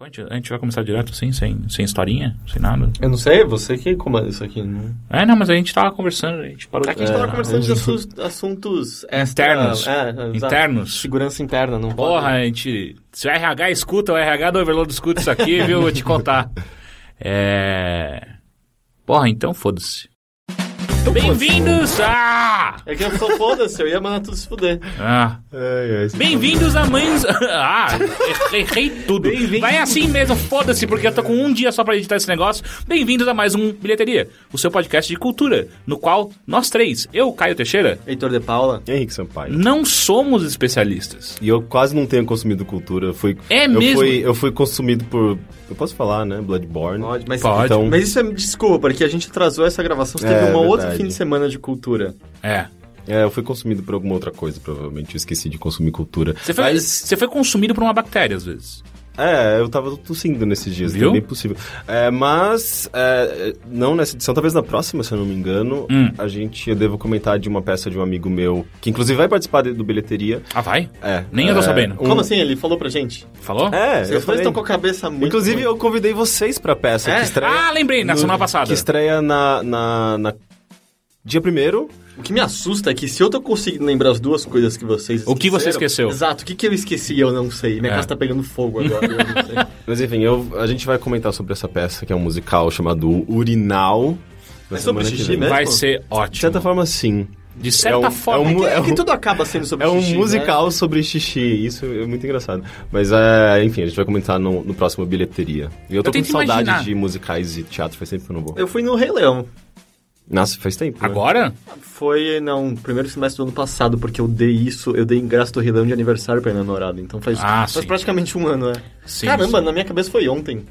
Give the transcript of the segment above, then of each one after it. A gente, a gente vai começar direto assim, sem, sem historinha, sem nada? Eu não sei, você que comanda isso aqui, né? É, não, mas a gente tava conversando, a gente parou Aqui Tá a gente É, tava conversando de é, assuntos, assuntos extra- Internos. É, exato. Internos. Segurança interna, não Porra, pode. a gente. Se o RH escuta, o RH do Overload escuta isso aqui, viu? Vou te contar. É. Porra, então foda-se. Então Bem-vindos a. É que eu sou foda-se, eu ia mandar tudo se fuder. Ah. Ai, ai, esse- Bem-vindos a Mães. Ah, errei tudo. Vai assim mesmo, foda-se, porque eu tô com um dia só pra editar esse negócio. Bem-vindos a mais um Bilheteria, o seu podcast de cultura, no qual nós três, eu, Caio Teixeira, Heitor de Paula. Henrique Sampaio. não somos especialistas. E eu quase não tenho consumido cultura. Eu fui, É eu mesmo? Fui, eu fui consumido por. Eu posso falar, né? Bloodborne. Pode, mas, Pode. Então- mas isso é desculpa, porque a gente atrasou essa gravação, você É, teve um verdade. outro fim de semana de cultura. É. É, eu fui consumido por alguma outra coisa, provavelmente. Eu esqueci de consumir cultura. Você foi, Mas, você foi consumido por uma bactéria, às vezes. é, eu tava tossindo nesses dias, Viu? então é bem possível. É, mas, é, não nessa edição, talvez na próxima, se eu não me engano, Hum. a gente, eu devo comentar de uma peça de um amigo meu, que inclusive vai participar de- do Bilheteria. Ah, vai? É, Nem eu tô sabendo. Como assim? Ele falou pra gente? Falou? É, eu Vocês dois falei. estão com a cabeça muito... Inclusive, eu convidei vocês pra peça É? que estreia... Ah, lembrei, na no- semana passada. Que estreia na, na, na- dia primeiro. O que me assusta é que se eu tô conseguindo lembrar as duas coisas que vocês O que você esqueceu? esqueceram- Exato, o que, que eu esqueci e eu não sei. Minha É. casa tá pegando fogo agora, eu não sei. Mas enfim, eu, a gente vai comentar sobre essa peça, que é um musical chamado Urinal. na É sobre semana que xixi vem. mesmo? Vai ser De ótimo. certa forma, sim. De certa é um- forma. é um- É que, é um- que tudo acaba sendo sobre É um xixi, né? musical sobre xixi, isso é muito engraçado. Mas, é, enfim, a gente vai comentar no, no próximo Bilheteria. E eu tô Eu com tento saudade imaginar. de musicais e teatro, faz tempo que eu não vou. Eu fui no Rei Leão. Nossa, faz tempo. né? Agora? Foi, não, primeiro semestre do ano passado, porque eu dei isso, eu dei em graça do Rei Leão de aniversário pra minha namorada. Então faz, Ah, faz sim. praticamente um ano, é. Sim, Caramba, sim. na minha cabeça foi ontem.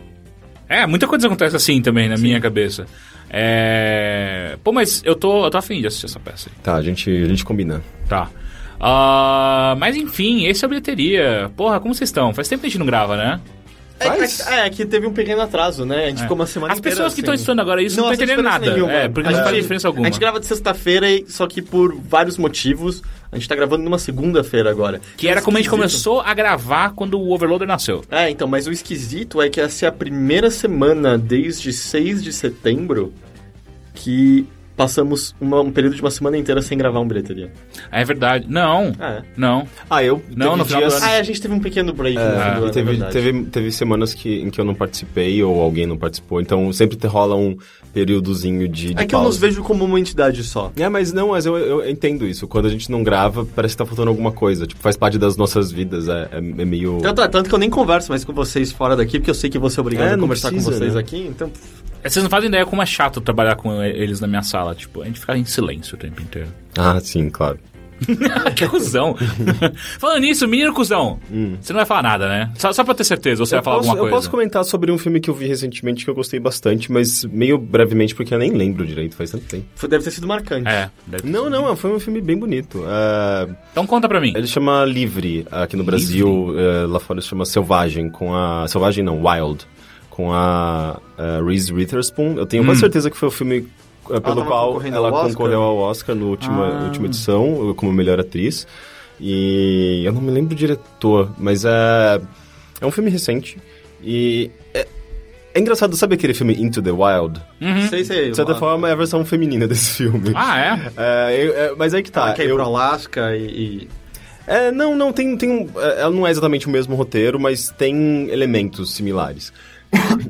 É, muita coisa acontece assim também, na minha cabeça. É... Pô, mas eu tô, eu tô afim de assistir essa peça aí. Tá, a gente, a gente combina. Tá. Ah, mas enfim, esse é a bilheteria. Porra, como vocês estão? Faz tempo que a gente não grava, né? É, Faz? é, é que teve um pequeno atraso, né? A gente ficou uma semana É. assim. As pessoas que estão estudando estudando agora isso não, estão entendendo nada. é, porque não faz diferença alguma. A gente grava de sexta-feira, e- só que por vários motivos, a gente tá gravando numa segunda-feira agora. Que era Então, como a gente esquisito. começou a gravar quando o Overloader nasceu. É, então, mas o esquisito é que essa é a primeira semana desde 6 de setembro que passamos uma- um período de uma semana inteira sem gravar um bilheteria. É verdade. Não, Ah, é. não. Ah, eu. Não, teve no final do dias- ano. Ah, a gente teve um pequeno break no fim do É, ano, e teve, é verdade. teve, teve semanas que, em que eu não participei ou alguém não participou, então sempre te rola um períodozinho de, de É que eu nos pausa. vejo como uma entidade só. É, mas não, mas eu, eu entendo isso. Quando a gente não grava, parece que tá faltando alguma coisa. Tipo, faz parte das nossas vidas. É, é- é meio. Tanto, é, tanto que eu nem converso mais com vocês fora daqui, porque eu sei que você é obrigado É, a não conversar com precisa, vocês né? aqui, então... É, Vocês não fazem ideia como é chato trabalhar com eles na minha sala. Tipo, a gente fica em silêncio o tempo inteiro. Ah, Ah, sim, claro. que cuzão. Falando nisso, menino cuzão, você não vai falar nada, né? Só, só pra ter certeza, ou você Hum. eu, vai falar posso, alguma eu coisa? posso comentar sobre um filme que eu vi recentemente que eu gostei bastante, mas meio brevemente, porque eu nem lembro direito, faz tanto tempo. Foi- Deve ter sido marcante. É, deve ter Não, sido. não, foi um filme bem bonito. É, Então conta pra mim. Ele chama Livre aqui no Brasil, eh, lá fora chama Selvagem, com a. Selvagem não, Wild, com a, eh, Reese Witherspoon. Eu tenho quase certeza que foi o filme eh, pelo tava qual concorrendo ela ao Oscar? concorreu ao Oscar na última, Ah. última edição, eh, como melhor atriz. E eu não me lembro o diretor, mas é. É um filme recente. E. É, é engraçado, sabe aquele filme Into the Wild? Uhum. Sei, sei. De certa lá. forma, é a versão feminina desse filme. Ah, é? É, eu- é, mas aí que tá. Ela quer ir eu- pro Alasca e... e- é, não, não, tem, tem um, é, ela não é exatamente o mesmo roteiro, mas tem elementos similares.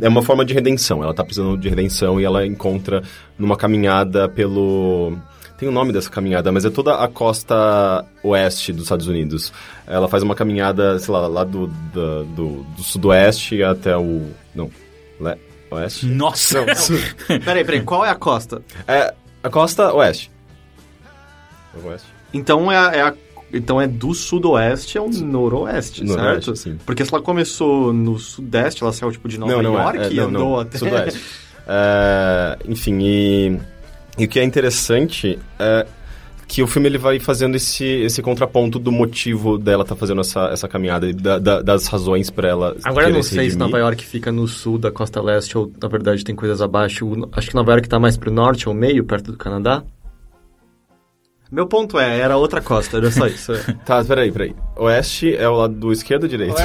É uma forma de redenção, ela tá precisando de redenção e ela encontra numa caminhada pelo... Tem o nome dessa caminhada, mas é toda a costa oeste dos Estados Unidos. Ela faz uma caminhada, sei lá, lá do, da- do, do sudoeste até o... Não, le- oeste? Hum. Nossa. Peraí, peraí, qual é a costa? É, a costa oeste. É o Oeste? Então é, a- é a- Então é do sudoeste ao noroeste, Noroeste, certo? é sim. Porque se ela começou no sudeste, ela saiu tipo de Nova York é, e não, andou não, até... Sudoeste. É, enfim, e, e o que é interessante é que o filme ele vai fazendo esse, esse contraponto do motivo dela tá fazendo essa, essa caminhada e da- da- das razões pra ela Agora eu querer não se sei se redimir. Nova York fica no sul da costa leste ou, na verdade, tem coisas abaixo. O- Acho que Nova York tá mais pro norte, ao meio, perto do Canadá. Meu ponto é, era outra costa, era só isso. Tá, peraí, peraí. Oeste é o lado do esquerdo ou direito?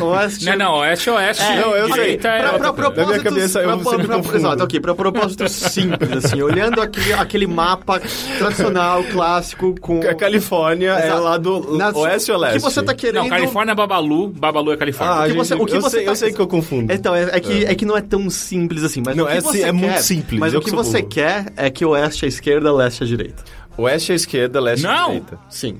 Oeste. Não, não, oeste é oeste. É, não, eu sei. direita é Pra, pra outra coisa. propósitos, minha cabeça, eu pra, sempre pra- confundo. exato, ok, pra propósitos simples, assim, olhando aquele, aquele mapa tradicional, clássico, com... A Califórnia é Exato. lá do Nas- oeste ou leste? O que você tá querendo... Não, Califórnia é Babalu, Babalu é Califórnia. Ah, O que gente, você- o que eu, você sei, tá- eu sei que eu confundo. Então, é, é que, é que não é tão simples assim, mas Não, o que é você sim- é quer- muito simples, Mas eu o que que sou você burro. quer é que o oeste é a esquerda, leste é a direita. Oeste é esquerda, leste é Não! direita. Sim.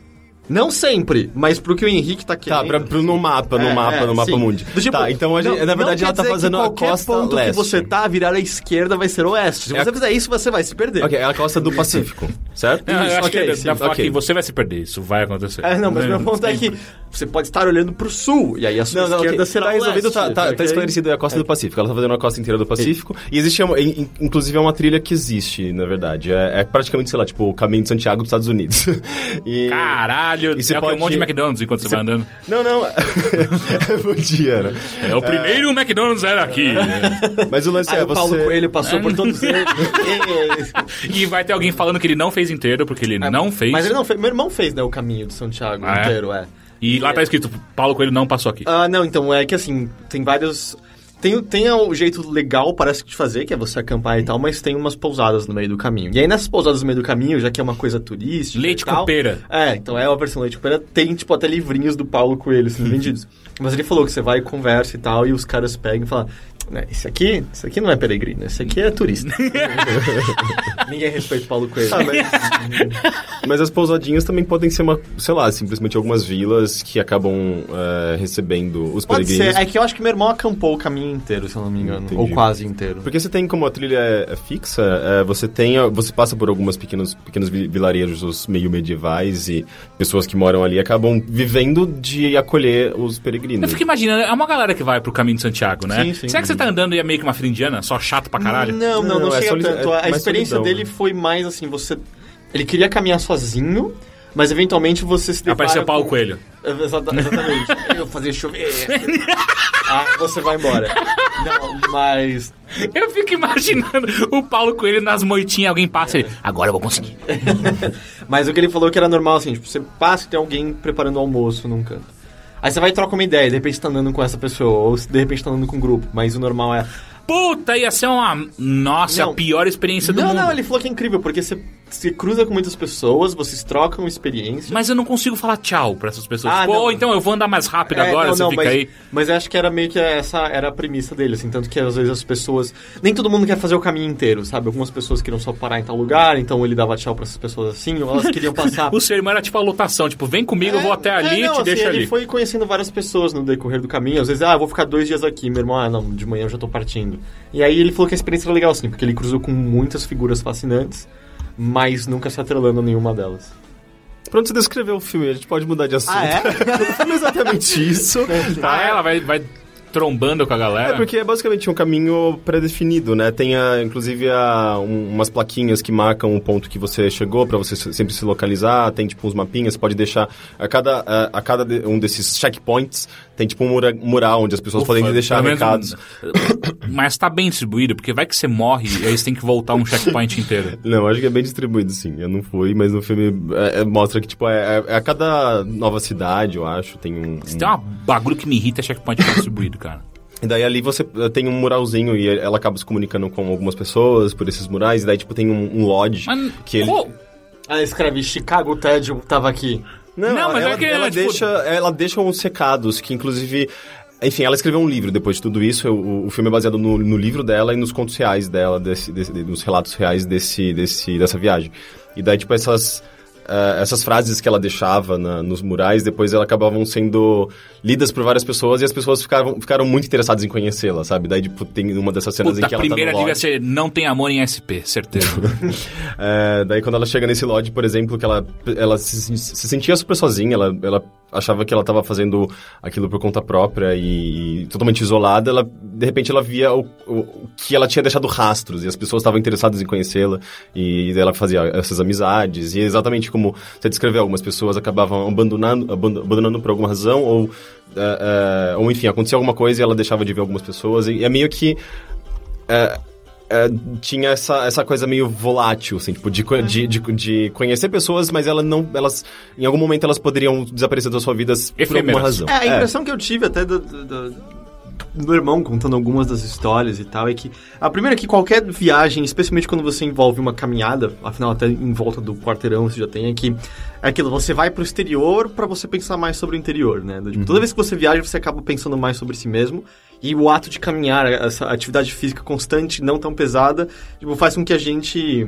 Não sempre, mas no que o Henrique tá Tá, querendo. pra, pro- no mapa, no É, mapa, é, no mapa sim. mundi. Do tipo, tá, então a gente, não- na verdade não quer ela tá dizer que fazendo a qualquer costa ponto leste. que você tá, virar à esquerda vai ser oeste. Se É a- você fizer isso, você vai se perder. Ok, é a costa do Pacífico, certo? Não, Ah, eu acho ok, que é sim, dá pra falar ok. que você vai se perder, isso vai acontecer. É, não, mas meu ponto é que você pode estar olhando pro sul, e aí a sua Não, não, esquerda ok. será tá o resolvido, leste, tá, tá, tá ok? esclarecido, é a costa do Pacífico. Ela tá fazendo a costa inteira do Pacífico. E existe, uma, in- in- inclusive, é uma trilha que existe, na verdade. É, é praticamente, sei lá, tipo, o caminho de Santiago dos Estados Unidos. E- Caralho, E você é o que é um pode- monte de McDonald's enquanto você vai andando. Não, não. é Bom dia, né? É o primeiro McDonald's era aqui. Mas o lance Aí é o Paulo você... Coelho passou por todos eles. e vai ter alguém falando que ele não fez inteiro, porque ele não fez. É, Mas ele não fez. Meu irmão fez, né, o caminho de Santiago Ah, é? inteiro, é. E lá tá escrito, Paulo Coelho não passou aqui. Ah, não, então é que assim, tem vários. Tem, o- tem o jeito legal, parece que de fazer, que é você acampar e tal, mas tem umas pousadas no meio do caminho. E aí nessas pousadas no meio do caminho, já que é uma coisa turística. Leite e tal, com pera. É, então é uma versão leite com pera. Tem, tipo, até livrinhos do Paulo Coelho sendo vendidos. Mas ele falou que você vai e conversa e tal, e os caras pegam e falam. Né, esse aqui, esse aqui não é peregrino, esse aqui é turista. Ninguém respeita o Paulo Coelho. Ah, mas, mas as pousadinhas também podem ser, uma, sei lá, simplesmente algumas vilas que acabam é, recebendo os Pode peregrinos. ser, é que eu acho que meu irmão acampou o caminho inteiro, se eu não me engano. Entendi. Ou quase inteiro. Porque você tem como a trilha é fixa, é, você tem, a- você passa por algumas pequenos, pequenos vi- vilarejos meio medievais e pessoas que moram ali acabam vivendo de acolher os Eu peregrinos. fico imaginando, é uma galera que vai pro caminho de Santiago, né? Sim, sim. Será que você tá andando e é meio que uma fila indiana, só chato pra caralho? Não, não, não, Não, é chega soli- tanto. é A mais experiência solidão, dele né? foi mais assim, você... Ele queria caminhar sozinho, mas eventualmente você se depara... Apareceu Paulo com- É, Coelho. Exata- Exatamente. Eu vou fazer chover. ah, você vai embora. Não, mas... Eu fico imaginando o Paulo Coelho nas moitinhas, alguém passa ele. Agora eu vou conseguir. Mas o que ele falou que era normal, assim, tipo, você passa e tem alguém preparando o almoço num canto. Aí você vai e troca uma ideia, de repente você tá andando com essa pessoa, ou de repente tá andando com um grupo, mas o normal é... Puta, ia ser uma. Nossa, Não. a pior experiência do Não, mundo. não, ele falou que é incrível, porque você se cruza com muitas pessoas, vocês trocam experiência. Mas eu não consigo falar tchau pra essas pessoas. Ah, Tipo, não. "Ô, então eu vou andar mais rápido É, agora, não, você não, fica mas, aí. Mas eu acho que era meio que essa era a premissa dele, assim, tanto que às vezes as pessoas. Nem todo mundo quer fazer o caminho inteiro, sabe? Algumas pessoas queriam só parar em tal lugar, então ele dava tchau pra essas pessoas assim, ou elas queriam passar. O seu irmão era tipo a lotação, tipo, vem comigo, eu vou até É, ali e é, não, te assim, deixo ele ali. foi conhecendo várias pessoas no decorrer do caminho. Às vezes, ah, eu vou ficar dois dias aqui, meu irmão, ah, não, de manhã eu já tô partindo. E aí ele falou que a experiência era legal, assim, porque ele cruzou com muitas figuras fascinantes, mas nunca se atrelando a nenhuma delas. Pronto, você descreveu o filme, a gente pode mudar de assunto. Ah, é? Não exatamente isso. Ah, ela vai, vai trombando com a galera. É porque é basicamente um caminho pré-definido, né? Tem, a, inclusive, a, um- umas plaquinhas que marcam o ponto que você chegou pra você se- sempre se localizar. Tem, tipo, uns mapinhas. Pode deixar... A cada, a, a cada de- um desses checkpoints tem, tipo, um mura- mural onde as pessoas Ufa, podem deixar pelo menos- um. recados. Mas tá bem distribuído, porque vai que você morre e aí você tem que voltar um checkpoint inteiro. Não, acho que é bem distribuído, sim. Eu não fui, mas no filme é, é, mostra que, tipo, é, é- é a cada nova cidade, eu acho, tem um... Se tem uma bagulho que me irrita, é checkpoint mal distribuído, cara. E daí ali você eh, tem um muralzinho e ela acaba se comunicando com algumas pessoas por esses murais. E daí, tipo, tem um, um lodge Mas. que ele... co- Ah, escreve Chicago Ted tava aqui. Não, Não, mas ela, é que, ela tipo- deixa, ela deixa uns recados que, inclusive... Enfim, ela escreveu um livro depois de tudo isso. O, o filme é baseado no, no livro dela e nos contos reais dela, desse, desse- nos relatos reais desse, desse, dessa viagem. E daí, tipo, essas, eh, essas frases que ela deixava na- nos murais, depois elas acabavam sendo lidas por várias pessoas e as pessoas ficavam, ficaram muito interessadas em conhecê-la, sabe? Daí, tipo, tem uma dessas cenas Puta, em que a ela tá no primeira devia lodge. ser não tem amor em SP, certeza. É, daí quando ela chega nesse lodge, por exemplo, que ela, ela se, se sentia super sozinha, ela, ela achava que ela estava fazendo aquilo por conta própria e, e totalmente isolada, ela, de repente ela via o, o- o que ela tinha deixado rastros e as pessoas estavam interessadas em conhecê-la e daí ela fazia essas amizades e é exatamente como você descreveu, algumas pessoas acabavam abandonando, abando- abandonando por alguma razão ou, é, é, ou enfim, acontecia alguma coisa e ela deixava de ver algumas pessoas e, e é meio que é, tinha essa, essa coisa meio volátil, assim, tipo, de, co- de, de, de conhecer pessoas, mas elas não. Elas, em algum momento elas poderiam desaparecer da sua vida por alguma Efêmeras. razão. É, a impressão que eu tive até do, do- do- do irmão contando algumas das histórias e tal é que a primeira é que qualquer viagem, especialmente quando você envolve uma caminhada, afinal até em volta do quarteirão você já tem é que é aquilo, você vai pro exterior pra você pensar mais sobre o interior, né? Tipo, Toda vez que você viaja, você acaba pensando mais sobre si mesmo. E o ato de caminhar, essa atividade física constante, não tão pesada, tipo, faz com que a gente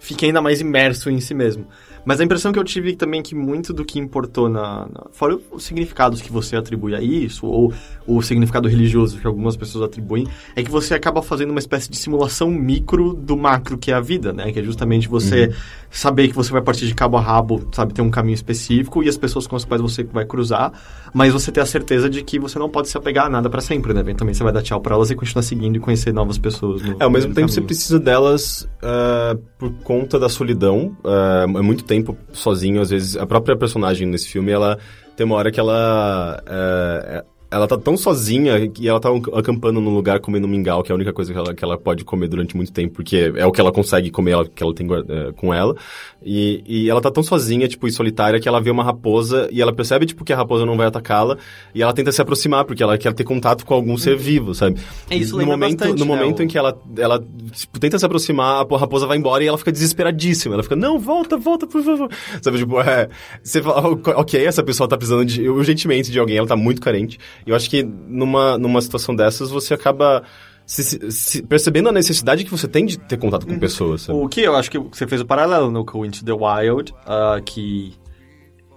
fique ainda mais imerso em si mesmo. Mas a impressão que eu tive também é que muito do que importou na, na- Fora os significados que você atribui a isso, ou o significado religioso que algumas pessoas atribuem, é que você acaba fazendo uma espécie de simulação micro do macro que é a vida, né? Que é justamente Uhum. você saber que você vai partir de cabo a rabo, sabe, ter um caminho específico e as pessoas com as quais você vai cruzar, mas você ter a certeza de que você não pode se apegar a nada pra sempre, né? Eventualmente você vai dar tchau pra elas e continuar seguindo e conhecer novas pessoas. no- É, ao mesmo no caminho. tempo você precisa delas ah, por conta da solidão. ah, é muito tempo sozinho, às vezes. A própria personagem nesse filme, ela tem uma hora que ela. ah, ela tá tão sozinha e ela tá acampando num lugar comendo mingau, que é a única coisa que ela, que ela pode comer durante muito tempo, porque é o que ela consegue comer, ela- que ela tem guar- eh, com ela. E, e ela tá tão sozinha, tipo, e solitária, que ela vê uma raposa e ela percebe, tipo, que a raposa não vai atacá-la e ela tenta se aproximar, porque ela quer ter contato com algum ser vivo, sabe? Uhum. É, isso E no lembra momento, bastante, no né, momento o- em que ela, ela tipo, tenta se aproximar, a raposa vai embora e ela fica desesperadíssima. Ela fica, não, volta, volta, por favor. Sabe, tipo, é. Você fala, "Ok, ok, essa pessoa tá precisando de, urgentemente de alguém, ela tá muito carente. E eu acho que numa, numa situação dessas você acaba se- se- se- percebendo a necessidade que você tem de ter contato com pessoas. Sabe? O que eu acho que você fez o paralelo no com Into the Wild, ah, que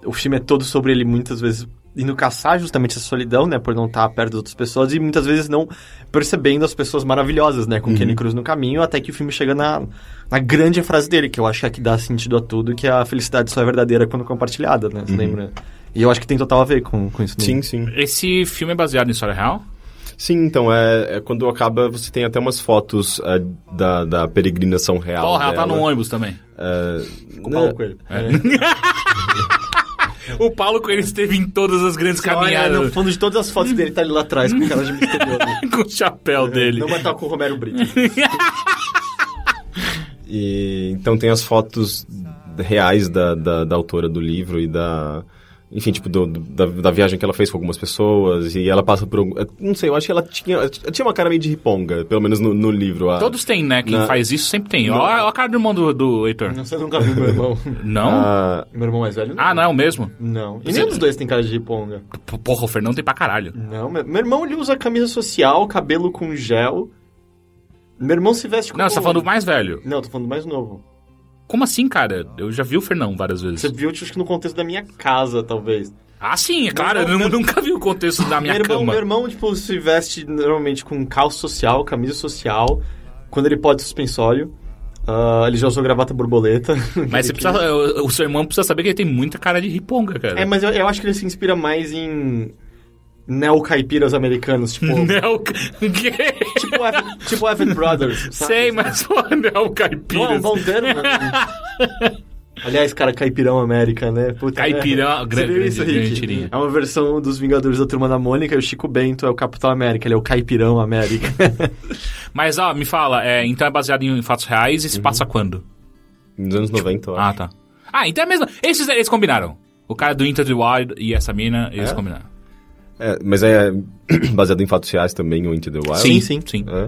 o filme é todo sobre ele muitas vezes indo caçar justamente essa solidão, né, por não estar perto de outras pessoas e muitas vezes não percebendo as pessoas maravilhosas, né, com quem Uhum. ele cruza no caminho, até que o filme chega na, na grande frase dele, que eu acho que é a que dá sentido a tudo, que a felicidade só é verdadeira quando compartilhada, né, você lembra? E eu acho que tem total a ver com, com isso. né? Uhum. Sim, sim. Esse filme é baseado em história real? Sim, então, é, é quando acaba, você tem até umas fotos é, da, da peregrinação real. Porra, ela tá dela. no ônibus também. É, Com o né, Paulo Coelho. O Paulo Coelho esteve em todas as grandes Olha, caminhadas no fundo de todas as fotos dele, tá ele lá atrás com aquela de misterioso. com o chapéu dele. Não vai estar com o Romero Brito. E, então tem as fotos reais da, da, da autora do livro e da. Enfim, tipo, do- do- da, da viagem que ela fez com algumas pessoas. E ela passa por. algum- eh, Não sei, eu acho que ela tinha, ela tinha uma cara meio de riponga, pelo menos no, no livro. A, Todos têm, né? Quem Na- faz isso sempre tem. Não. Olha a cara do irmão do, do Heitor. Não, Você nunca viu meu irmão. Não? a- Meu irmão mais velho? Ah, não é o mesmo? Não. E nenhum dos dois tem cara de riponga. P- Porra, o Fernando tem pra caralho. Não, meu, meu irmão ele usa camisa social, cabelo com gel. Meu irmão se veste com. Não, você tá falando do mais velho. Não, tô falando do mais novo. Como assim, cara? Eu já vi o Fernão várias vezes. Você viu, acho que no contexto da minha casa, talvez. Ah, sim, é claro. não, eu não. nunca vi o contexto da minha meu irmão, cama. meu irmão, tipo, se veste normalmente com calça social, camisa social, quando ele pode suspensório. Ah, ele já usou gravata borboleta. Mas você Que- precisa, o, o seu irmão precisa saber que ele tem muita cara de riponga, cara. É, mas eu, eu acho que ele se inspira mais em neocaipiras americanos, tipo. Neo... Quê? tipo, Evan- tipo Evan Brothers. sabe? Sei, mas porra, Neo Não, é um Caipiras. bom né? termo, né? Aliás, cara, Caipirão América, né? Puta, Caipirão, né? grande- Você viu isso, grande- grande Rick? tirinha. É uma versão dos Vingadores da Turma da Mônica e o Chico Bento é o Capitão América, ele é o Caipirão América. assim. Mas, ó, me fala, é, então é baseado em fatos reais e se passa quando? nos anos 90, eu acho. Ah, tá. Ah, então é mesmo. Esses eles combinaram. O cara do Inter the Wild e essa mina, eles É? combinaram. É, mas é baseado em fatos reais também, o Into the Wild. sim, sim. É.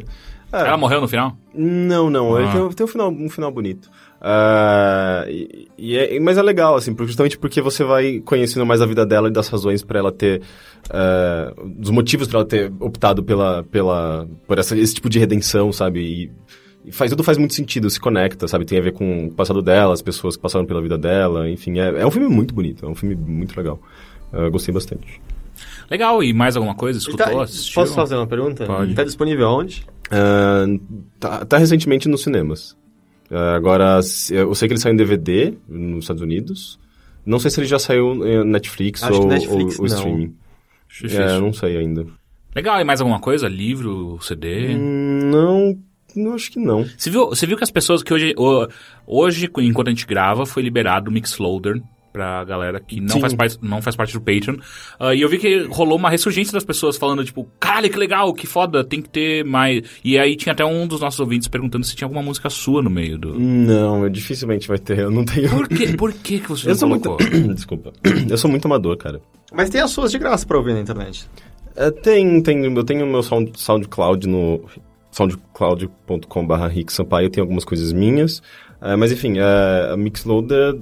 Ela morreu no final? Não, não. Ele Ah. tem, tem um, final, um final bonito. Ah, e, e é- mas é legal, assim, porque- justamente porque você vai conhecendo mais a vida dela e das razões pra ela ter. ah, dos motivos pra ela ter optado pela, pela, por essa- esse tipo de redenção, sabe? E, e faz, tudo faz muito sentido, se conecta, sabe? Tem a ver com o passado dela, as pessoas que passaram pela vida dela, enfim. É, é um filme muito bonito, é um filme muito legal. Ah, gostei bastante. Legal, e mais alguma coisa? Escutou? Tá, assistiu? posso fazer uma pergunta? Pode. Tá disponível onde? Ah, tá, tá recentemente nos cinemas. Ah, agora, se- eu sei que ele saiu em DVD nos Estados Unidos. Não sei se ele já saiu no Netflix Acho que ou, Netflix ou- ou não. streaming. Difícil. É, não sei ainda. Legal, e mais alguma coisa? Livro, CD? Hum, Não, não acho que não. Você viu, você viu que as pessoas que hoje, o- hoje, enquanto a gente grava, foi liberado o Mixloader pra galera que não Sim. faz, parte, não faz parte do Patreon. Ah, e eu vi que rolou uma ressurgência das pessoas falando, tipo, caralho, que legal, que foda, tem que ter mais. E aí tinha até um dos nossos ouvintes perguntando se tinha alguma música sua no meio Hum. do. Não, eu dificilmente vai ter. Eu não tenho. Por, que, por que, que você Eu não sou muito. colocou? Desculpa. Eu sou muito amador, cara. Mas tem as suas de graça pra ouvir na internet. É, tem, tem. Eu tenho o meu Sound, SoundCloud no soundcloud.com.br ricksampaio, tem algumas coisas minhas. É, mas enfim, é, a Mixloader,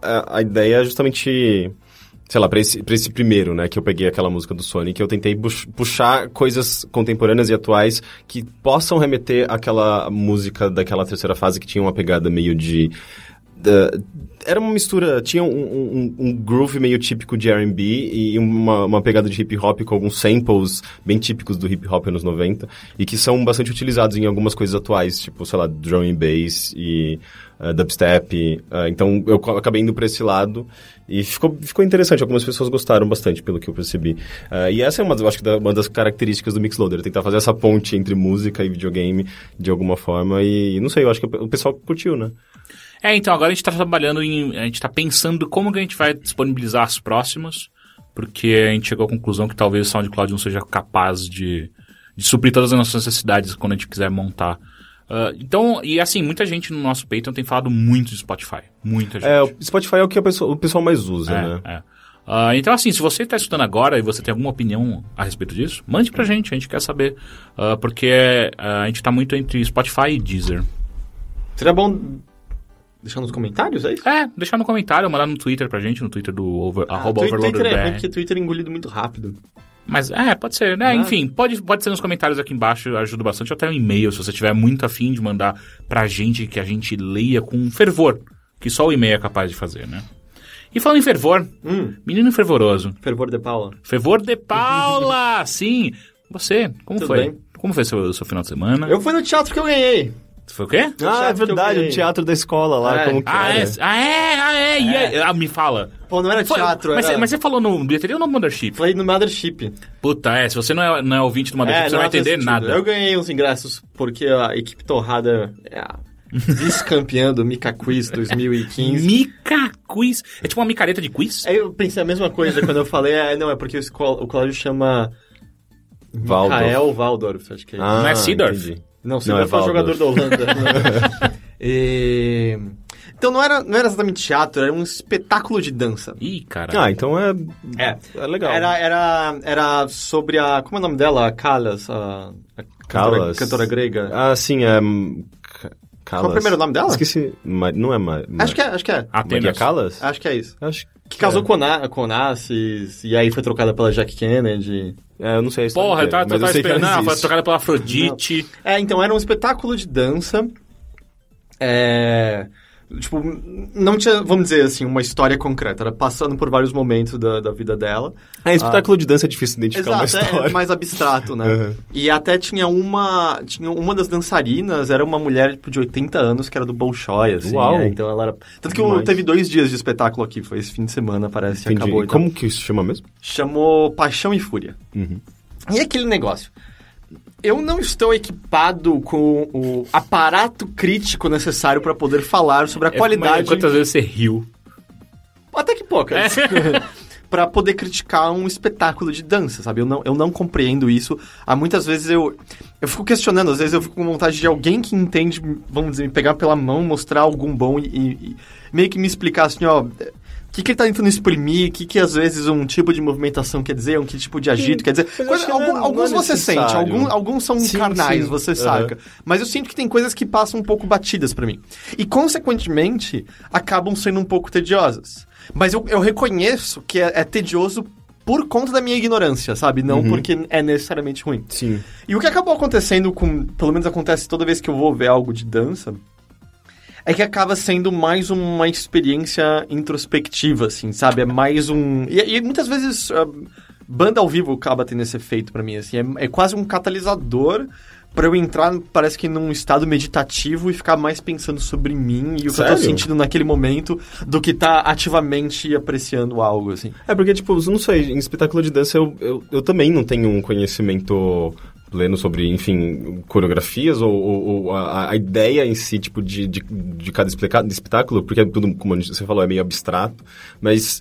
a, a ideia é justamente, sei lá, pra esse, pra esse primeiro, né, que eu peguei aquela música do Sonic, eu tentei pux- puxar coisas contemporâneas e atuais que possam remeter àquela música daquela terceira fase que tinha uma pegada meio de... da- era uma mistura, tinha um, um- um groove meio típico de R&B e uma, uma pegada de hip hop com alguns samples bem típicos do hip hop anos 90 e que são bastante utilizados em algumas coisas atuais, tipo, sei lá, drum and bass e eh, dubstep. eh, então eu co- acabei indo pra esse lado e ficou, ficou interessante. Algumas pessoas gostaram bastante, pelo que eu percebi. Eh, e essa é uma, das- eu acho que da- uma das características do Mixloader, tentar fazer essa ponte entre música e videogame de alguma forma e não sei, eu acho que o pessoal curtiu, né? É, então agora a gente tá trabalhando em. A gente tá pensando como que a gente vai disponibilizar as próximas, porque a gente chegou à conclusão que talvez o SoundCloud não seja capaz de, de suprir todas as nossas necessidades quando a gente quiser montar. Ah, então, e assim, muita gente no nosso Patreon tem falado muito de Spotify. Muita gente. É, o Spotify é o que a pessoa- o pessoal mais usa, É, né? é. Ah, então, assim, se você está estudando agora e você tem alguma opinião a respeito disso, mande É. pra gente, a gente quer saber. Ah, porque ah, a gente tá muito entre Spotify e Deezer. Seria bom deixar nos comentários, é isso? É, deixar no comentário, mandar no Twitter pra gente, no Twitter do over, Ah, arroba Twitter, Twitter é ruim overloaderbr. porque Twitter é engolido muito rápido. Mas é, pode ser, né? Ah. Enfim, pode, pode ser nos comentários aqui embaixo, eu ajudo bastante. Até um e-mail, se você tiver muito afim de mandar pra gente, que a gente leia com fervor, que só o e-mail é capaz de fazer, né? E falando em fervor, Hum, menino fervoroso, fervor de Paula. fervor de Paula! Sim! Você, como Tudo foi? bem. Como foi seu, seu final de semana? Eu fui no teatro que eu ganhei. Foi o quê? Ah, O teatro que eu ganhei. da escola É. Ah, é, ah, é, ah, é, e aí- ah, me fala. Pô, não era Foi- teatro, mas, era... você- mas você falou no bilheteria ou no Mothership? Falei no Mothership. Puta, é, se você não é, não é ouvinte do Mothership, É, você não vai tem entender sentido. nada. Eu ganhei uns ingressos porque a equipe torrada é a vice-campeã do Mica Quiz 2015. Mica quiz. É tipo uma micareta de quiz? Aí eu pensei a mesma coisa quando eu falei, ah, não, é porque o, escola, o colégio chama Waldorf. Kael Waldorf, acho que é. Ah, Não é Seedorf? entendi. Não, você Não, não, é foi jogador Waldorf. da Holanda. E- Então não era, não era exatamente teatro, era um espetáculo de dança. Ih, cara. Ah, então é... É. É legal. Era, era, era sobre a. Como é o nome dela? A Kalas, a, a cantora- Kalas? cantora grega. Ah, sim, é... hum, Ca- Callas. Qual é o primeiro nome dela? Esqueci. Ma- Não é... Ma... Ma- Acho que é, acho que é. Maria Atenas. Callas? Acho que é isso. Acho Que casou com, Ona, com Onassis, e aí foi trocada pela Jack Kennedy. É, eu não sei a história Porra, eu inteira, tava, eu mas tava sei que ela esperando. Ah, foi existe. trocada pela Afrodite. É, então era um espetáculo de dança. É. Tipo, não tinha, vamos dizer assim, uma história concreta. Era passando por vários momentos da, da vida dela. É, espetáculo de dança é difícil identificar uma Exato, é, é história. mais abstrato, né? Uhum. E até tinha uma. Tinha uma das dançarinas, era uma mulher tipo, de 80 anos que era do Bolshoi, assim. Uau. é, então ela era. Tanto que eu- Demais. teve dois dias de espetáculo aqui, foi esse fim de semana, parece, que Entendi. acabou. então. e tal. Como que isso chama mesmo? chamou Paixão e Fúria. Uhum. E aquele negócio. Eu não estou equipado com o aparato crítico necessário para poder falar sobre a É, mas qualidade. Quantas vezes você riu? Até que É. é. poucas. Pra poder criticar um espetáculo de dança, sabe? Eu não, eu não compreendo isso. Há muitas vezes eu. Eu fico questionando, às vezes eu fico com vontade de alguém que entende, vamos dizer, me pegar pela mão, mostrar algum bom e, e- e meio que me explicar assim, ó. O que, que ele tá tentando exprimir? O que, que às vezes um tipo de movimentação quer dizer? Um que tipo de agito quer dizer? mas Coisa- acho que não é- algum- não é alguns você necessário. sente, algum- alguns são Sim, carnais, sim. você Aham. saca. Mas eu sinto que tem coisas que passam um pouco batidas pra mim. E, consequentemente, acabam sendo um pouco tediosas. Mas eu, eu reconheço que é, é tedioso por conta da minha ignorância, sabe? Não porque é necessariamente ruim. Sim. E o que acabou acontecendo com... Pelo menos acontece toda vez que eu vou ver algo de dança... É que acaba sendo mais uma experiência introspectiva, assim, sabe? É mais um... E, e muitas vezes... ah, banda ao vivo acaba tendo esse efeito pra mim, assim. É, é quase um catalisador pra eu entrar, parece que num estado meditativo e ficar mais pensando sobre mim e o que eu tô Sério? sentindo naquele momento do que tá ativamente apreciando algo, assim. É porque, tipo, eu não sei, em espetáculo de dança eu, eu, eu também não tenho um conhecimento pleno sobre, enfim, coreografias ou, ou- ou a, a ideia em si, tipo, de, de, de cada especa- de espetáculo? Porque é tudo, como você falou, é meio abstrato, mas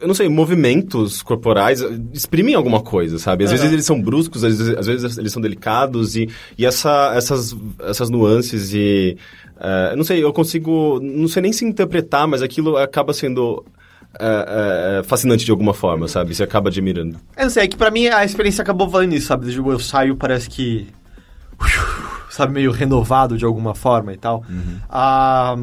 eu não sei, movimentos corporais eh, exprimem alguma coisa, sabe? Às vezes eles são bruscos, às vezes, às vezes eles são delicados e, e essa, essas, essas nuances e... eh, eu não sei, eu consigo... Não sei nem se interpretar, mas aquilo acaba sendo... eh, eh, fascinante de alguma forma, sabe? Você acaba admirando. Eu não sei, é que pra mim a experiência acabou valendo isso, sabe? Desde o eu saio, parece que. Sabe, meio renovado de alguma forma e tal. Ah,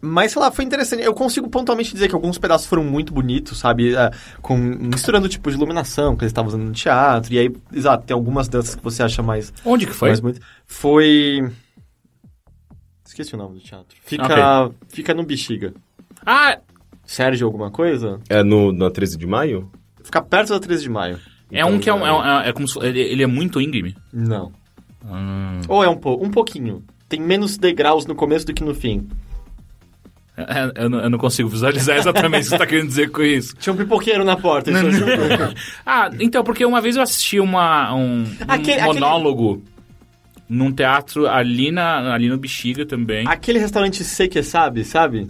mas sei lá, foi interessante. Eu consigo pontualmente dizer que alguns pedaços foram muito bonitos, sabe? Ah, com, misturando tipo de iluminação que eles estavam usando no teatro. E aí, exato, tem algumas danças que você acha mais. Onde que foi? mais bonito. Foi. Esqueci o nome do teatro. Fica, fica no Bexiga. Ah, Sérgio, alguma coisa? É no, na 13 de maio? Fica perto da 13 de maio. é Então, um que é, um, é, um- é como se, ele, ele é muito íngreme. Não. Hum. Ou é um pouco, um pouquinho. Tem menos degraus no começo do que no fim. É, é, eu, não- eu não consigo visualizar exatamente o que você tá querendo dizer com isso. Tinha um pipoqueiro na porta. Isso ajuda. Ah, então, porque uma vez eu assisti uma, um, um Aquele- monólogo num teatro ali, na, ali no Bexiga também. Aquele restaurante C que é sabe, sabe?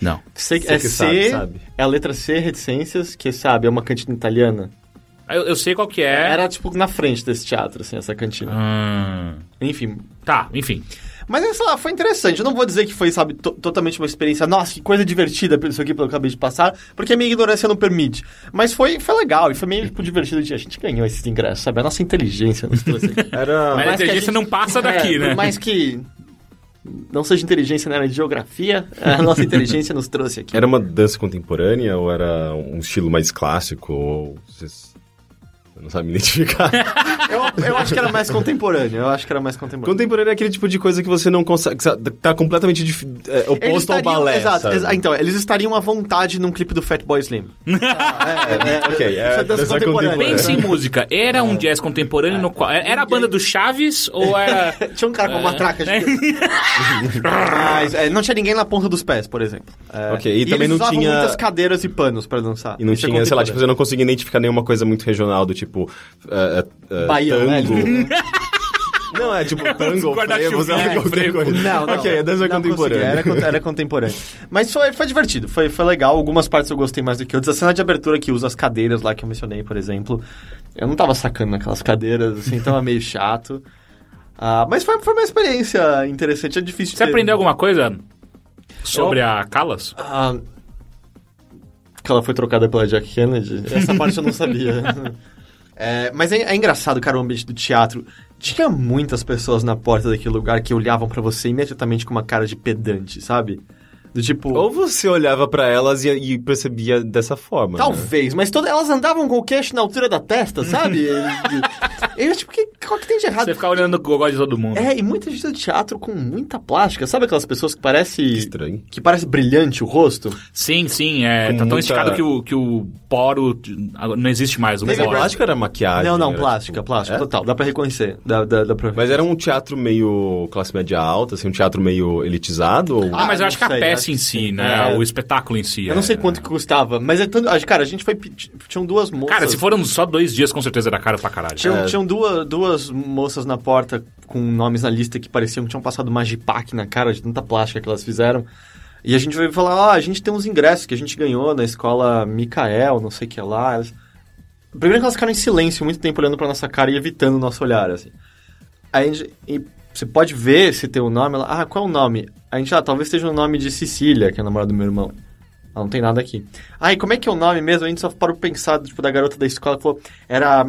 Não. C, Cê é que C, sabe, sabe. é a letra C, reticências, que sabe, é uma cantina italiana. Eu, eu sei qual que é. Era tipo na frente desse teatro, assim, essa cantina. Hum, Ah. Enfim. tá, enfim. Mas é, sei lá, foi interessante. Eu não vou dizer que foi, sabe, to- totalmente uma experiência. Nossa, que coisa divertida isso aqui que eu acabei de passar, porque a minha ignorância não permite. Mas foi, foi legal e foi meio tipo, divertido. de- A gente ganhou esses ingressos, sabe? A nossa inteligência nos trouxe aqui. Era... Mas a mais que a inteligência gente- não passa daqui, É, né? Por mais que não seja inteligência né, na área de geografia, a nossa inteligência nos trouxe aqui. Era uma dança contemporânea ou era um estilo mais clássico? Ou vocês eu não sabem identificar? Eu, eu acho que era mais contemporâneo. Eu acho que era mais contemporâneo. contemporânea é aquele tipo de coisa que você não consegue. que sa- tá completamente dif- é, Eles oposto ao estariam- balé. Exato, sabe? exa- então, eles estariam à vontade num clipe do Fatboy Slim. É, ok, é, Isso é dança contemporânea. Pense em música. Era um jazz contemporâneo no qual. Era a banda do Chaves ou era. Tinha um cara com É. uma matraca gigante. Mas é, não tinha ninguém na ponta dos pés, por exemplo. É, Ok, e também eles não usavam tinha- muitas cadeiras e panos pra dançar. E não Isso é tinha, sei lá, contemporâneo. tipo, você não conseguia identificar nenhuma coisa muito regional do tipo. é, é, é, Bahia, tango. né? Não, é tipo tango, frevo, sei lá, Guarda-chuvinha, qualquer frevo. coisa. Não, não. Ok, é dança Não contemporânea. consegui, Era, cont- era contemporânea. Mas foi, foi divertido, foi, foi legal. Algumas partes eu gostei mais do que outras. A cena de abertura que usa as cadeiras lá que eu mencionei, por exemplo. Eu não tava sacando naquelas cadeiras, assim, então é meio chato. Ah, mas foi, foi uma experiência interessante, é difícil Você ter- aprendeu alguma coisa sobre a Calas? Ah, que ela foi trocada pela Jack Kennedy. Essa parte eu não sabia. É, mas é, é engraçado, cara, o ambiente do teatro. Tinha muitas pessoas na porta daquele lugar que olhavam pra você imediatamente com uma cara de pedante, sabe? Do tipo. Ou você olhava pra elas e, e percebia dessa forma. né? Talvez, mas todas elas andavam com o queixo na altura da testa, sabe? Eu, tipo, que, qual que tem de errado? Você ficar olhando o gogó de todo mundo. É, e muita gente do teatro com muita plástica. Sabe aquelas pessoas que Que parece. Estranho. que parece brilhante o rosto? Sim, sim. É, tá Com tão muita- esticado que o, que o poro. ah, Não existe mais o Mas Mas é a poro. plástica era maquiagem? não, não, era, plástica, tipo, plástica, é? total. Dá pra reconhecer. Dá, dá, dá pra... Mas era um teatro meio classe média alta, assim, um teatro meio elitizado? Ou... Ah, mas Ah, eu acho que não a sei, peça acho em que si, sim. né? É. O espetáculo em si. Eu não é- sei quanto que custava, mas é tanto. ah, Cara, a gente foi. pedir- Tinham duas moças. Cara, se foram só dois dias, com certeza era caro pra caralho. Tinham, É. tinham duas, duas moças na porta com nomes na lista que pareciam que tinham passado Magipac na cara de tanta plástica que elas fizeram. E a gente veio falar, ó, a gente tem uns ingressos que a gente ganhou na escola Micael, não sei o que lá. Elas- Primeiro que elas ficaram em silêncio muito tempo olhando pra nossa cara e evitando o nosso olhar, assim. Aí a gente- e você pode ver se tem o nome, ela, ah, qual é o nome? A gente, ah, talvez seja o nome de Cecília, que é a namorada do meu irmão. Ah, não tem nada aqui. Ah, e como é que é o nome mesmo? A gente só parou pra pensar, tipo, da garota da escola que falou, era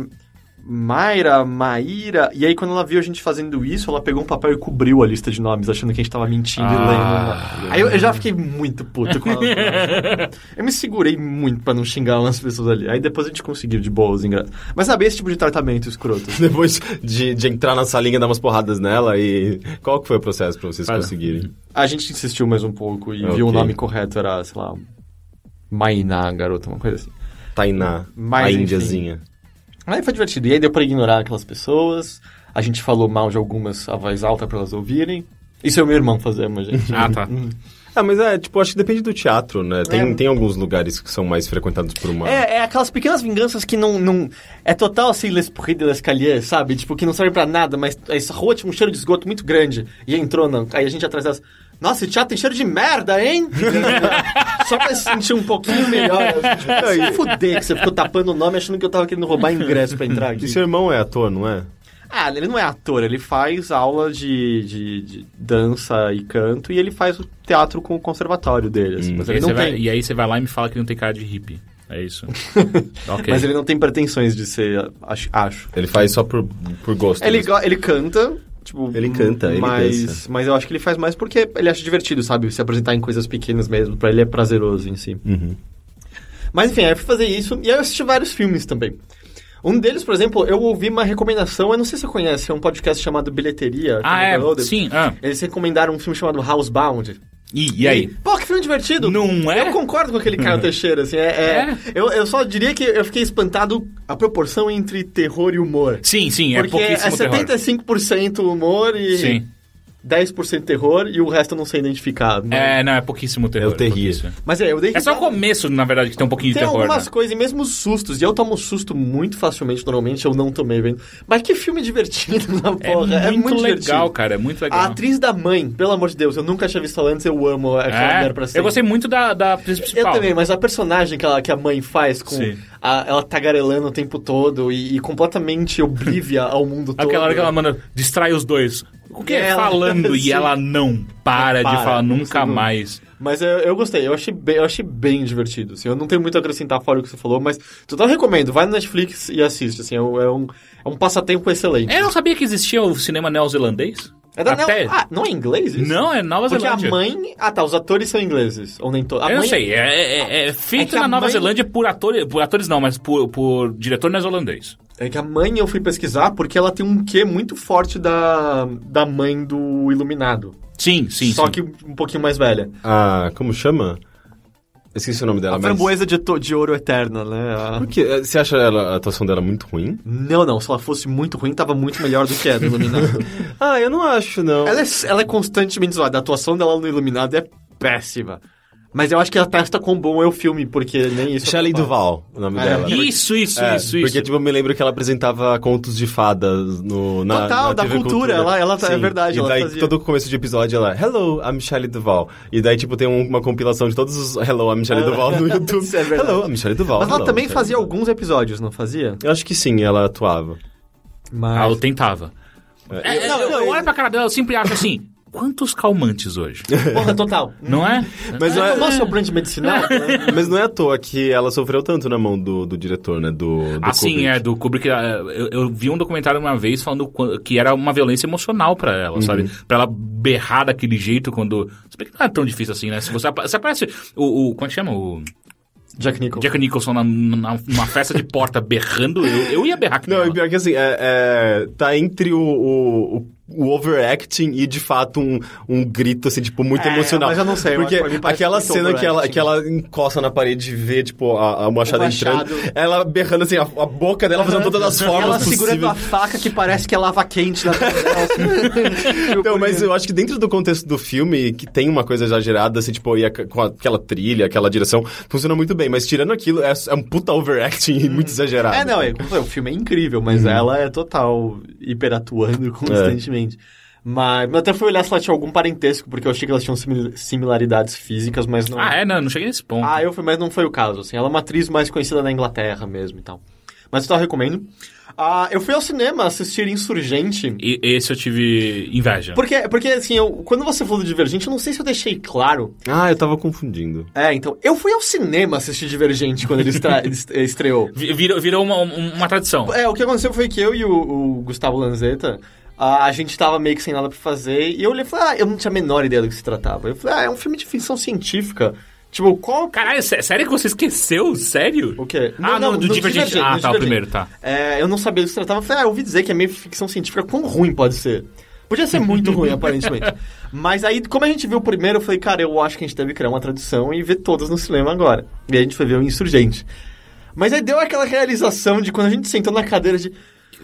Mayra, Maíra. E aí, quando ela viu a gente fazendo isso, ela pegou um papel e cobriu a lista de nomes, achando que a gente tava mentindo Ah. e lendo. Aí eu, eu já fiquei muito puto com ela. eu me segurei muito pra não xingar umas pessoas ali. Aí depois a gente conseguiu de boa os ingressos. Mas sabe, esse tipo de tratamento escroto. assim. Depois de, de entrar na salinha, dar umas porradas nela e... Qual que foi o processo pra vocês Olha. conseguirem? A gente insistiu mais um pouco e Ok. viu o nome correto, era, sei lá, Mainá, garota, uma coisa assim. Tainá, Mas, Tá a enfim. índiazinha. Aí foi divertido. E aí deu pra ignorar aquelas pessoas. A gente falou mal de algumas a voz alta pra elas ouvirem. Isso é o meu irmão fazer, mas gente. Ah, tá. Ah, mas é, tipo, acho que depende do teatro, né? Tem, É. tem alguns lugares que são mais frequentados por uma... É, é aquelas pequenas vinganças que não. não é total assim, l'esprit de l'escalier, sabe? Tipo, que não serve pra nada, mas essa rua tinha um cheiro de esgoto muito grande. E entrou, não. Aí a gente atrás delas. Nossa, esse teatro tem cheiro de merda, hein? Só pra se sentir um pouquinho melhor. Eu, Tipo, É "Ah, se fuder que você ficou tapando o nome achando que eu tava querendo roubar ingresso pra entrar aqui. E seu irmão é ator, não é? Ah, ele não é ator, ele faz aula de, de, de dança e canto e ele faz o teatro com o conservatório dele. assim, mas E aí, ele não Hum, você vai, tem. e aí você vai lá e me fala que não tem cara de hippie. É isso. ok. Mas ele não tem pretensões de ser, acho. acho. Ele faz só por, por gosto. Ele, mesmo. go- ele canta. Tipo, Ele canta, ele mas, dança. Mas eu acho que ele faz mais porque ele acha divertido, sabe? Se apresentar em coisas pequenas mesmo. Pra ele é prazeroso em si. Uhum. Mas enfim, aí eu fui fazer isso. E aí eu assisti vários filmes também. Um deles, por exemplo, eu ouvi uma recomendação. Eu não sei se você conhece. É um podcast chamado Bilheteria. que Ah, eu é? downloaded. Sim. Ah. Eles recomendaram um filme chamado Housebound. E, e aí? Pô, que filme divertido! Não é? Eu concordo com aquele Caio Teixeira, assim. É, é- É? Eu, eu só diria que eu fiquei espantado a proporção entre terror e humor. Sim, sim, é Porque é, pouquíssimo terror. 75% humor e Sim. 10% terror e o resto eu não sei identificar. né? É, não, é pouquíssimo terror. É o terrir. pouquíssimo. Mas é, eu dei É só o começo, na verdade, que tem um pouquinho de Tem terror. algumas né? coisas, e mesmo os sustos, e eu tomo susto muito facilmente, normalmente, eu não tomei vendo. Mas que filme divertido, na É porra. muito, é muito legal, divertido. cara. É muito legal. A atriz da mãe, pelo amor de Deus, eu nunca tinha visto ela antes, eu amo aquela É, mulher pra sempre. eu gostei muito da, da atriz Eu principal. também, mas a personagem que, ela, que a mãe faz com Sim. a, ela tagarelando o tempo todo e, e completamente oblívia ao mundo todo. Aquela hora que ela manda, distrai os dois. O que? Ela- Falando, Sim. e ela não para, Não para, de falar não nunca consigo. mais. Mas eu, eu gostei, eu achei, bem, eu achei bem divertido. Assim, eu não tenho muito a acrescentar fora o que você falou, mas total recomendo. Vai no Netflix e assiste. Assim, é, um- é um, é um passatempo excelente. É, Eu não sabia que existia o cinema neozelandês. É da Neo- Até... Ah, não é inglês isso? Não, é Nova Porque a Zelândia. mãe... Ah tá, os atores são ingleses. Ou nem todos. eu não sei, é, é- é feito que a na Nova mãe- Zelândia por atores, por atores não, mas por, por diretor neozelandês. É que a mãe eu fui pesquisar porque ela tem um quê muito forte da, da mãe do Iluminado. Sim, sim, Só sim. que um pouquinho mais velha. Ah, como chama? Esqueci o nome dela, A mas... É framboesa de, to- de ouro eterna, né? A- Por quê? Você acha ela- a atuação dela muito ruim? Não, não. Se ela fosse muito ruim, tava muito melhor do que é do Iluminado. Ah, eu não acho, não. ela, é, ela é constantemente zoada. A atuação dela no Iluminado é péssima. Mas eu acho que ela testa quão bom é o filme, porque nem isso... é Shelley Duval. Duval, o nome É. dela. Isso, isso, É, isso, isso. Porque, tipo, eu me lembro que ela apresentava contos de fadas no, na, Total, na da TV cultura, ela- ela tá- é verdade, E ela daí, fazia. todo começo de episódio, ela... Hello, I'm Michelle Duval. E daí, tipo, tem um- uma compilação de todos os Hello, I'm Michelle Duval no YouTube. Isso é verdade. Hello, I'm Michelle Duval. Mas ela hello, também I'm Michelle fazia Duval." alguns episódios, não fazia? Eu acho que sim, ela atuava. Ah, eu Mas... tentava. É, é, eu, eu olho pra cara dela, eu sempre acho assim, quantos calmantes hoje? Porra, total. Não é? Mas não, Não é, tomou seu brand medicinal? né? mas não é à toa que ela sofreu tanto na mão do, do diretor, né? Do, do assim, Kubrick. é, do Kubrick, é, eu, eu vi um documentário uma vez falando qu- que era uma violência emocional pra ela, sabe? Pra ela berrar daquele jeito quando... Se bem que não é tão difícil assim, né? Se você, apa- você aparece... O, o, como é que chama? O Jack Nicholson. Jack Nicholson na, na- numa festa de porta berrando, eu, eu ia berrar que nem Não, e ela. pior que assim, é, é, tá entre o, o, o- o overacting e de fato um, um grito, assim, tipo, muito É, emocional. mas eu não sei, eu Porque acho- pra mim parece aquela muito cena que ela, overacting. que ela encosta na parede e vê, tipo, a, a machada O machado. entrando, ela berrando assim, a, a boca dela fazendo todas as formas Ela segurando possíveis. a faca que parece que é lava quente na cara dela, assim. Então, mas eu acho que dentro do contexto do filme, que tem uma coisa exagerada, assim, tipo, e a- com aquela trilha, aquela direção, funciona muito bem. Mas tirando aquilo, é, é um puta overacting e muito exagerado. É, não, é, como eu falei, o filme é incrível, mas Uhum. ela é total É. hiperatuando constantemente. Mas eu até fui olhar se ela tinha algum parentesco, porque eu achei que elas tinham simil- similaridades físicas, mas não. Ah, é? Não, não cheguei nesse ponto. Ah, eu fui, mas não foi o caso, assim. Ela é uma atriz mais conhecida na Inglaterra mesmo e tal. Mas eu tava recomendo. Ah, eu fui ao cinema assistir Insurgente. E, esse eu tive inveja. Porque, porque assim, eu, quando você falou do Divergente, eu não sei se eu deixei claro. Ah, eu tava confundindo. É, então, eu fui ao cinema assistir Divergente quando ele estra- est- estreou. Vi- Virou, virou uma, um- uma tradição. É, o que aconteceu foi que eu e o, o Gustavo Lanzetta, a, a gente tava meio que sem nada pra fazer, e eu olhei e falei, ah, eu não tinha a menor ideia do que se tratava. Eu falei, ah, é um filme de ficção científica. Tipo, qual... Caralho, sé- sério que você esqueceu? Sério? O quê? Ah, não, do Divergente. Ah, no tá, o Divergente. primeiro, tá. É, eu não sabia do que se tratava. Eu falei, ah, eu ouvi dizer que é meio ficção científica, quão ruim pode ser? Podia ser muito ruim, aparentemente. Mas aí, como a gente viu o primeiro, eu falei, cara, eu acho que a gente deve criar uma tradição e ver todas no cinema agora. E aí a gente foi ver o Insurgente. Mas aí deu aquela realização de quando a gente sentou na cadeira de...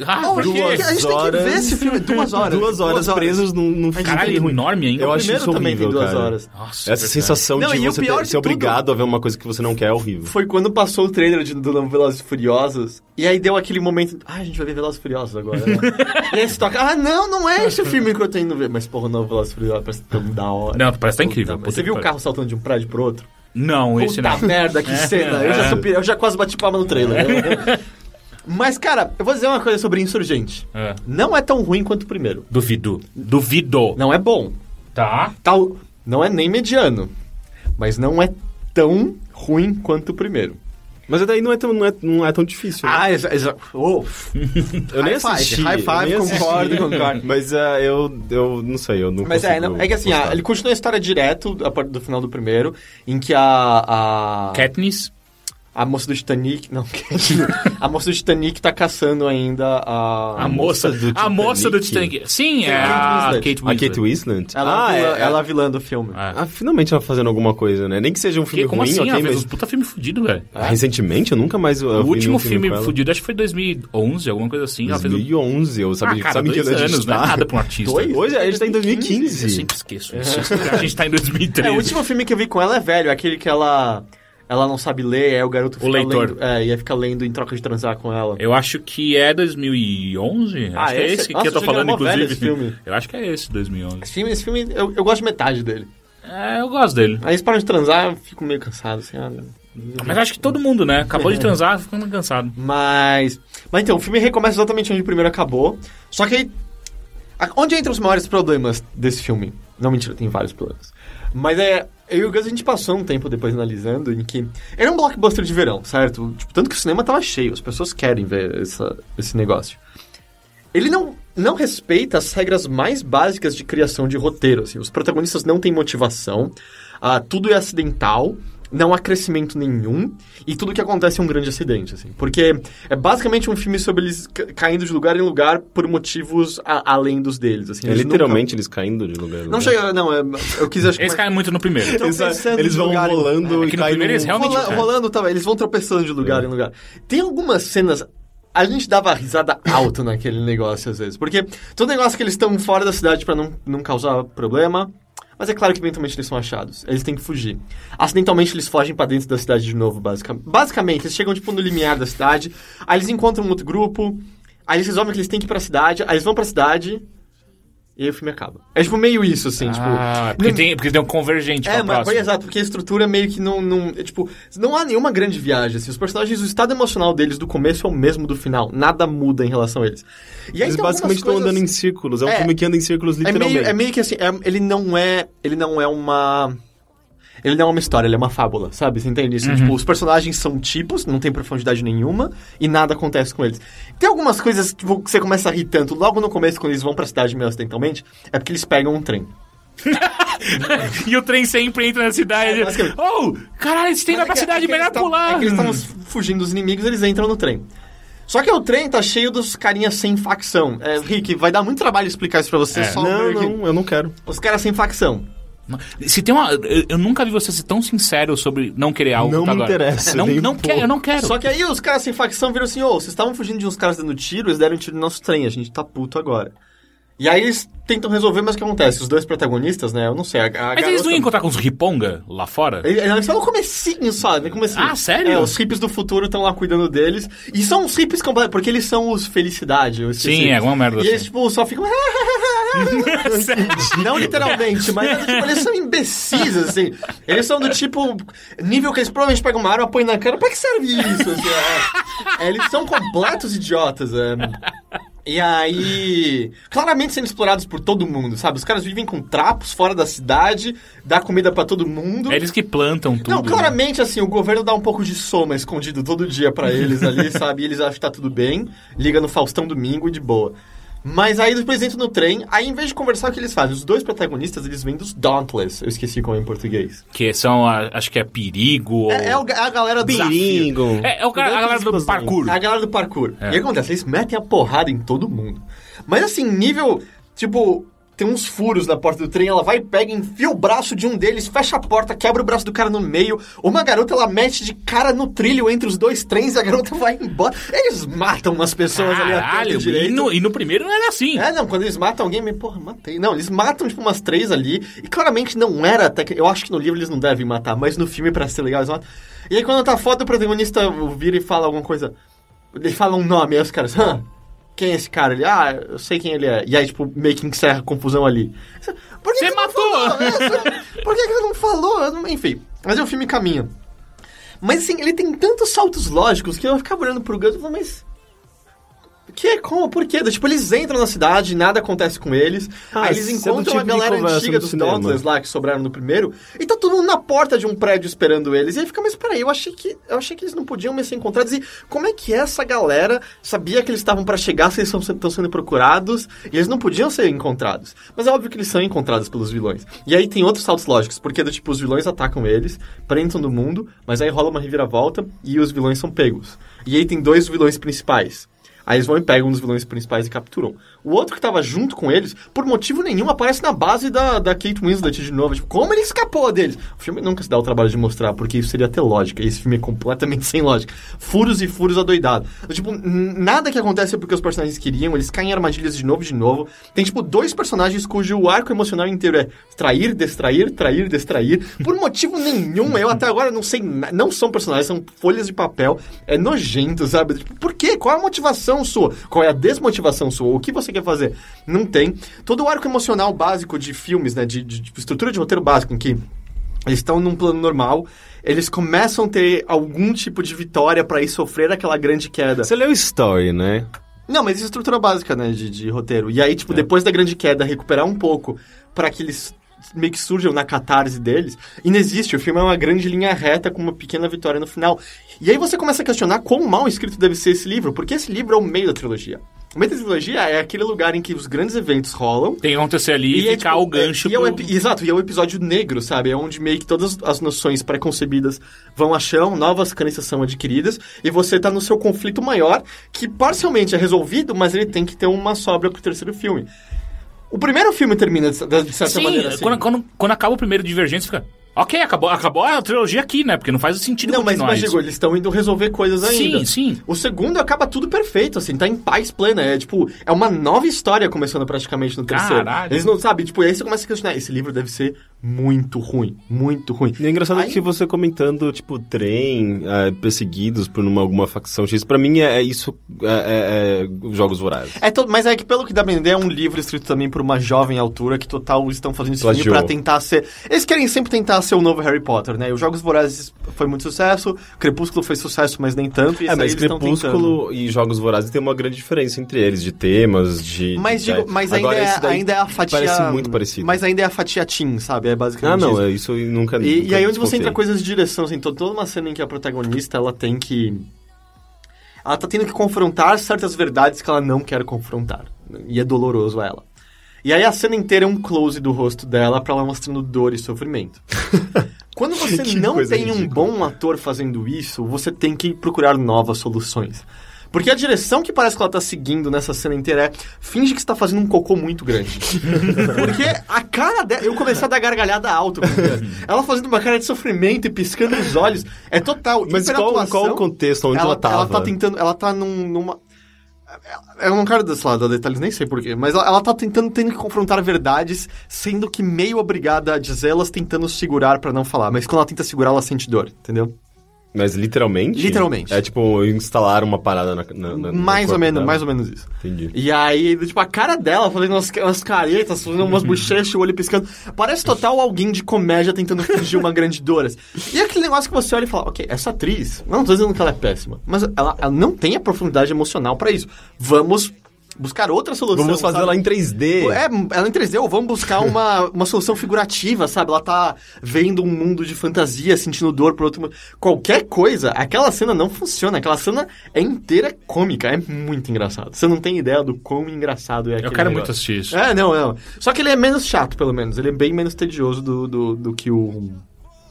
Ah, por Não, quê? porque a gente tem que ver esse filme, duas horas. Duas horas presas num, num filme Caralho, ruim. enorme ainda. Eu O acho primeiro isso também horrível, tem duas cara. horas. Nossa, é Essa verdade. sensação Não, de e o você pior ter, de ser tudo- obrigado a ver uma coisa que você não quer é horrível. Foi quando passou o trailer de, do novo Velozes e Furiosos. E aí deu aquele momento. Ah, a gente vai ver Velozes e Furiosos agora. Né? e aí você toca. Ah, não, não é esse o filme que eu tô indo ver. Mas porra, o novo Velozes e Furiosos parece tão da hora. Não, parece que tá incrível. Puta, Puta você que viu o pariu. carro saltando de um prédio pro outro? Não, esse Puta não. é. merda, que cena. Eu já, supi- eu já quase bati palma no trailer. Mas, cara, eu vou dizer uma coisa sobre Insurgente. É. Não é tão ruim quanto o primeiro. Duvido. Duvido. Não é bom. Tá. Tal, não é nem mediano. Mas não é tão ruim quanto o primeiro. Mas daí não é tão, não é, não é tão difícil. né? exato. eu nem high five, assisti. high five, eu nem assisti. concordo, concordo. Mas ah, eu, eu não sei, eu não Mas é, consigo não- é que assim, gostar. ah, ele continua a história direto a partir do final do primeiro, em que a. a... Katniss. A moça do Titanic. Não, a moça do Titanic tá caçando ainda a. A moça, moça do a moça do Titanic. Titanic. Sim, é Kate a Winslet. Kate A Winslet. Kate Winslet? Ela, é, ah, é, vilã, ela é a vilã do filme. Ah. Ah, finalmente ela fazendo alguma coisa, né? Nem que seja um Que, filme como ruim, assim? ok, ela fez mas... uns puta filme fudido, velho. Ah, Recentemente, eu nunca mais. ah, O último filme, fudido, acho que foi 2011, alguma coisa assim. Ela fez um... 2011, eu sabia Ah, cara, sabe que dois ano a gente anos, não é tá? nada pra um artista. Dois? Hoje a gente tá em 2015. Eu sempre esqueço disso. A gente tá em 2013. É, o último filme que eu vi com ela é velho, aquele que ela. Ela não sabe ler, é o garoto fica leitor. lendo. É, ia ficar lendo em troca de transar com ela. Eu acho que é 2011. Ah, acho que é esse? esse Nossa, que eu tô achei que era falando, mó velho inclusive. esse filme. Eu acho que é esse, 2011. Esse filme, esse filme eu, eu gosto metade dele. É, eu gosto dele. Aí eles param de transar, eu fico meio cansado, assim, ah, não. Mas acho que todo mundo, né? Acabou É. de transar, ficando cansado. Mas. Mas então, o filme recomeça exatamente onde o primeiro acabou. Só que aí. a- Onde entram os maiores problemas desse filme? Não, mentira, tem vários problemas. Mas é. Eu e o Gus, a gente passou um tempo depois analisando em que. Era um blockbuster de verão, certo? Tipo, tanto que o cinema tava cheio, as pessoas querem ver essa- esse negócio. Ele não, não respeita as regras mais básicas de criação de roteiro. Assim. Os protagonistas não têm motivação, ah, tudo é acidental, não há crescimento nenhum, e tudo que acontece é um grande acidente. Assim. Porque é basicamente um filme sobre eles ca- caindo de lugar em lugar por motivos a- além dos deles. Assim. É Eles literalmente né? eles caindo de lugar. nunca- Não chega. Não, é- eu quis acho que- Eles caem muito no primeiro. Então, Eles, pensando eles no vão lugar- rolando É e que no caem primeiro eles num- realmente- né? É. Rola- cara. rolando também, eles vão tropeçando de lugar em lugar. Tem algumas cenas. A gente dava risada alto naquele negócio às vezes. Porque todo negócio que eles estão fora da cidade pra não, não causar problema. Mas é claro que eventualmente eles são achados. Eles têm que fugir. Acidentalmente eles fogem pra dentro da cidade de novo, basicamente. Basicamente, eles chegam tipo no limiar da cidade. Aí eles encontram um outro grupo. Aí eles resolvem que eles têm que ir pra cidade. Aí eles vão pra cidade. E aí o filme acaba. É tipo meio isso, assim, Ah, tipo. porque tem, porque tem um convergente Tipo, É, pra mas, próxima. exato, porque a estrutura meio que não, não. é, Tipo, não há nenhuma grande viagem. Assim, os personagens, o estado emocional deles do começo é o mesmo do final. Nada muda em relação a eles. E aí Eles tem basicamente algumas estão coisas- andando em círculos. É um É. filme que anda em círculos é literalmente. meio, é meio que assim, é- ele não é. Ele não é uma. Ele não é uma história, ele é uma fábula, sabe? Você entende Uhum. isso? Tipo, os personagens são tipos, não tem profundidade nenhuma, e nada acontece com eles. Tem algumas coisas tipo, que você começa a rir tanto logo no começo, quando eles vão pra cidade meio acidentalmente, é porque eles pegam um trem. E o trem sempre entra na cidade. É, basicamente. oh, caralho, esse trem vai pra Mas é que- cidade, é que melhor eles tão- pular. É que eles estavam fugindo dos inimigos, eles entram no trem. Só que o trem tá cheio dos carinhas sem facção. É, Rick, vai dar muito trabalho explicar isso pra você. É. Só Não, meio que- não, eu não quero. Os caras sem facção. Se tem uma. Eu, eu nunca vi você ser tão sincero sobre não querer algo. Não até me agora. interessa, Não, nem um não pouco. quero, eu não quero. Só que aí os caras sem facção viram assim, ô, vocês estavam fugindo de uns caras dando tiro, eles deram um tiro no nosso trem, a gente tá puto agora. E aí eles tentam resolver, mas o que acontece? Os dois protagonistas, né, eu não sei, a, a Mas eles não garota- iam encontrar com os riponga lá fora? Ele- Eles são no comecinho só, no comecinho. Ah, sério? É, os hippies do futuro estão lá cuidando deles. E são os hippies completos, porque eles são os felicidade. Eu esqueci. Sim, é alguma merda E assim. eles, tipo, só ficam... É, Não literalmente, mas tipo, eles são imbecis, assim. Eles são do tipo... Nível que eles provavelmente pegam uma arma, põem na cara. Pra que serve isso? Assim, é. É, eles são completos idiotas. É. E aí, claramente sendo explorados por todo mundo, sabe? Os caras vivem com trapos fora da cidade, dá comida pra todo mundo. É eles que plantam tudo. Não, né? claramente, assim, o governo dá um pouco de soma escondido todo dia pra eles ali, sabe? E eles acham que tá tudo bem, liga no Faustão domingo e de boa. Mas aí depois entram no trem, aí em vez de conversar, o que eles fazem? Os dois protagonistas, eles vêm dos Dauntless. Eu esqueci como é em português. Que são, a- acho que é perigo. É, é o- ou... é a galera do... Perigo. é, é o cara, a galera do parkour. É a galera do parkour. E o que acontece? Eles metem a porrada em todo mundo. Mas assim, nível. Tipo, tem uns furos na porta do trem, ela vai, pega, enfia o braço de um deles, fecha a porta, quebra o braço do cara no meio. Uma garota, ela mete de cara no trilho entre os dois trens e a garota vai embora. Eles matam umas pessoas ali Caralho, atrás direito. e no, e no primeiro não era assim. É, não, quando eles matam alguém, meio, porra, matei. Não, eles matam, tipo, umas três ali. E claramente não era até que. Eu acho que no livro eles não devem matar, mas no filme, pra ser legal, eles matam. E aí, quando tá foto, o protagonista vira e fala alguma coisa. Ele fala um nome, aí os caras. Hã? Quem é esse cara? Ele, ah, eu sei quem ele é. E aí, tipo, meio que encerra a confusão ali. Por que Você que não matou! falou? É, você- Por que que ele não falou? Eu não- Enfim, mas é um filme caminho. Mas assim, ele tem tantos saltos lógicos que eu ficava olhando pro Gus e falava, mas. Que? Como? Por quê? Tipo, eles entram na cidade, nada acontece com eles. Ah, aí eles isso é do encontram tipo a de galera conversa antiga no dos cinema. Dauntless lá que sobraram no primeiro. E tá todo mundo na porta de um prédio esperando eles. E aí fica, mas peraí, eu achei que, eu achei que eles não podiam mais ser encontrados. E como é que essa galera sabia que eles estavam pra chegar se eles estão sendo procurados? E eles não podiam ser encontrados. Mas é óbvio que eles são encontrados pelos vilões. E aí tem outros saltos lógicos, porque do tipo, os vilões atacam eles, prendem todo mundo, mas aí rola uma reviravolta e os vilões são pegos. E aí tem dois vilões principais. Aí eles vão e pegam um dos vilões principais e capturam. O outro que tava junto com eles, por motivo nenhum, aparece na base da, da Kate Winslet de novo. Tipo, como ele escapou deles? O filme nunca se dá o trabalho de mostrar, porque isso seria até lógica. E esse filme é completamente sem lógica. Furos e furos adoidado. Tipo, n- nada que acontece é porque os personagens queriam, eles caem em armadilhas de novo e de novo. Tem, tipo, dois personagens cujo arco emocional inteiro é trair, distrair, trair, distrair. Por motivo nenhum, eu até agora não sei. na- Não são personagens, são folhas de papel. É nojento, sabe? Tipo, por quê? Qual é a motivação sua? Qual é a desmotivação sua? O que você quer fazer? Não tem. Todo o arco emocional básico de filmes, né? De, de- de estrutura de roteiro básico, em que eles estão num plano normal. Eles começam a ter algum tipo de vitória pra ir sofrer aquela grande queda. Você leu Story, né? Não, mas isso é estrutura básica, né, de, de roteiro. E aí, tipo, depois da grande queda, recuperar um pouco pra que eles meio que surjam na catarse deles. E não existe, o filme é uma grande linha reta com uma pequena vitória no final. E aí você começa a questionar quão mal escrito deve ser esse livro, porque esse livro é o meio da trilogia. O meio da trilogia é aquele lugar em que os grandes eventos rolam, Tem que acontecer ali e, é, ficar tipo, o gancho é- e é o pro- epi- Exato, e é o episódio negro, sabe? É onde meio que todas as noções preconcebidas vão a chão, novas crenças são adquiridas, e você tá no seu conflito maior, que parcialmente é resolvido, mas ele tem que ter uma sobra pro terceiro filme. O primeiro filme termina de, de certa Sim, é, maneira assim. quando, quando, quando acaba o primeiro Divergência, fica... Ok, acabou, acabou a trilogia aqui, né? Porque não faz sentido Não, mas, continuar mas isso. digo, eles estão indo resolver coisas ainda. Sim, sim. O segundo acaba tudo perfeito, assim, tá em paz plena. É tipo, é uma nova história começando praticamente no terceiro. Caralho. Eles não sabem, tipo, e aí você começa a questionar, esse livro deve ser muito ruim, muito ruim. E é engraçado Aí- que você comentando, tipo, trem, eh, perseguidos por uma, alguma facção X, pra mim é, é isso, é, é- é jogos vorazes. É to- Mas é que, pelo que dá pra entender, é um livro escrito também por uma jovem autora que, total, estão fazendo esse filme Plagiou. pra tentar ser... Eles querem sempre tentar ser o novo Harry Potter, né? E os Jogos Vorazes foi muito sucesso, Crepúsculo foi sucesso, mas nem tanto. E É, esse mas aí eles tão tentando. Crepúsculo e Jogos Vorazes tem uma grande diferença entre eles, de temas, de... Mas, de- digo, mas ainda, Agora, esse é, daí ainda é a fatia... Parece muito parecido. Mas ainda é a fatia teen, sabe? É basicamente Ah, não, isso. é isso eu nunca... E, e nunca aí onde você desconfiei. entra coisas de direção, assim, to- toda uma cena em que a protagonista, ela tem que... Ela tá tendo que confrontar certas verdades que ela não quer confrontar. E é doloroso a ela. E aí a cena inteira é um close do rosto dela pra ela mostrando dor e sofrimento. Quando você Que não coisa tem um ridícula. bom ator fazendo isso, você tem que procurar novas soluções. Porque a direção que parece que ela tá seguindo nessa cena inteira é finge que você tá fazendo um cocô muito grande. Porque a cara dela. Eu comecei a dar gargalhada alto. com ela. Ela fazendo uma cara de sofrimento e piscando os olhos. É total. Mas qual, hiperatuação. qual o contexto onde ela, tava? Ela tá tentando. Ela tá num- numa. é, Eu não quero desse lado, detalhes, nem sei porquê, mas ela, ela tá tentando tendo que confrontar verdades, sendo que meio obrigada a dizê-las, tentando segurar pra não falar. Mas quando ela tenta segurar, ela sente dor, entendeu? Mas literalmente? Literalmente. É tipo, instalar uma parada na... na- na- no mais ou corpo menos, dela. mais ou menos isso. Entendi. E aí, tipo, a cara dela fazendo umas, umas caretas, fazendo umas Uhum. bochechas, o olho piscando. Parece total alguém de comédia tentando fingir uma grande dor. assim. E é aquele negócio que você olha e fala, ok, essa atriz, eu não tô dizendo que ela é péssima, mas ela, ela não tem a profundidade emocional pra isso. Vamos buscar outra solução. Vamos fazer sabe? ela em 3D. É, ela em 3D, ou vamos buscar uma, uma solução figurativa, sabe? Ela tá vendo um mundo de fantasia, sentindo dor por outro mundo. Qualquer coisa, aquela cena não funciona. Aquela cena é inteira cômica, é muito engraçado. Você não tem ideia do quão engraçado é aquele Eu quero muito negócio. assistir isso. É, não, não. Só que ele é menos chato, pelo menos. Ele é bem menos tedioso do, do, do que o.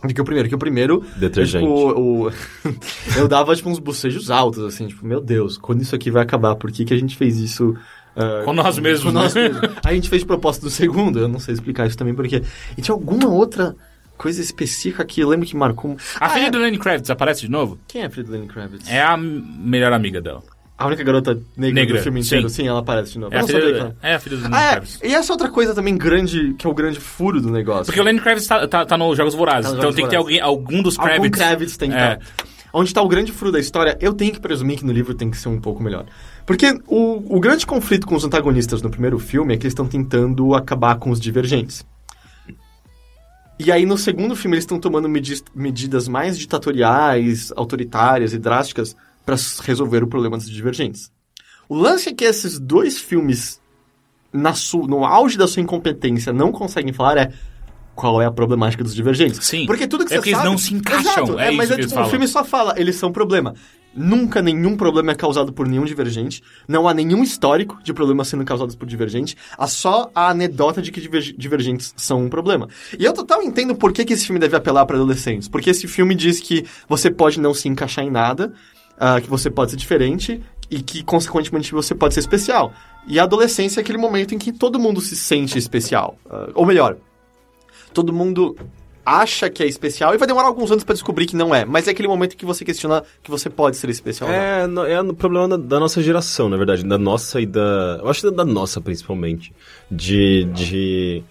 Do que o primeiro, que o primeiro. Detergente. Eu, tipo, o- eu dava, tipo, uns bocejos altos, assim, tipo, meu Deus, quando isso aqui vai acabar? Por que, que a gente fez isso ah, Com nós mesmos, Com nós né? mesmos. A gente fez de propósito do segundo, eu não sei explicar isso também porque. E tinha alguma outra coisa específica que eu lembro que marcou. A filha é. do Lenny Kravitz aparece de novo? Quem é a filha do Lenny Kravitz? É a m- melhor amiga dela. A única garota negra, Negra, do filme sim. inteiro, sim. ela aparece de novo. É eu a não filha, sabia que ela- do- é a filha do Lenny Ah, Kravitz. é. E essa é outra coisa também grande, que é o grande furo do negócio. Porque o Lenny Kravitz tá, tá, tá nos Jogos Vorazes, Tá nos então Jogos tem que ter alguém, Vorazes. algum dos Kravitz. Algum Kravitz tem tá. que É. estar. Onde está o grande furo da história, eu tenho que presumir que no livro tem que ser um pouco melhor. Porque o, o grande conflito com os antagonistas no primeiro filme é que eles estão tentando acabar com os divergentes. E aí no segundo filme eles estão tomando medis- medidas mais ditatoriais, autoritárias e drásticas para resolver o problema dos divergentes. O lance é que esses dois filmes, na su- no auge da sua incompetência, não conseguem falar é qual é a problemática dos divergentes. Sim. Porque tudo que É você porque eles sabe- não se encaixam, Exato, é isso mas que eles tipo, o falam. filme só fala, eles são um problema. Nunca nenhum problema é causado por nenhum divergente. Não há nenhum histórico de problemas sendo causados por divergente. Há só a anedota de que diver- divergentes são um problema. E eu total entendo por que, que esse filme deve apelar para adolescentes. Porque esse filme diz que você pode não se encaixar em nada, ah, que você pode ser diferente e que, consequentemente, você pode ser especial. E a adolescência é aquele momento em que todo mundo se sente especial. Ah, ou melhor, todo mundo acha que é especial e vai demorar alguns anos pra descobrir que não é. Mas é aquele momento que você questiona que você pode ser especial. ou não. É, no- é o problema da, da nossa geração, na verdade. Da nossa e da. Eu acho que da nossa, principalmente. De. de...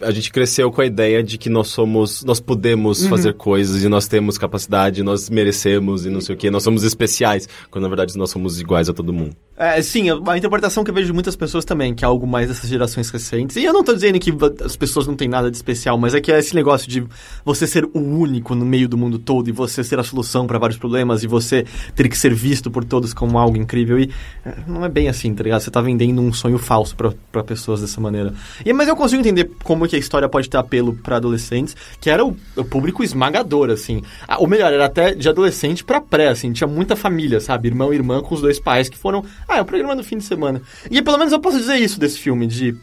A gente cresceu com a ideia de que nós somos. Nós podemos fazer coisas e nós temos capacidade, nós merecemos e não sei o quê, nós somos especiais. Quando na verdade nós somos iguais a todo mundo. É, sim, eu- a interpretação que eu vejo de muitas pessoas também, que é algo mais dessas gerações recentes. E eu não tô dizendo que va- as pessoas não têm nada de especial, mas é que é esse negócio de você ser o único no meio do mundo todo e você ser a solução pra vários problemas e você ter que ser visto por todos como algo incrível. E é, não é bem assim, tá ligado? Você tá vendendo um sonho falso pra pra pessoas dessa maneira. E, mas eu consigo entender como que a história pode ter apelo pra adolescentes, que era o, o público esmagador, assim. Ah, Ou melhor, era até de adolescente pra pré, assim. Tinha muita família, sabe? Irmão e irmã com os dois pais que foram. Ah, é o programa do fim de semana. E pelo menos eu posso dizer isso desse filme, de.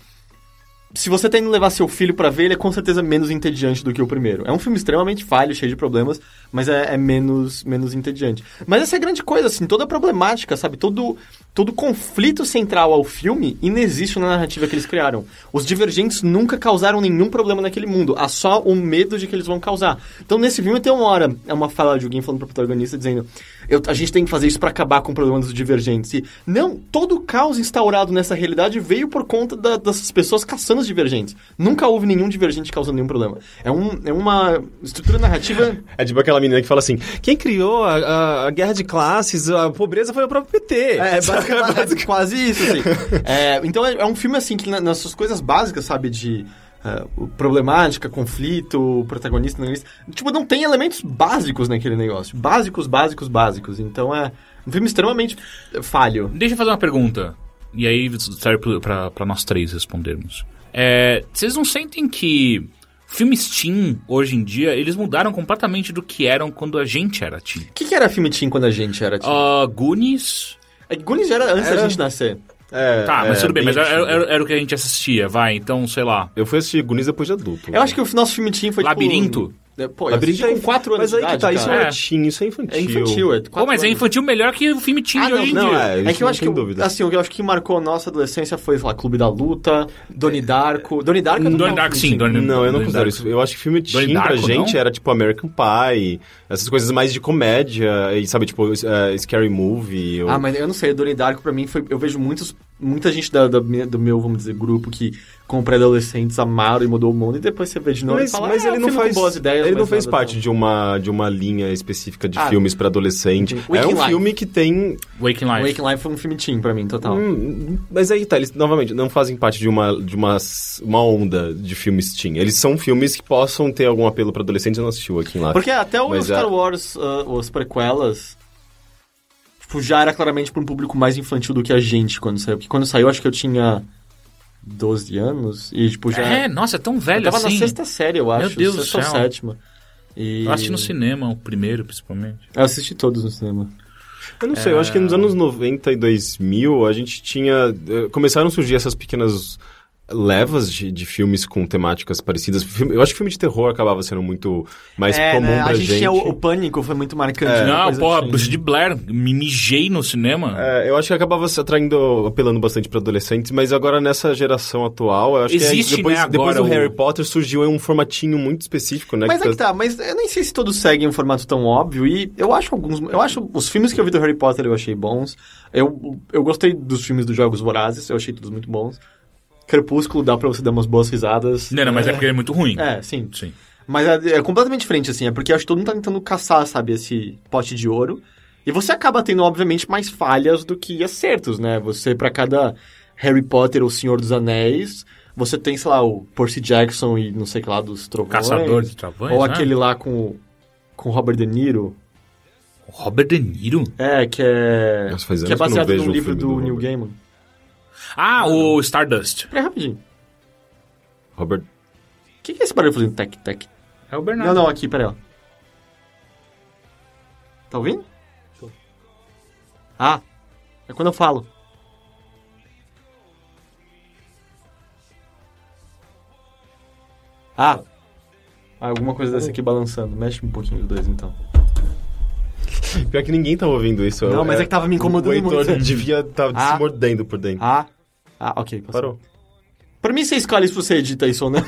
Se você tá indo levar seu filho pra ver, ele é com certeza menos entediante do que o primeiro. É um filme extremamente falho, cheio de problemas, mas é, é menos, menos entediante. Mas essa é a grande coisa, assim, toda a problemática, sabe? Todo, todo conflito central ao filme inexiste na narrativa que eles criaram. Os divergentes nunca causaram nenhum problema naquele mundo, há só o medo de que eles vão causar. Então nesse filme tem uma hora, é uma fala de alguém falando pro protagonista dizendo: "Eu- a gente tem que fazer isso pra acabar com o problema dos divergentes. E, não, todo o caos instaurado nessa realidade veio por conta da- dessas pessoas caçando os divergentes. Nunca houve nenhum divergente causando nenhum problema. É, um, é uma estrutura narrativa. É tipo aquela menina que fala assim: quem criou a, a- a guerra de classes, a pobreza foi o próprio PT. É, basicamente, quase isso, assim. É, então é, é um filme, assim, que na- nas suas coisas básicas, sabe, de... ah, o- problemática, conflito, protagonista, antagonista. Tipo, não tem elementos básicos naquele negócio. Básicos, básicos, básicos. Então é um filme extremamente falho. Deixa eu fazer uma pergunta. E aí serve pro- pra, pra nós três respondermos. É, vocês não sentem que filmes teen, hoje em dia, eles mudaram completamente do que eram quando a gente era teen? O que, que era filme teen quando a gente era teen? Ah, Goonies... É que Goonies era antes Era- da gente nascer. É, Tá, mas é, tudo bem, mas era, antigo. era- era o que a gente assistia, vai, então, sei lá. Eu fui assistir Goonies depois de adulto. né? Eu acho que o nosso filme teen foi Labirinto? tipo... É, Pô, eu Labirinto assisti é com 4 anos Mas de aí que idade, tá, isso cara. não é teen, isso é infantil. É infantil, é Pô, quatro mas é anos. infantil melhor que o filme teen Ah, de hoje em não, dia. é. É que eu acho que, eu- tem dúvida. assim, o que eu acho que marcou a nossa adolescência foi, sei lá, Clube da Luta, É, Donnie Darko. Donnie Darko é Donnie Darko, sim, Donnie Não, eu não Donnie considero Darko. isso. Eu acho que filme Donnie teen pra Darko, gente não? era tipo American Pie, essas coisas mais de comédia, e sabe, tipo eh, Scary Movie. ou- Ah, mas eu não sei, Donnie Darko pra mim foi... Eu vejo muitos, muita gente da, da minha- do meu, vamos dizer, grupo que com pré-adolescentes amaram e mudou o mundo e depois você vê de novo mas, e fala, mas "Ah, é ele um não filme com faz boas ideias, ele não mas fez nada parte tão- de uma de uma linha específica de Ah, filmes pra adolescente. Waking é um Life. filme que tem Waking Life. Waking Life foi um filme teen pra mim, total. Hum, mas aí tá, eles novamente não fazem parte de uma de uma, uma onda de filmes teen. Eles são filmes que possam ter algum apelo pra adolescente, eu não assisti o Waking Life. Porque até o Mas Star é- Wars, ah, os prequelas, tipo, já era claramente pra um público mais infantil do que a gente quando saiu. Porque quando saiu, acho que eu tinha 12 anos e, tipo, já... É, nossa, é tão eu velho tava assim. na sexta série, eu acho. Deus do sexta ou céu. sétima. E... Eu assisti no cinema, o primeiro, principalmente. Eu assisti todos no cinema. Eu não sei, eu acho que nos anos 90 e 2000 a gente tinha. eh, Começaram a surgir essas pequenas levas de, de filmes com temáticas parecidas. Filme- Eu acho que filme de terror acabava sendo muito mais comum né? pra A gente, tinha o, o pânico, foi muito marcante. né? Não, Coisa porra, assim. Bruxa de Blair, me mijei no cinema. É, eu acho que acabava se atraindo, apelando bastante pra adolescentes, mas agora nessa geração atual, eu acho Existe, que é- depois, né, agora depois do o- Harry Potter surgiu aí um formatinho muito específico, né? Mas é que tá- tá, mas eu nem sei se todos seguem um formato tão óbvio, e eu acho alguns. Eu acho os filmes que eu vi do Harry Potter eu achei bons. Eu, eu gostei dos filmes dos Jogos Vorazes, eu achei todos muito bons. Crepúsculo dá pra você dar umas boas risadas. Não, não, mas é porque ele é muito ruim. É, sim. Sim. Mas é, é completamente diferente, assim, é porque eu acho que todo mundo tá tentando caçar, sabe, esse pote de ouro. E você acaba tendo, obviamente, mais falhas do que acertos, né? Você, pra cada Harry Potter ou Senhor dos Anéis, você tem, sei lá, o Percy Jackson e não sei o que lá dos O trovões. Caçador de Travões, Ou né? aquele lá com, com o Robert De Niro. Robert De Niro? É, que é. Nossa, faz que é anos que eu não baseado vejo num um livro filme do, do Neil Robert. Gaiman. Ah, o Stardust. Peraí, rapidinho. Robert. O que, que é esse barulho fazendo tec, tec? É o Não, Bernardo. não, aqui, peraí, ó. Tá ouvindo? Ah, é quando eu falo. Ah. Ah, alguma coisa dessa aqui balançando. Mexe um pouquinho os dois, então. Pior que ninguém tava ouvindo isso. Não, eu- mas é que tava me incomodando Então, o Heitor muito. devia estar Ah. se mordendo por dentro. Ah. Ah, ok. passou. Parou. Pra mim, você escolhe se você edita isso ou não.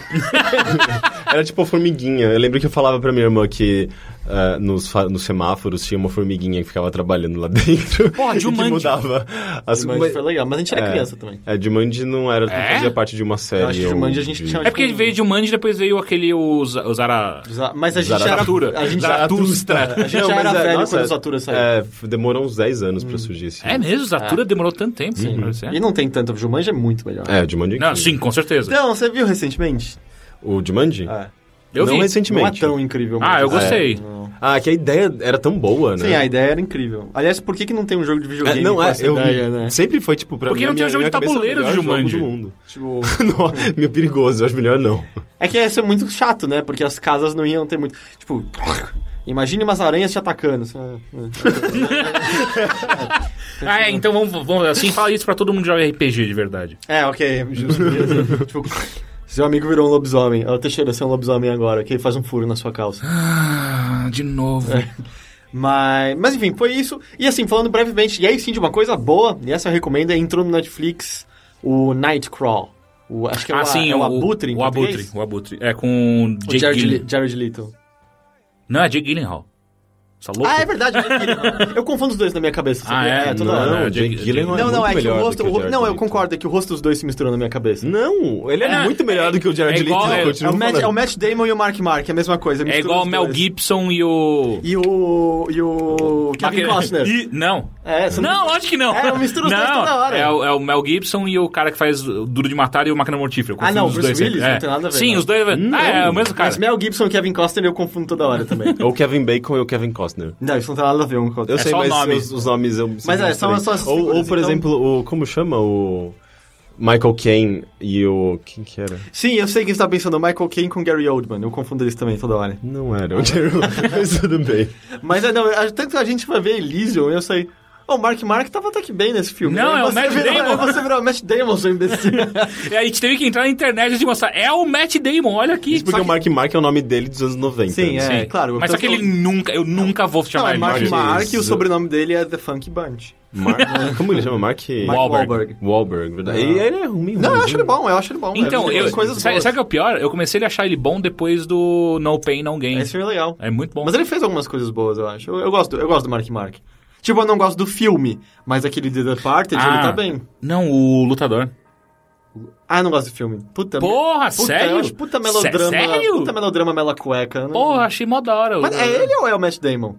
Era tipo a formiguinha. Eu lembro que eu falava pra minha irmã que ah, nos, fa- nos semáforos tinha uma formiguinha que ficava trabalhando lá dentro. Porra, e que Jumanji. mudava. As... Mas, mas- foi legal, mas a gente era É. criança também. É, Jumanji não era, É? não fazia parte de uma série. Eu acho que ou Jumanji a gente de- tinha- É porque veio de Mandy e depois veio aquele o Za- o Zara... Za- Mas a gente Zaratura. era... A gente era... Zaratustra. A gente Não, já mas era é- velho nossa, quando o Zatura saiu. Hum. É, f- demorou uns 10 anos pra surgir esse. Uhum. É mesmo? Zatura demorou tanto tempo. Sim. E não tem tanto. O Jumanji é muito melhor. É, o Jumanji. é Não, incrível. sim, com certeza. Então, você viu recentemente? O Jumanji? É. Eu não vi. Não é recentemente. tão incrível. Ah, mas- eu gostei. Não. Ah, que a ideia era tão boa, né? Sim, a ideia era incrível. Aliás, por que, que não tem um jogo de É, videogame não, com é, essa eu ideia, né? sempre foi tipo pra Porque mim, não tem a um jogo minha de cabeça, tabuleiro é o de melhor jogo Jumanji. do mundo. Tipo, Não, meio perigoso, eu acho melhor não. é que isso é muito chato, né? Porque as casas não iam ter muito... Tipo... Imagine umas aranhas te atacando. assim, é, é. Ah, é, então vamos, vamos assim, fala isso pra todo mundo que joga RPG de verdade. É, ok, justo. tipo, seu amigo virou um lobisomem. Ah, O Teixeira ser um lobisomem agora, que ele faz um furo na sua calça. Ah, de novo. É, Mas, mas enfim, foi isso. E assim, falando brevemente, e aí sim de uma coisa boa, e essa eu recomendo, é entrou no Netflix o Nightcrawl. O, acho que é, ah, o, sim, é o Abutre, em O Abutre, português? o Abutre. É com O Jake Jared, Gyllen- Li- Jared Leto. Não, é Jake Gyllenhaal. Tá louco? Ah, é verdade, o Jared Leto. Eu confundo os dois na minha cabeça. Ah, sabia? é? toda Não, hora. não, o Jake Jake- Gyllenhaal Não, não, é que muito o melhor do rosto. que o o ro- Jared não, eu Leto. concordo, é que o rosto dos dois se misturou na minha cabeça. Não, ele é, É, muito melhor do que o Jared é igual- Leto, eu é- É continuo o, Matt, falando. é o Matt Damon e o Mark Mark, é a mesma coisa. É mistura igual o os Mel dois. Gibson e o... E o. E o. Kevin Aquele- Costner. Ih, não. É, você Não, lógico que não. É, eu misturo os dois toda hora. É, o- é o Mel Gibson e o cara que faz o Duro de Matar e o Máquina Mortífera. Eu Ah, não, confundo os dois Bruce Willis, sempre. não É. tem nada a ver, Sim, não. Hum, os dois... Ah, é, é o mesmo cara. Mas Mel Gibson e Kevin Costner eu confundo toda hora também. Ou É Kevin Bacon ou Kevin Costner. não, isso não tem nada a ver um com o outro. É Eu sei, só o mas nome. Os, os nomes eu Mas é, são- são essas essas ou, ou, figuras, por então- exemplo, o... Como chama o... Michael Caine e o... Quem que era? Sim, eu sei que você tá pensando Michael Caine com Gary Oldman. Eu confundo eles também toda hora. Não era o Jared Leto, mas tudo bem. Mas é, não, a- tanto que a gente vai ver Elysium, eu sei... Oh, o Mark Mark tava até que bem nesse filme. Não, Aí é o você Matt virou- Damon. Você virou o Matt Damon, seu imbecil. E a gente teve que entrar na internet e mostrar. É o Matt Damon, olha aqui. Isso porque o Mark Mark é o nome dele dos anos 90. Sim, né? é. Sim. claro, eu Mas só que tô- ele nunca... Eu nunca vou não, chamar é ele. Mark Mark Mark Mark e o Jesus. sobrenome dele é The Funky Bunch. Mark... Como ele chama? Mark... Mark Wahlberg. Wahlberg, verdade. Ah. Ele, ele Não, é ruim. eu ruimzinho. acho ele bom, eu acho ele bom. Então, é, eu, coisas sabe, boas. sabe o que é o pior? Eu comecei a achar ele bom depois do No Pain, No Gain. Esse filme é legal. É muito bom. Mas ele fez algumas coisas boas, eu acho. Eu, eu gosto, eu gosto do Mark Mark. Tipo, eu não gosto do filme, mas aquele The Departed, Ah. ele tá bem. Não, o Lutador. Ah, eu não gosto do filme. Puta Porra, puta, sério? eu acho puta melodrama. Sé- sério? Puta melodrama mela cueca. eu não- Porra, achei mó da hora. Mas é ele ou é o Matt Damon?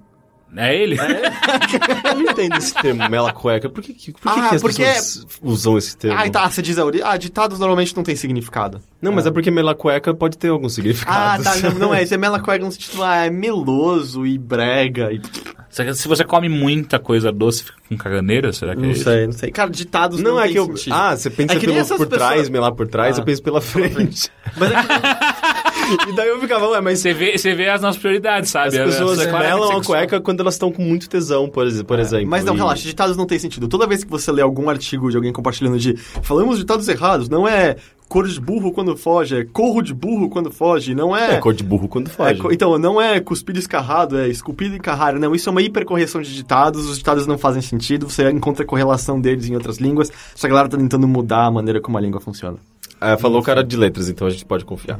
É ele? é Eu não entendo esse termo, mela cueca. Por que, que- por que, Ah, que as porque- pessoas usam esse termo? Ah, tá, você diz a origem. Ah, ditados normalmente não tem significado. Não, mas é porque mela cueca pode ter algum Ah, significado. tá, não, não é. Isso é mela cueca no sentido, ah, é meloso e brega e... tipo, Só que Se você come muita coisa doce, fica com caganeira, será que é Não isso? sei, não sei. Cara, ditados não, Não, é tem que eu. sentido. Ah, você pensa É que nem pelo- essas por trás, pessoas- melar por trás, Ah. eu penso pela frente. Mas é que... é e daí eu ficava, ué, mas Você vê, você vê as nossas prioridades, as sabe? pessoas Você claramente melam a sexual. cueca quando elas estão com muito tesão, por, ex- por exemplo. Mas não, e- relaxa, ditados não tem sentido. Toda vez que você lê algum artigo de alguém compartilhando de falamos ditados errados, não é cor de burro quando foge, é corro de burro quando foge, não é... É cor de burro quando É foge. co- então, não é cuspido escarrado, é esculpido e carrado. Não, isso é uma hipercorreção de ditados, os ditados não fazem sentido, você encontra correlação deles em outras línguas, só que a galera tá tentando mudar a maneira como a língua funciona. É, falou o cara de letras, então a gente pode confiar.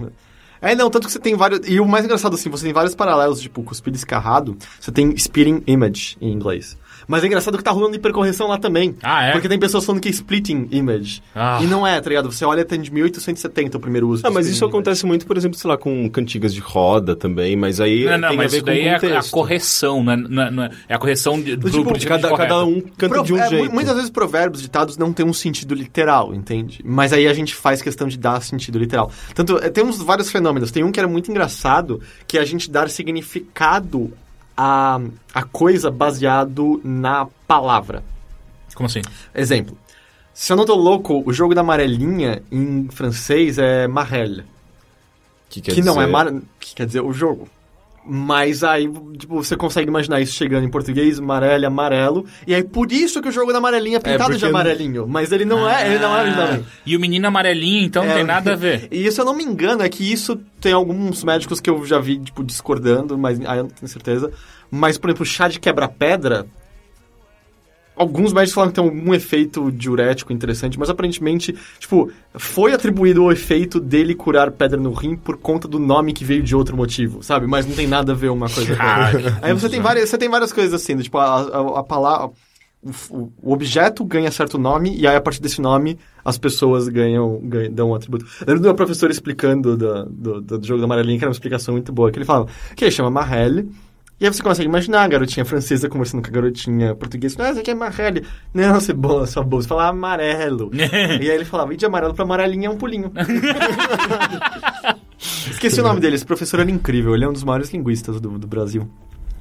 É, não, tanto que você tem vários. E o mais engraçado, assim, você tem vários paralelos, tipo, cuspido escarrado, você tem spitting image em inglês. Mas é engraçado que tá rolando hipercorreção lá também. Ah, é? Porque tem pessoas falando que é splitting image. Ah. E não é, tá ligado? Você olha até de 1870 o primeiro uso. Ah, de mas splitting isso image. acontece muito, por exemplo, sei lá, com cantigas de roda também, mas aí Não, não, tem mas a ver isso com daí é a, a contexto. correção, não é, não é- não é- é a correção de, do, Tipo, do tipo Cada, correto. cada um canta Pro- de um é, mu- jeito. Muitas vezes provérbios, ditados não têm um sentido literal, entende? Mas aí a gente faz questão de dar sentido literal. Tanto, é, temos vários fenômenos. Tem um que era muito engraçado, que é a gente dar significado a, a coisa baseado na palavra. Como assim? Exemplo. Se eu não tô louco, o jogo da amarelinha em francês é marelle. quer Que não é dizer- mar... que quer dizer o jogo. Mas aí, tipo, você consegue imaginar isso chegando em português, amarelo, amarelo. E aí, por isso que o jogo da amarelinha é pintado de porque- Ah. amarelinho. Mas ele não é, ele não é originalmente. Ah, E o menino amarelinho, então, não É, tem nada a ver. E isso eu não me engano, é que isso tem alguns médicos que eu já vi, tipo, discordando, mas aí eu não tenho certeza. Mas, por exemplo, chá de quebra-pedra. Alguns médicos falam que tem algum efeito diurético interessante, mas aparentemente, tipo, foi atribuído o efeito dele curar pedra no rim por conta do nome que veio de outro motivo, sabe? Mas não tem nada a ver uma coisa com a Ah, outra. Aí você tem várias, você tem várias coisas assim, do tipo, a, a, a palavra. O, f- o objeto ganha certo nome, e aí a partir desse nome as pessoas ganham, ganham dão um atributo. Eu Lembro do meu professor explicando do, do, do jogo da amarelinha, que era uma explicação muito boa, que ele falava que ele chama Marrelle, e aí você consegue imaginar a garotinha francesa conversando com a garotinha portuguesa, ah, isso aqui é Marrelle. Não, você boa, sua bolsa, fala amarelo. e aí ele falava, e de amarelo pra amarelinha é um pulinho. Esqueci o nome dele, esse professor era incrível, ele é um dos maiores linguistas do, do Brasil.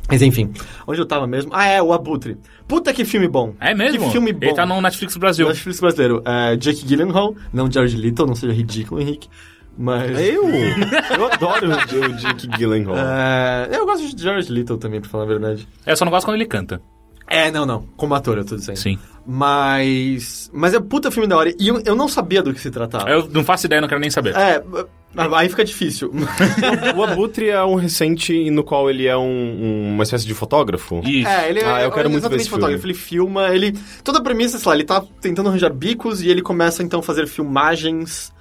Mas enfim, onde eu tava mesmo? Ah, é, o Abutre. Puta que filme bom. É mesmo? Que filme bom. Ele tá no Netflix Brasil. Netflix brasileiro. É, Jake Gyllenhaal, não George Little, não seja ridículo, Henrique. Mas... Eu? Eu adoro o o Jake Gyllenhaal. É, eu gosto de George Little também, pra falar a verdade. Eu só não gosto quando ele canta. É, não, não. Como ator, eu tô dizendo. Sim. Mas... Mas é puta filme da hora. E eu, eu não sabia do que se tratava. Eu não faço ideia, não quero nem saber. É, aí fica difícil. O Abutre é um recente no qual ele é um- um- uma espécie de fotógrafo. Isso. É, ele Ah, é eu quero muito ver exatamente esse fotógrafo. Ele filma, ele. Toda a premissa, sei lá, ele tá tentando arranjar bicos e ele começa então a fazer filmagens.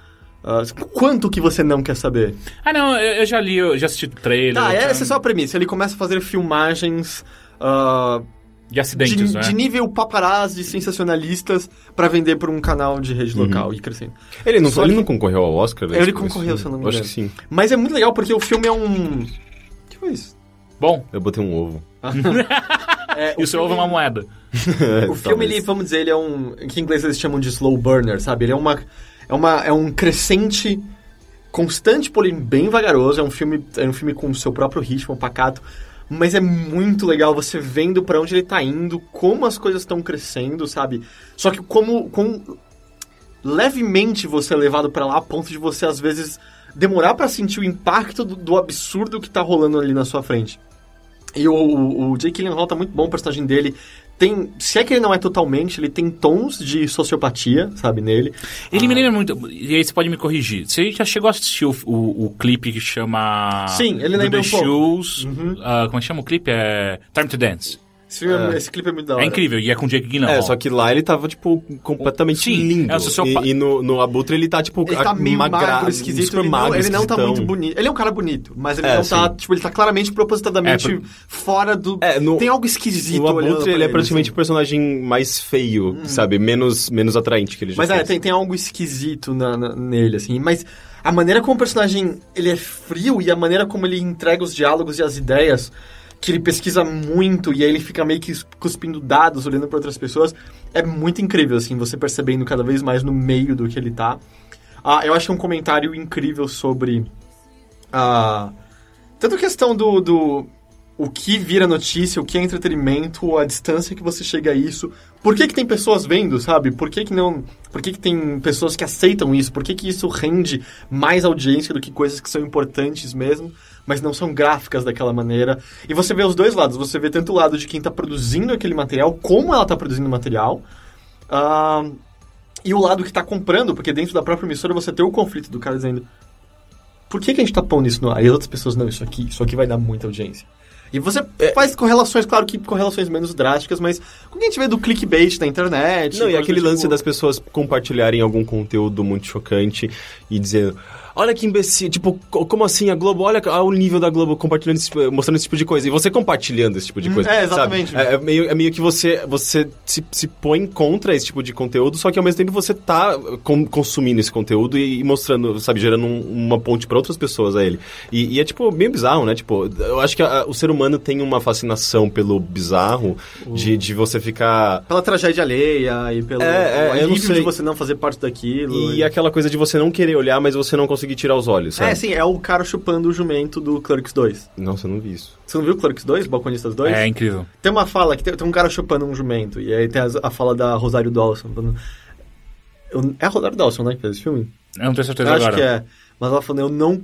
ah, quanto que você não quer saber? Ah, não, eu, eu já li, eu já assisti trailer. Tá, já- essa é só a premissa. Ele começa a fazer filmagens ah, De acidentes, de, né? de nível paparazzi sensacionalistas pra vender por um canal de rede Uhum. local e crescendo. Ele não, Só ele que- não concorreu ao Oscar? né, Ele tipo, concorreu, esse se eu não filme? me Acho que sim. Mas é muito legal porque o filme é um. que foi isso? Bom, Eu botei um ovo. É, e o seu ovo é uma moeda. O filme, ele, vamos dizer, ele é um. que em inglês eles chamam de slow burner, sabe? Ele é uma. É, uma, é um crescente constante, porém bem vagaroso. É um filme, é um filme com o seu próprio ritmo, pacato. Mas é muito legal você vendo pra onde ele tá indo, como as coisas estão crescendo, sabe? Só que como. como levemente você é levado pra lá a ponto de você, às vezes, demorar pra sentir o impacto do, do absurdo que tá rolando ali na sua frente. E o, o, o Jake Gyllenhaal tá muito bom, o personagem dele tem... Se é que ele não é totalmente, ele tem tons de sociopatia, sabe, nele. Ele Ah. me lembra muito. E aí você pode me corrigir. Você já chegou a assistir o, o, o clipe que chama. Sim, do ele lembra The um pouco. Uhum. Shoes. ah, como é que chama o clipe? É. Time to Dance. Esse, filme é- esse clipe é muito da hora. É incrível, e é com o Jake Gyllenhaal. É, só que lá ele tava, tipo, completamente Sim, lindo. é o seu pa- e, e no, no Abutre ele tá, tipo, Ele tá meio magra- magro, esquisito. super Ele não, magro, ele não tá esquisitão. muito bonito. Ele é um cara bonito, mas ele É, não tá... sim. Tipo, ele tá claramente, propositadamente É, por- fora do... É, no- Tem algo esquisito O olhando pra Abutre, ele é praticamente assim. Hum. o personagem mais feio, sabe? Menos, menos atraente que ele já Mas é, fez. tem, tem algo esquisito na- na- nele, assim. Mas a maneira como o personagem ele é frio e a maneira como ele entrega os diálogos e as ideias, que ele pesquisa muito e aí ele fica meio que cuspindo dados, olhando para outras pessoas, é muito incrível, assim, você percebendo cada vez mais no meio do que ele tá. Ah, eu acho um comentário incrível sobre. a tanto a questão do, do o que vira notícia, o que é entretenimento, a distância que você chega a isso. Por que, que tem pessoas vendo, sabe? Por que, que não. Por que, que tem pessoas que aceitam isso? Por que, que isso rende mais audiência do que coisas que são importantes mesmo, mas não são gráficas daquela maneira? E você vê os dois lados. Você vê tanto o tá lado de quem está produzindo aquele material, como ela está produzindo o material. ah, E o lado que tá comprando, porque dentro da própria emissora você tem o conflito do cara dizendo por que, que a gente tá pondo isso no ar? E as outras pessoas, não, isso aqui, isso aqui vai dar muita audiência. E você É. faz correlações, claro que correlações menos drásticas, mas o que a gente vê do clickbait na internet... Não, e coisa aquele do lance tipo- das pessoas compartilharem algum conteúdo muito chocante e dizendo. Olha que imbecil, tipo, co- como assim a Globo? Olha olha o nível da Globo compartilhando, esse tipo- mostrando esse tipo de coisa. E você compartilhando esse tipo de coisa. é, sabe? exatamente. É, é meio, é meio que você, você se, se põe contra esse tipo de conteúdo, só que ao mesmo tempo você tá com- consumindo esse conteúdo e, e mostrando, sabe, gerando um- uma ponte pra outras pessoas a ele. E, e é, tipo, meio bizarro, né? Tipo, eu acho que a- o ser humano tem uma fascinação pelo bizarro de, de você ficar. Pela tragédia alheia e pelo É, o é, eu não alívio sei. de você não fazer parte daquilo. E aquela coisa de você não querer olhar, mas você não conseguir tirar os olhos, sabe? É, sim, é o cara chupando o jumento do Clerks 2. Nossa, eu não vi isso. Você não viu Clerks 2, Balconistas 2? É incrível. Tem uma fala que tem, tem um cara chupando um jumento, e aí tem as- a, fala da Rosário Dawson. falando- Eu- é a Rosário Dawson, né, que fez esse filme? Eu não tenho certeza Eu acho agora. que é. Mas ela falando, eu não.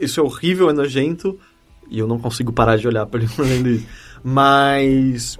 Isso é horrível, é nojento. E eu não consigo parar de olhar pra ele fazendo isso. Mas.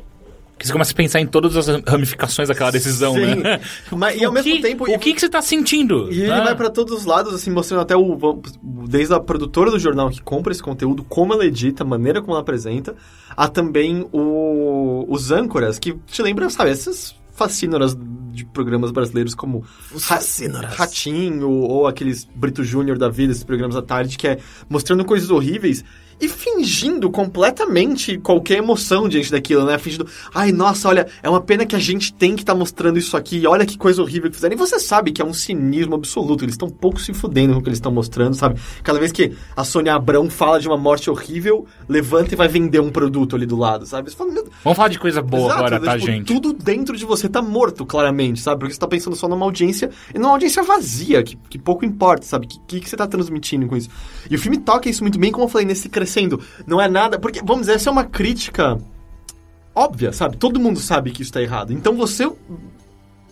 Que você começa a pensar em todas as ramificações daquela decisão, Sim. né? Mas, e ao O mesmo que- tempo. O que, que você tá sentindo? E ele né? vai pra todos os lados, assim, mostrando até o. Desde a produtora do jornal que compra esse conteúdo, como ela edita, a maneira como ela apresenta, a também o, os âncoras, que te lembram, sabe, essas fascínoras de programas brasileiros como fascínoras. Ratinho ou aqueles Brito Júnior da vida, esses programas à tarde, que é mostrando coisas horríveis e fingindo completamente qualquer emoção diante daquilo, né? Fingindo, ai, nossa, olha, é uma pena que a gente tem que estar mostrando isso aqui, olha que coisa horrível que fizeram. E você sabe que é um cinismo absoluto, eles estão pouco se fudendo com o que eles estão mostrando, sabe? Cada vez que a Sônia Abrão fala de uma morte horrível, levanta e vai vender um produto ali do lado, sabe? Você fala, meu Vamos falar de coisa boa Exato, agora, né? tá, Tipo, gente? Tudo dentro de você tá morto, claramente, sabe? Porque você tá pensando só numa audiência, e numa audiência vazia, que, que pouco importa, sabe? O que, que, que você tá transmitindo com isso? E o filme toca isso muito bem, como eu falei, nesse crescendo. Não é nada. Porque, vamos dizer, essa é uma crítica óbvia, sabe? Todo mundo sabe que isso tá errado. Então você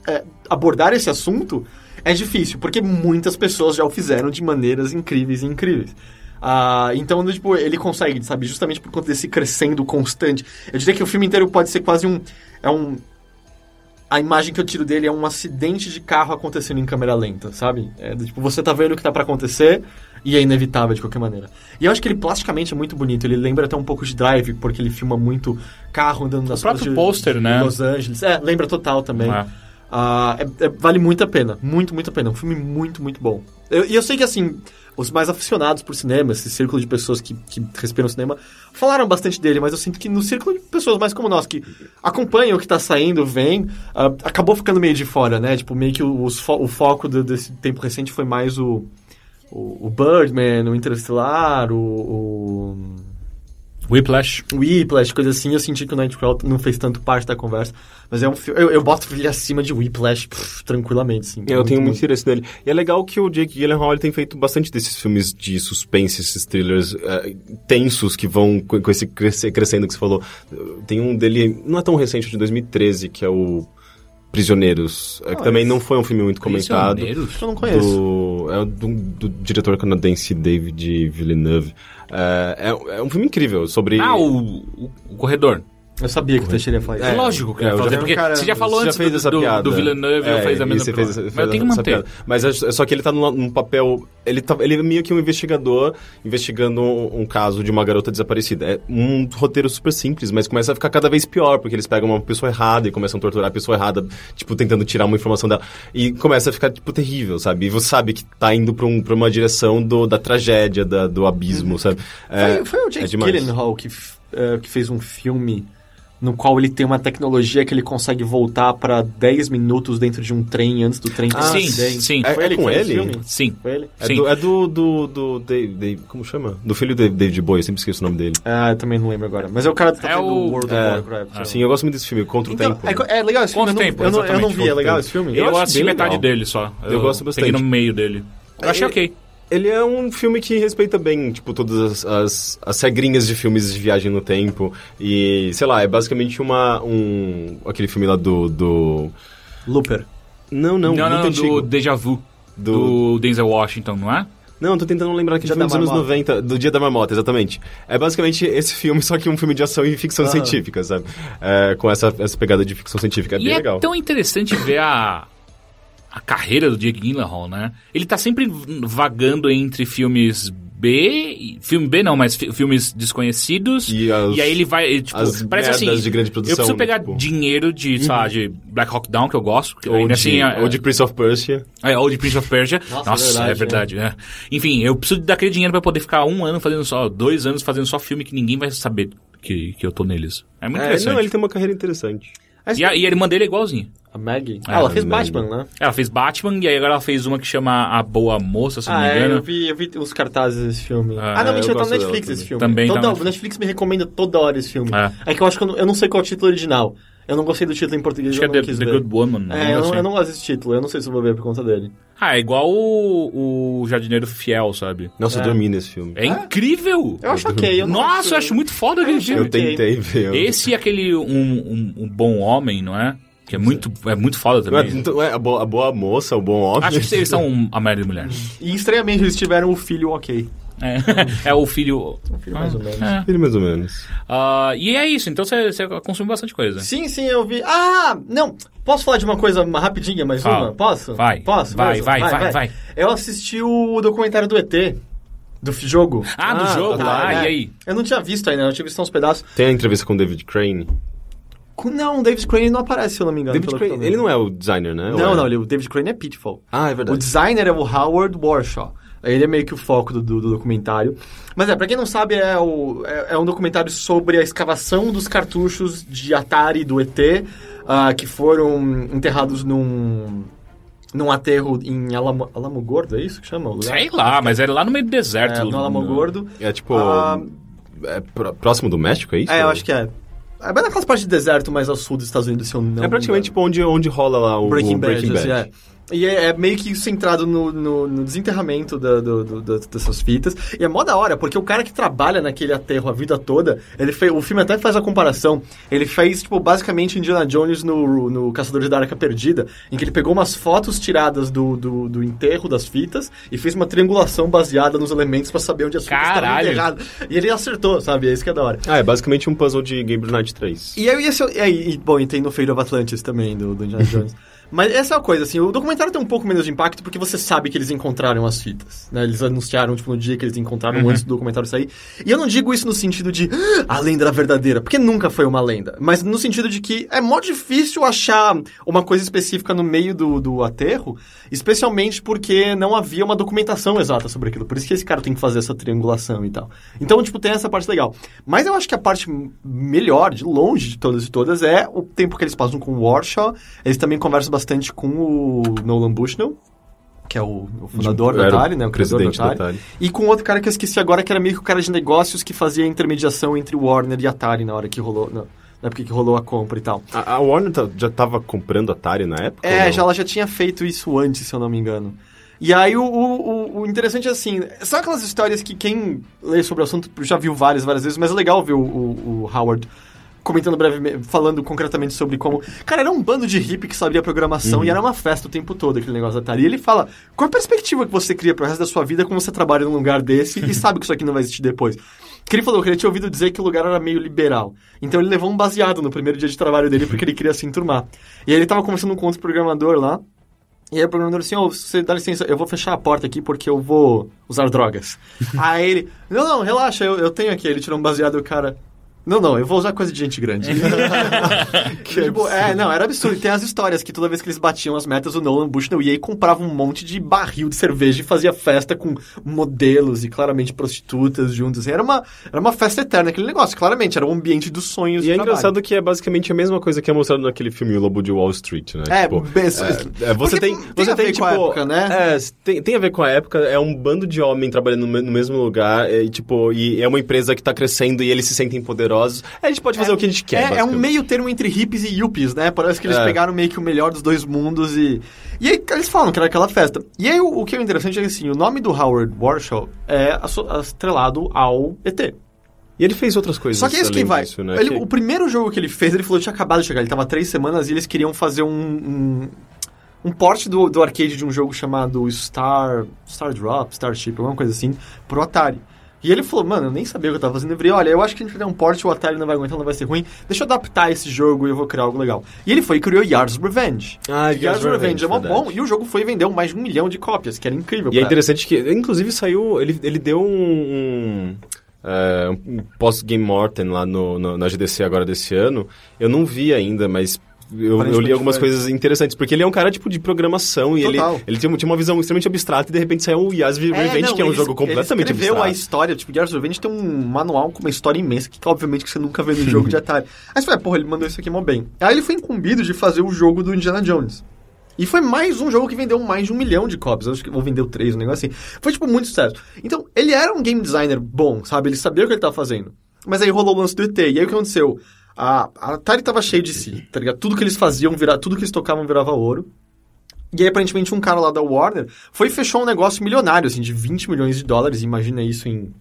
é, abordar esse assunto é difícil, porque muitas pessoas já o fizeram de maneiras incríveis e incríveis. Ah, então, tipo, ele consegue, sabe? Justamente por conta desse crescendo constante. Eu diria que o filme inteiro pode ser quase um. É um. A imagem que eu tiro dele é um acidente de carro acontecendo em câmera lenta, sabe? É, do tipo, você tá vendo o que tá pra acontecer e é inevitável de qualquer maneira. E eu acho que ele plasticamente é muito bonito. Ele lembra até um pouco de Drive, porque ele filma muito carro andando nas O próprio ruas de- pôster, de né? Los Angeles. É, lembra total também. É. Ah, é- é- vale muito a pena, muito, muito a pena. É um filme muito, muito bom. Eu- E eu, sei que, assim, os mais aficionados por cinema, esse círculo de pessoas que, que respiram cinema, falaram bastante dele, mas eu sinto que no círculo de pessoas mais como nós, que acompanham o que tá saindo, vem, ah, acabou ficando meio de fora, né? Tipo, meio que os fo- o foco do- desse tempo recente foi mais o, o, o Birdman, o Interestelar, o- o Whiplash. Whiplash, coisa assim, eu senti que o Nightcrawl não fez tanto parte da conversa. Mas é um filme. Eu, eu boto ele acima de Whiplash pff, tranquilamente, sim. Eu tenho muito interesse nele. E é legal que o Jake Gyllenhaal ele tem feito bastante desses filmes de suspense, esses thrillers eh, tensos que vão com, com esse cresce- crescendo que você falou. Tem um dele, não é tão recente, de 2013, que é o Prisioneiros, eh, que também não foi um filme muito comentado. Prisioneiros? Eu não conheço. Do, é o do, do diretor canadense David Villeneuve. Eh, é, é um filme incrível sobre... Ah, o, o- o corredor. Eu sabia que o Teixeira ia falar isso. É, lógico que eu é, ia eu fazer, já- porque Caramba, você já falou Você antes já fez do, essa do, piada. do Villeneuve, eu É, fiz a e mesma você pergunta. fez- fez Mas eu tenho que essa manter. piada. Mas é é só que ele tá num, num papel... Ele, tá, ele é meio que um investigador investigando um, um caso de uma garota desaparecida. É um roteiro super simples, mas começa a ficar cada vez pior, porque eles pegam uma pessoa errada e começam a torturar a pessoa errada, tipo, tentando tirar uma informação dela. E começa a ficar, tipo, terrível, sabe? E você sabe que tá indo pra, um, pra uma direção do- da tragédia, da- do abismo, sabe? foi, foi o é Jake demais. Gyllenhaal que, f- eh, que fez um filme no qual ele tem uma tecnologia que ele consegue voltar pra 10 minutos dentro de um trem antes do trem ter Ah, sim, acidente. sim. É- Foi é ele que com fez esse ele? filme? Sim. Foi ele? É Sim. do, é do, do, do Dave, Dave- Como chama? Do filho do David Bowie, eu sempre esqueço o nome dele. Ah, eu também não lembro agora. Mas é o cara que tá É fazendo o- World É, of Warcraft. né? Sim, eu gosto muito desse filme, Contra o Então, Tempo. é, é legal esse filme. Quanto eu não- tempo, eu, não, eu não exatamente, vi, é quanto legal tempo? esse filme? Eu, acho assisti bem metade legal. dele só. Eu gosto Peguei no bastante. meio dele. Eu achei ok. Ele é um filme que respeita bem, tipo, todas as, as, as regrinhas de filmes de viagem no tempo. E, sei lá, é basicamente uma. Um, aquele filme lá do. do... Looper. Não, não, Não, não, muito não, do antigo. Deja Vu. Do- Do Denzel Washington, não é? Não, tô tentando lembrar aquele Dia filme da dos anos Marmota. 90, do Dia da Marmota, exatamente. É basicamente esse filme, só que um filme de ação e ficção Aham. científica, sabe? É, com essa, essa pegada de ficção científica. É e bem é legal. tão interessante ver a, a carreira do Jake Gyllenhaal, né? Ele tá sempre vagando entre filmes B, e- filme B não, mas fi- filmes desconhecidos. E as- aí ele vai, ele, tipo, as parece assim, merdas de grande produção, eu preciso né, pegar tipo. Uhum. dinheiro de, sei lá, de Black Hawk Down, que eu gosto, que Ou, ainda de, assim... é- ou de Prince of Persia. é, ou de Prince of Persia. Nossa, Nossa, é verdade, verdade, né? Enfim, eu preciso daquele dinheiro pra poder ficar um ano fazendo só, dois anos fazendo só filme que ninguém vai saber que, que eu tô neles. É muito É, interessante. não, ele tá tem uma carreira interessante. e, a, e a irmã dele é igualzinha. A Maggie? Ah, Ah, ela fez Maggie. Batman, né? Ela fez Batman e aí agora ela fez uma que chama A Boa Moça, se não Ah, me é, engano. eu vi, eu vi os cartazes desse filme. Ah, Ah, não, é, mentira, tá eu no gosto dela Netflix esse também. filme. Também tá toda, no o Netflix me recomenda toda hora esse filme. É. É, que eu acho que eu não, eu não sei qual é o título original. Eu não gostei do título em português, Acho eu que é não The, quis The ver. Good Woman. um É, eu negócio não, eu assim. não gosto desse título, eu não sei se eu vou ver por conta dele. Ah, é igual o, o Jardineiro Fiel, sabe? Nossa, eu dormi nesse filme. É incrível! Eu acho ok. Eu não Nossa, eu acho muito foda aquele filme. Eu tentei ver. eu- Esse e aquele um, um, um Bom Homem, não é? Que é muito, é muito foda Não é- também. então, é a, boa, a boa moça, o bom homem. Acho que eles são um- a maioria de mulher. E estranhamente eles tiveram o filho ok. É, é o filho. filho mais ou menos. É. Ele mais ou menos. Ah, e é isso, então você você consume bastante coisa. Sim, sim, eu vi. Ah, não. Posso falar de uma coisa uma rapidinha, mais Fala. uma? Posso? Vai. Posso? Vai, mesmo? vai, vai, vai. Eu assisti o documentário do ET, do f- jogo. Ah, do jogo, ah, né? e aí? Eu não tinha visto ainda, eu tinha visto só uns pedaços. Tem a entrevista com o David Crane. Com- Não, o David Crane não aparece, se eu não me engano. David pelo que eu Crane, lembro. ele não é o designer, né? Ou Não, é? não, ele- o David Crane é Pitfall. Ah, é O verdade. designer é o Howard Warshaw. Ele é meio que o foco do, do- do documentário. Mas é, pra quem não sabe, é, o- é- é um documentário sobre a escavação dos cartuchos de Atari do ET, ah, que foram enterrados num, num aterro em Alamo, Alamo Gordo, é isso que chama? o lugar? Sei lá, mas era lá no meio do deserto. É, no Alamo Gordo. É tipo. Ah, é pró- próximo do México, é isso? é, eu acho que é. É bem naquelas partes de deserto mais ao sul dos Estados Unidos, se eu não me É praticamente engano. tipo onde, onde rola lá o Breaking o Bad. Breaking Bad. assim, é. E é, é meio que centrado no, no- no desenterramento da- do- do- do- dessas fitas. E é mó da hora, porque o cara que trabalha naquele aterro a vida toda, ele fez, o filme até faz a comparação. Ele fez, tipo, basicamente Indiana Jones no, no Caçadores da Arca Perdida, em que ele pegou umas fotos tiradas do, do, do enterro das fitas e fez uma triangulação baseada nos elementos pra saber onde as fitas estavam Caralho. enterradas. E ele acertou, sabe? É isso que é da hora. Ah, é basicamente um puzzle de Game of Night 3. E aí, esse, é e aí, e, bom, e tem no Fade of Atlantis também, do, do Indiana Jones. Mas essa é a coisa, assim, o documentário tem um pouco menos de impacto porque você sabe que eles encontraram as fitas, né? Eles anunciaram, tipo, no dia que eles encontraram, antes do documentário sair. E eu não digo isso no sentido de "Ah, a lenda era verdadeira, porque nunca foi uma lenda. Mas no sentido de que é mó difícil achar uma coisa específica no meio do, do aterro, especialmente porque não havia uma documentação exata sobre aquilo. Por isso que esse cara tem que fazer essa triangulação e tal. Então, tipo, tem essa parte legal. Mas eu acho que a parte m- melhor, de longe de todas e todas, é o tempo que eles passam com o Warshaw. Eles também conversam bastante com o Nolan Bushnell, que é o, o fundador do Era Atari, né? O criador do presidente Atari. E com outro cara que eu esqueci agora, que era meio que o cara de negócios que fazia a intermediação entre Warner e Atari na hora que rolou... Na, na época que rolou a compra e tal. A, a Warner tá- já tava comprando Atari na época? ou É, não? já, ela já tinha feito isso antes, se eu não me engano. E aí o, o, o- o interessante é assim, são aquelas histórias que quem lê sobre o assunto já viu várias, várias vezes, mas é legal ver o, o- o Howard comentando brevemente, falando concretamente sobre como... Cara, era um bando de hippie que sabia programação e era uma festa o tempo todo, aquele negócio da Atari. E ele fala, qual a perspectiva que você cria pro resto da sua vida quando você trabalha num lugar desse e sabe que isso aqui não vai existir depois? Que ele falou que ele tinha ouvido dizer que o lugar era meio liberal. Então ele levou um baseado no primeiro dia de trabalho dele porque ele queria se enturmar. E aí ele tava conversando com outro programador lá. E aí o programador assim, ô, você dá licença, eu vou fechar a porta aqui porque eu vou usar drogas. aí ele, não, não, relaxa, eu, eu tenho aqui. Ele tirou um baseado e o cara... Não, não, eu vou usar coisa de gente grande. Tipo, é, não, era absurdo. E tem as histórias que toda vez que eles batiam as metas, o Nolan Bushnell ia e comprava um monte de barril de cerveja e fazia festa com modelos e claramente prostitutas juntos. Assim, Era uma, era uma festa eterna aquele negócio, claramente. Era um ambiente dos sonhos. E de é trabalho. engraçado que é basicamente a mesma coisa que é mostrado naquele filme O Lobo de Wall Street, né? É, Tipo, bem- é, você porque tem, tem você a tem ver com tipo, a época, né? É, tem, tem a ver com a época. É um bando de homem trabalhando no, me- no mesmo lugar é, e tipo, e é uma empresa que tá crescendo e eles se sentem poderosos. A gente pode fazer o que a gente quer. É, é um basicamente. meio termo entre hippies e yuppies, né? Parece que eles É. pegaram meio que o melhor dos dois mundos e... E aí eles falam que era aquela festa. E aí o, o que é interessante é que, assim, o nome do Howard Warshaw é asso- atrelado ao ET. E ele fez outras coisas. Só que é isso que além vai. disso, né? Ele- Que- O primeiro jogo que ele fez, ele falou que tinha acabado de chegar. Ele tava há três semanas e eles queriam fazer um. um um porte do, do arcade de um jogo chamado Star. Star Drop, Starship, alguma coisa assim, pro Atari. E ele falou, mano, eu nem sabia o que eu tava fazendo. Eu falei, olha, eu acho que a gente vai dar um porte, o Atari não vai aguentar, não vai ser ruim. Deixa eu adaptar esse jogo e eu vou criar algo legal. E ele foi e criou Yars Revenge. Ah, Yars, Revenge é mó bom. E o jogo foi e vendeu mais de um milhão de cópias, que era incrível. E é cara. interessante que, inclusive, saiu. Ele, ele deu um. um, é, um post-Game Morten lá no, no- na GDC agora desse ano. Eu não vi ainda, mas. Eu, eu li Aparentemente algumas foi. coisas interessantes, porque ele é um cara tipo de programação e ele, Total. ele tinha, tinha uma visão extremamente abstrata e de repente saiu o Yas Revenge, não, que é um ele- jogo completamente ele escreveu abstrato. a história, tipo, Gears of Revenge tem um manual com uma história imensa que, obviamente, que você nunca vê no jogo de Atari. Aí você fala, "Ah, porra, ele mandou isso aqui mó bem. Aí ele foi incumbido de fazer o jogo do Indiana Jones. E foi mais um jogo que vendeu mais de um milhão de cópias. Acho que ou vendeu três, um negócio assim. Foi, tipo, muito sucesso. Então, ele era um game designer bom, sabe? Ele sabia o que ele tava fazendo. Mas aí rolou o lance do ET. E aí o que aconteceu? A, a Atari tava cheia de si, tá ligado? Tudo que eles faziam, virar, tudo que eles tocavam virava ouro. E aí, aparentemente, um cara lá da Warner foi e fechou um negócio milionário, assim, de 20 milhões de dólares. Imagina isso em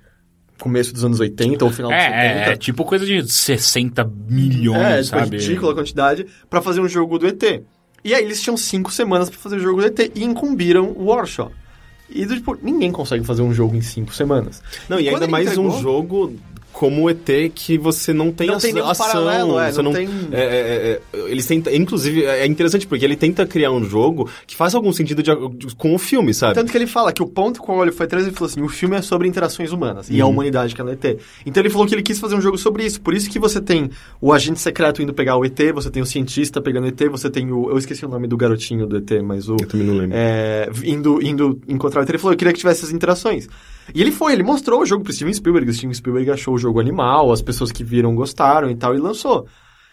começo dos anos 80 ou final dos É, é, 70. é, tipo coisa de 60 milhões, É, tipo, sabe? ridícula a quantidade, pra fazer um jogo do ET. E aí eles tinham cinco semanas pra fazer o jogo do ET e incumbiram o Warsaw. E, do tipo, ninguém consegue fazer um jogo em cinco semanas. Não, e Quando ainda ele mais um entregou- jogo como o ET que você não tem, Não as- tem nenhum ação, paralelo, é, você não não, tem- é, é, é, eles tentam, inclusive, é interessante porque ele tenta criar um jogo que faça algum sentido de- de- com o filme, sabe? Tanto que ele fala que o ponto com o olho foi atrás ele falou assim: o filme é sobre interações humanas e a Uhum. humanidade que ela é ET. Então ele falou que ele quis fazer um jogo sobre isso. Por isso que você tem o agente secreto indo pegar o ET, você tem o cientista pegando o ET, você tem o. Eu esqueci o nome do garotinho do ET, mas o. Eu também não lembro. é, indo, indo encontrar o ET. Ele falou: eu queria que tivesse essas interações. E ele foi, ele mostrou o jogo pro Steven Spielberg. O Steven Spielberg achou o jogo animal, as pessoas que viram gostaram e tal, e lançou.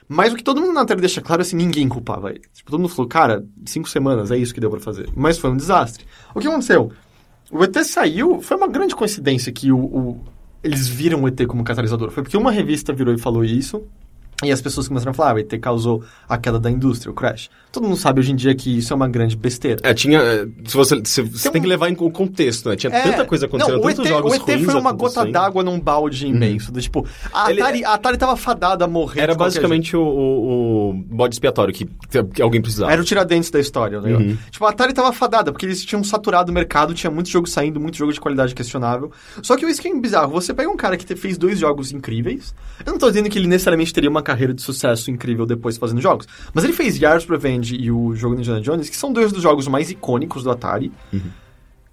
Mas o que todo mundo na tela deixa claro é assim, ninguém culpava ele. Tipo, todo mundo falou, cara, cinco semanas, é isso que deu pra fazer. Mas foi um desastre. O que aconteceu? O ET saiu, foi uma grande coincidência que o, o- eles viram o ET como catalisador. Foi porque uma revista virou e falou isso, e as pessoas começaram a falar, ah, o ET causou a queda da indústria, o crash. Todo mundo sabe hoje em dia que isso é uma grande besteira. É, tinha. é, Se você, se- você Tem tem, um- É. que levar em co- contexto, né? Tinha tanta coisa acontecendo, não, o ET, tantos jogos o ET ruins foi uma gota acontecendo. Uhum. d'água num balde imenso. do tipo, a Ele- Atari, a Atari tava fadada a morrer. Era de qualquer jeito. basicamente o, o, o bode expiatório que, que alguém precisava. Era o tiradentes da história, o negócio. Tipo, a Atari tava fadada, porque eles tinham saturado o mercado, tinha muito jogo saindo, muito jogo de qualidade questionável. Só que o esquema bizarro, você pega um cara que te- fez dois jogos incríveis, eu não tô dizendo que ele necessariamente teria uma carreira de sucesso incrível depois fazendo jogos, mas ele fez Yars Revenge e o jogo do Indiana Jones, que são dois dos jogos mais icônicos do Atari.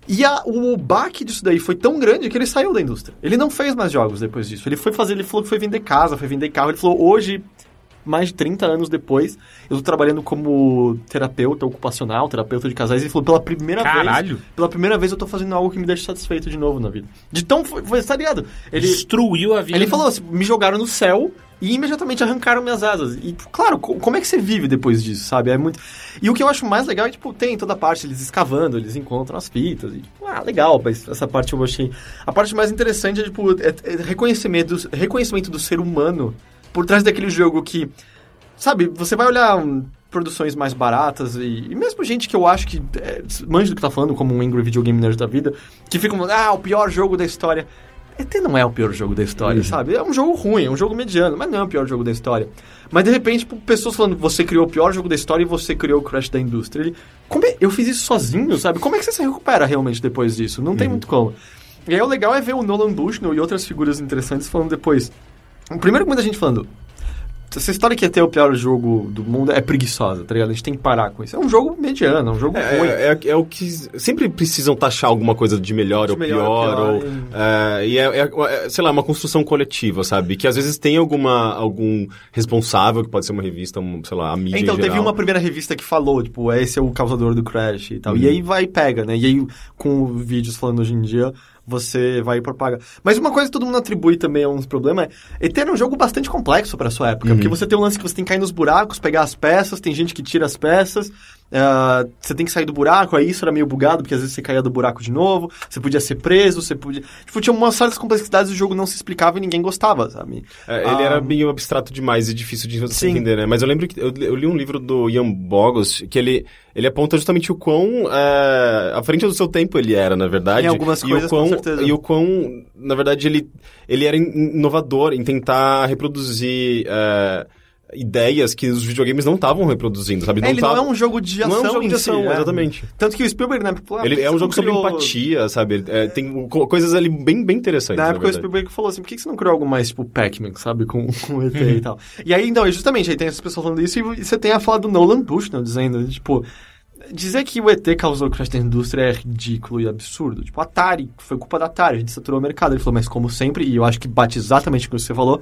E a- o baque disso daí foi tão grande que ele saiu da indústria. Ele não fez mais jogos depois disso. Ele foi fazer, ele falou que foi vender casa, foi vender carro. Ele falou, hoje, mais de 30 anos depois, eu tô trabalhando como terapeuta ocupacional, terapeuta de casais. Ele falou, pela primeira vez. Caralho. Pela primeira vez eu tô fazendo algo que me deixa satisfeito de novo na vida. De tão. Foi, foi tá ligado? Ele, Destruiu a vida. ele falou assim: me jogaram no céu e imediatamente arrancaram minhas asas. E, claro, co- como é que você vive depois disso, sabe? É muito. E o que eu acho mais legal é, tipo, tem toda a parte, eles escavando, eles encontram as fitas. E, tipo, ah, legal, mas essa parte eu achei. A parte mais interessante é, tipo, é, é reconhecimento, reconhecimento do ser humano por trás daquele jogo que. Sabe, você vai olhar hum, produções mais baratas e, e mesmo gente que eu acho que é, manja do que tá falando, como um Angry Video Game Nerd da vida, que fica falando, ah, o pior jogo da história. ET não é o pior jogo da história, sabe? É um jogo ruim, é um jogo mediano, mas não é o pior jogo da história. Mas de repente, tipo, pessoas falando, você criou o pior jogo da história e você criou o crash da indústria. Ele, como é- eu fiz isso sozinho, sabe? Como é que você se recupera realmente depois disso? Não tem muito como. E aí o legal é ver o Nolan Bushnell e outras figuras interessantes falando depois. Primeiro, muita gente falando, essa história que ia ter o pior jogo do mundo é preguiçosa, tá ligado? A gente tem que parar com isso. É um jogo mediano, é um jogo ruim. É, é, é o que. Sempre precisam taxar alguma coisa de melhor De ou melhor ou pior. Ou, é, e é, é- é, sei lá, uma construção coletiva, sabe? Que às vezes tem alguma, algum responsável, que pode ser uma revista, um, sei lá, a mídia. Então, em teve geral. uma primeira revista que falou, tipo, esse é o causador do crash e Uhum. tal. E aí vai e pega, né? E aí, com vídeos falando hoje em dia, você vai e propaga. Mas uma coisa que todo mundo atribui também a uns problemas é... ET era um jogo bastante complexo pra sua época. Uhum. Porque você tem um lance que você tem que cair nos buracos, pegar as peças, tem gente que tira as peças... ah, você tem que sair do buraco, aí isso era meio bugado, porque às vezes você caía do buraco de novo, você podia ser preso, você podia... Tipo, tinha umas certas complexidades, o jogo não se explicava e ninguém gostava, sabe? É, ele Ah. era meio abstrato demais e difícil de você Sim. entender, né? Mas eu lembro que eu, eu li um livro do Ian Bogos que ele, ele aponta justamente o quão é, à frente do seu tempo ele era, na verdade. Em algumas e coisas, o quão, com certeza. E o quão, na verdade, ele, ele era in- inovador em tentar reproduzir é, ideias que os videogames não estavam reproduzindo, sabe? É, ele tava- não é um jogo de ação Não é um jogo em de si, ação, é. Ah, exatamente. Tanto que o Spielberg, na época... Ele é um jogo sobre empatia, sabe? Ele- é, tem co- coisas ali bem, bem interessantes. Na na época o verdade. Spielberg falou assim, por que que você não criou algo mais tipo Pac-Man, sabe? Com, com o ET e tal. E aí, então, justamente, aí tem essas pessoas falando isso e você tem a fala do Nolan Bushnell dizendo, tipo... Dizer que o ET causou o crash da indústria é ridículo e absurdo. Tipo, Atari, foi culpa da Atari, a gente saturou o mercado. Ele falou, mas como sempre, e eu acho que bate exatamente com o que você falou,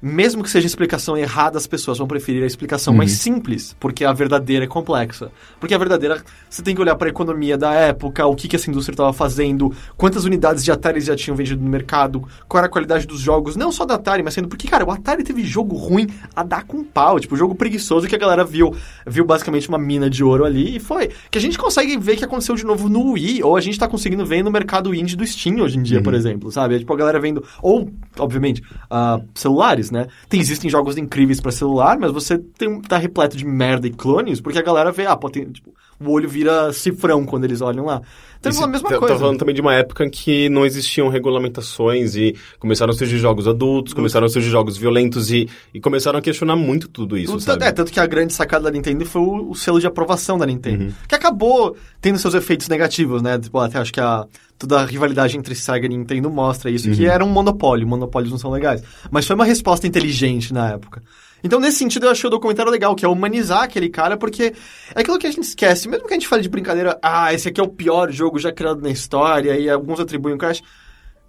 mesmo que seja a explicação errada, as pessoas vão preferir a explicação mais Uhum. simples, porque a verdadeira é complexa. Porque a verdadeira, você tem que olhar para a economia da época, o que, que essa indústria estava fazendo, quantas unidades de Atari eles já tinham vendido no mercado, qual era a qualidade dos jogos, não só da Atari, mas sendo porque, cara, o Atari teve jogo ruim a dar com pau, tipo, jogo preguiçoso que a galera viu, viu basicamente uma mina de ouro ali e foi. Que a gente consegue ver que aconteceu de novo no Wii, ou a gente tá conseguindo ver no mercado indie do Steam hoje em dia, por exemplo, sabe? É tipo, a galera vendo, ou, obviamente, ah, celulares, né? Tem, existem jogos incríveis pra celular, mas você tem, tá repleto de merda e clones, porque a galera vê, ah, pô, tem, tipo, o olho vira cifrão quando eles olham lá. Então, é Isso a mesma tá- tá coisa. falando também de uma época em que não existiam regulamentações e começaram a surgir jogos adultos, começaram a surgir jogos violentos e, e começaram a questionar muito tudo isso, O- sabe? É, tanto que a grande sacada da Nintendo foi o, o selo de aprovação da Nintendo. Uhum. Que acabou tendo seus efeitos negativos, né? Tipo, até acho que a, toda a rivalidade entre Sega e Nintendo mostra isso, Uhum. que era um monopólio. Monopólios não são legais. Mas foi uma resposta inteligente na época. Então, nesse sentido, eu achei o documentário legal, que é humanizar aquele cara, porque é aquilo que a gente esquece. Mesmo que a gente fale de brincadeira, ah, esse aqui é o pior jogo já criado na história, e alguns atribuem o Crash.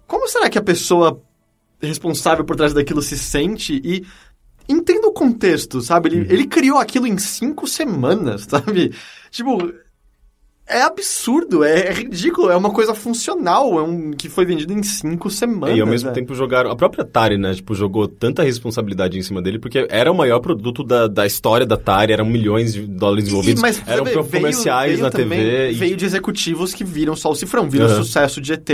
Como será que a pessoa responsável por trás daquilo se sente e entenda o contexto, sabe? Uhum. Ele, ele criou aquilo em cinco semanas, sabe? Tipo, é absurdo, é, é ridículo, é uma coisa funcional, é um que foi vendido em cinco semanas. E ao mesmo é. tempo jogaram. A própria Atari, né? Tipo, jogou tanta responsabilidade em cima dele, porque era o maior produto da, da história da Atari, eram milhões de dólares E- envolvidos, mas, você eram vê, veio- comerciais veio na também- TV. e- Veio de executivos que viram só o cifrão, viram Aham. o sucesso de ET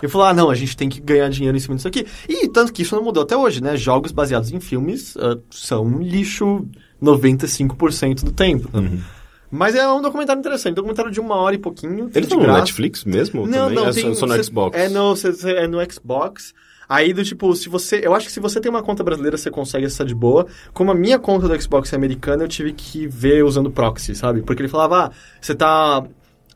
e falaram, ah, não, a gente tem que ganhar dinheiro em cima disso aqui. E tanto que isso não mudou até hoje, né? Jogos baseados em filmes ah, são lixo 95% do tempo. Uhum. né? Mas é um documentário interessante, documentário de uma hora e pouquinho. Eles de estão tá no graça. Netflix mesmo? Não, também? não, é tem, só- só no cê- Xbox. É no, cê- cê- é no Xbox. Aí do tipo, se você. Eu acho que se você tem uma conta brasileira, você consegue acessar de boa. Como a minha conta do Xbox é americana, eu tive que ver usando proxy, sabe? Porque ele falava, ah, você tá.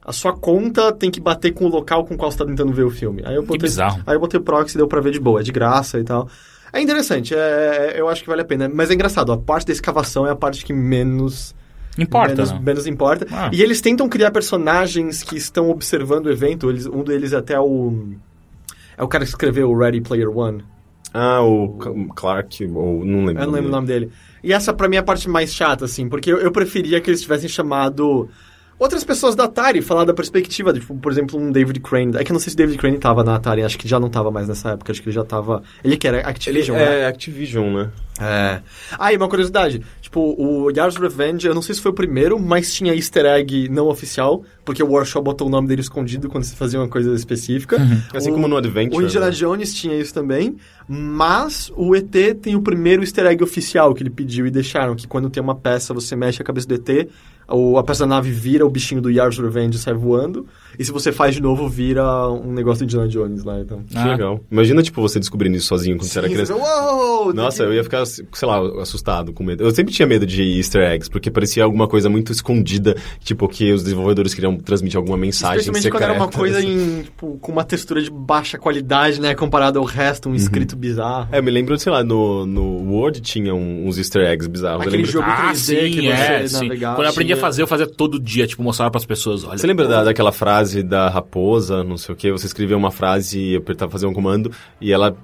A sua conta tem que bater com o local com o qual você tá tentando ver o filme. Aí eu Que botei, bizarro. aí eu botei o proxy e deu pra ver de boa, é de graça e tal. É interessante, é- eu acho que vale a pena. Mas é engraçado, a parte da escavação é a parte que menos Importa, Menos, né? menos importa. Ah. E eles tentam criar personagens que estão observando o evento. Eles, um deles é até o. É o cara que escreveu o Ready Player One. Ah, o C- Clark, ou não lembro. Eu não lembro o nome dele. E essa, pra mim, é a parte mais chata, assim, porque eu, eu preferia que eles tivessem chamado outras pessoas da Atari, falar da perspectiva, tipo, por exemplo, um David Crane. É que eu não sei se David Crane tava na Atari, acho que já não tava mais nessa época, acho que ele já tava. Ele que era Activision, né? É, Activision, né? É. Ah, e uma curiosidade. Tipo, o Yars Revenge, eu não sei se foi o primeiro, mas tinha easter egg não oficial, porque o Warshaw botou o nome dele escondido quando se fazia uma coisa específica. Assim O- como no Adventure. O Indiana né? Jones tinha isso também, mas o ET tem o primeiro easter egg oficial que ele pediu e deixaram, que quando tem uma peça, você mexe a cabeça do ET, ou a peça da nave vira, o bichinho do Yars Revenge sai voando, e se você faz de novo, vira um negócio do Indiana Jones lá, então. Que Ah. legal. Imagina, tipo, você descobrindo isso sozinho quando você era Sim, criança. você fala, "Uou, Nossa, eu ia ficar, sei lá, assustado, com medo. Eu sempre tinha medo de easter eggs, porque parecia alguma coisa muito escondida, tipo, que os desenvolvedores queriam transmitir alguma mensagem Especialmente secreta. quando era uma coisa assim. em, tipo, com uma textura de baixa qualidade, né? Comparado ao resto, um Uhum. escrito bizarro. É, eu me lembro, sei lá, no, no Word tinha um- uns easter eggs bizarros. Eu Aquele lembro- jogo Ah, 3D que sim, você é, sim. navegava, Quando eu aprendi a tinha- fazer, eu fazia todo dia, tipo, mostrava pras pessoas, olha. Você lembra da, daquela frase da raposa, não sei o quê? Você escrevia uma frase e apertava fazer um comando e ela.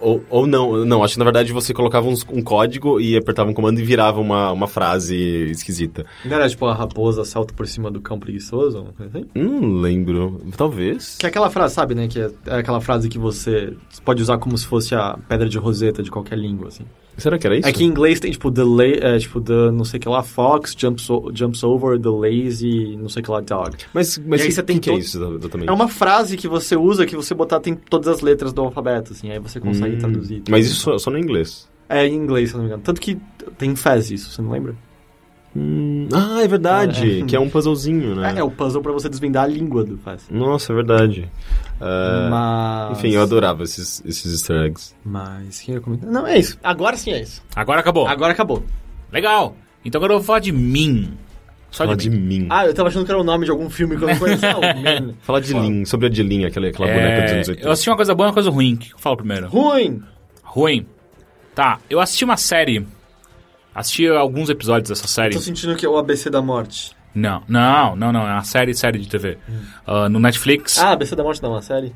Ou, ou não, não, acho que na verdade você colocava uns- um código e apertava um comando e virava uma, uma frase esquisita. Não era tipo a raposa salta por cima do cão preguiçoso? uma coisa assim? Não lembro, talvez. Que é aquela frase, sabe, né? Que é, é aquela frase que você pode usar como se fosse a pedra de roseta de qualquer língua, assim. Será que era isso? É que em inglês tem tipo the, la- é, tipo, the não sei o que lá, fox, jumps, o- jumps over, the lazy, não sei o que lá, dog. Mas, mas E aí que- você tem que, que é todo- isso exatamente? É uma frase que você usa que você botar tem todas as letras do alfabeto, assim. Aí você consegue Hum, traduzir. tá Mas isso só, só no inglês. É em inglês, se eu não me engano. Tanto que tem Fez isso, você não lembra? Hum, ah, é verdade. Que é um puzzlezinho, né? É, é o puzzle pra você desvendar a língua do fácil. Nossa, é verdade. É. Ah, Mas. Enfim, eu adorava esses, esses easter eggs. Mas, quem recomenda? Não, é isso. Agora sim é isso. Agora acabou. Agora acabou. Legal. Então agora eu vou falar de mim. Só Falar de, de mim. mim. Ah, eu tava achando que era o nome de algum filme que eu não conhecia. Não, Falar de Lin, sobre a de Lin, aquela, aquela boneca dos É, anos 80. eu assisti uma coisa boa e uma coisa ruim. O que eu falo primeiro? Ruim! Ruim. Tá, eu assisti uma série. Assisti alguns episódios dessa série. Tô sentindo que é o ABC da morte. Não, não, não, não. É uma série, série de TV. Ah, no Netflix, Hum. Ah, ABC da morte não, é uma série?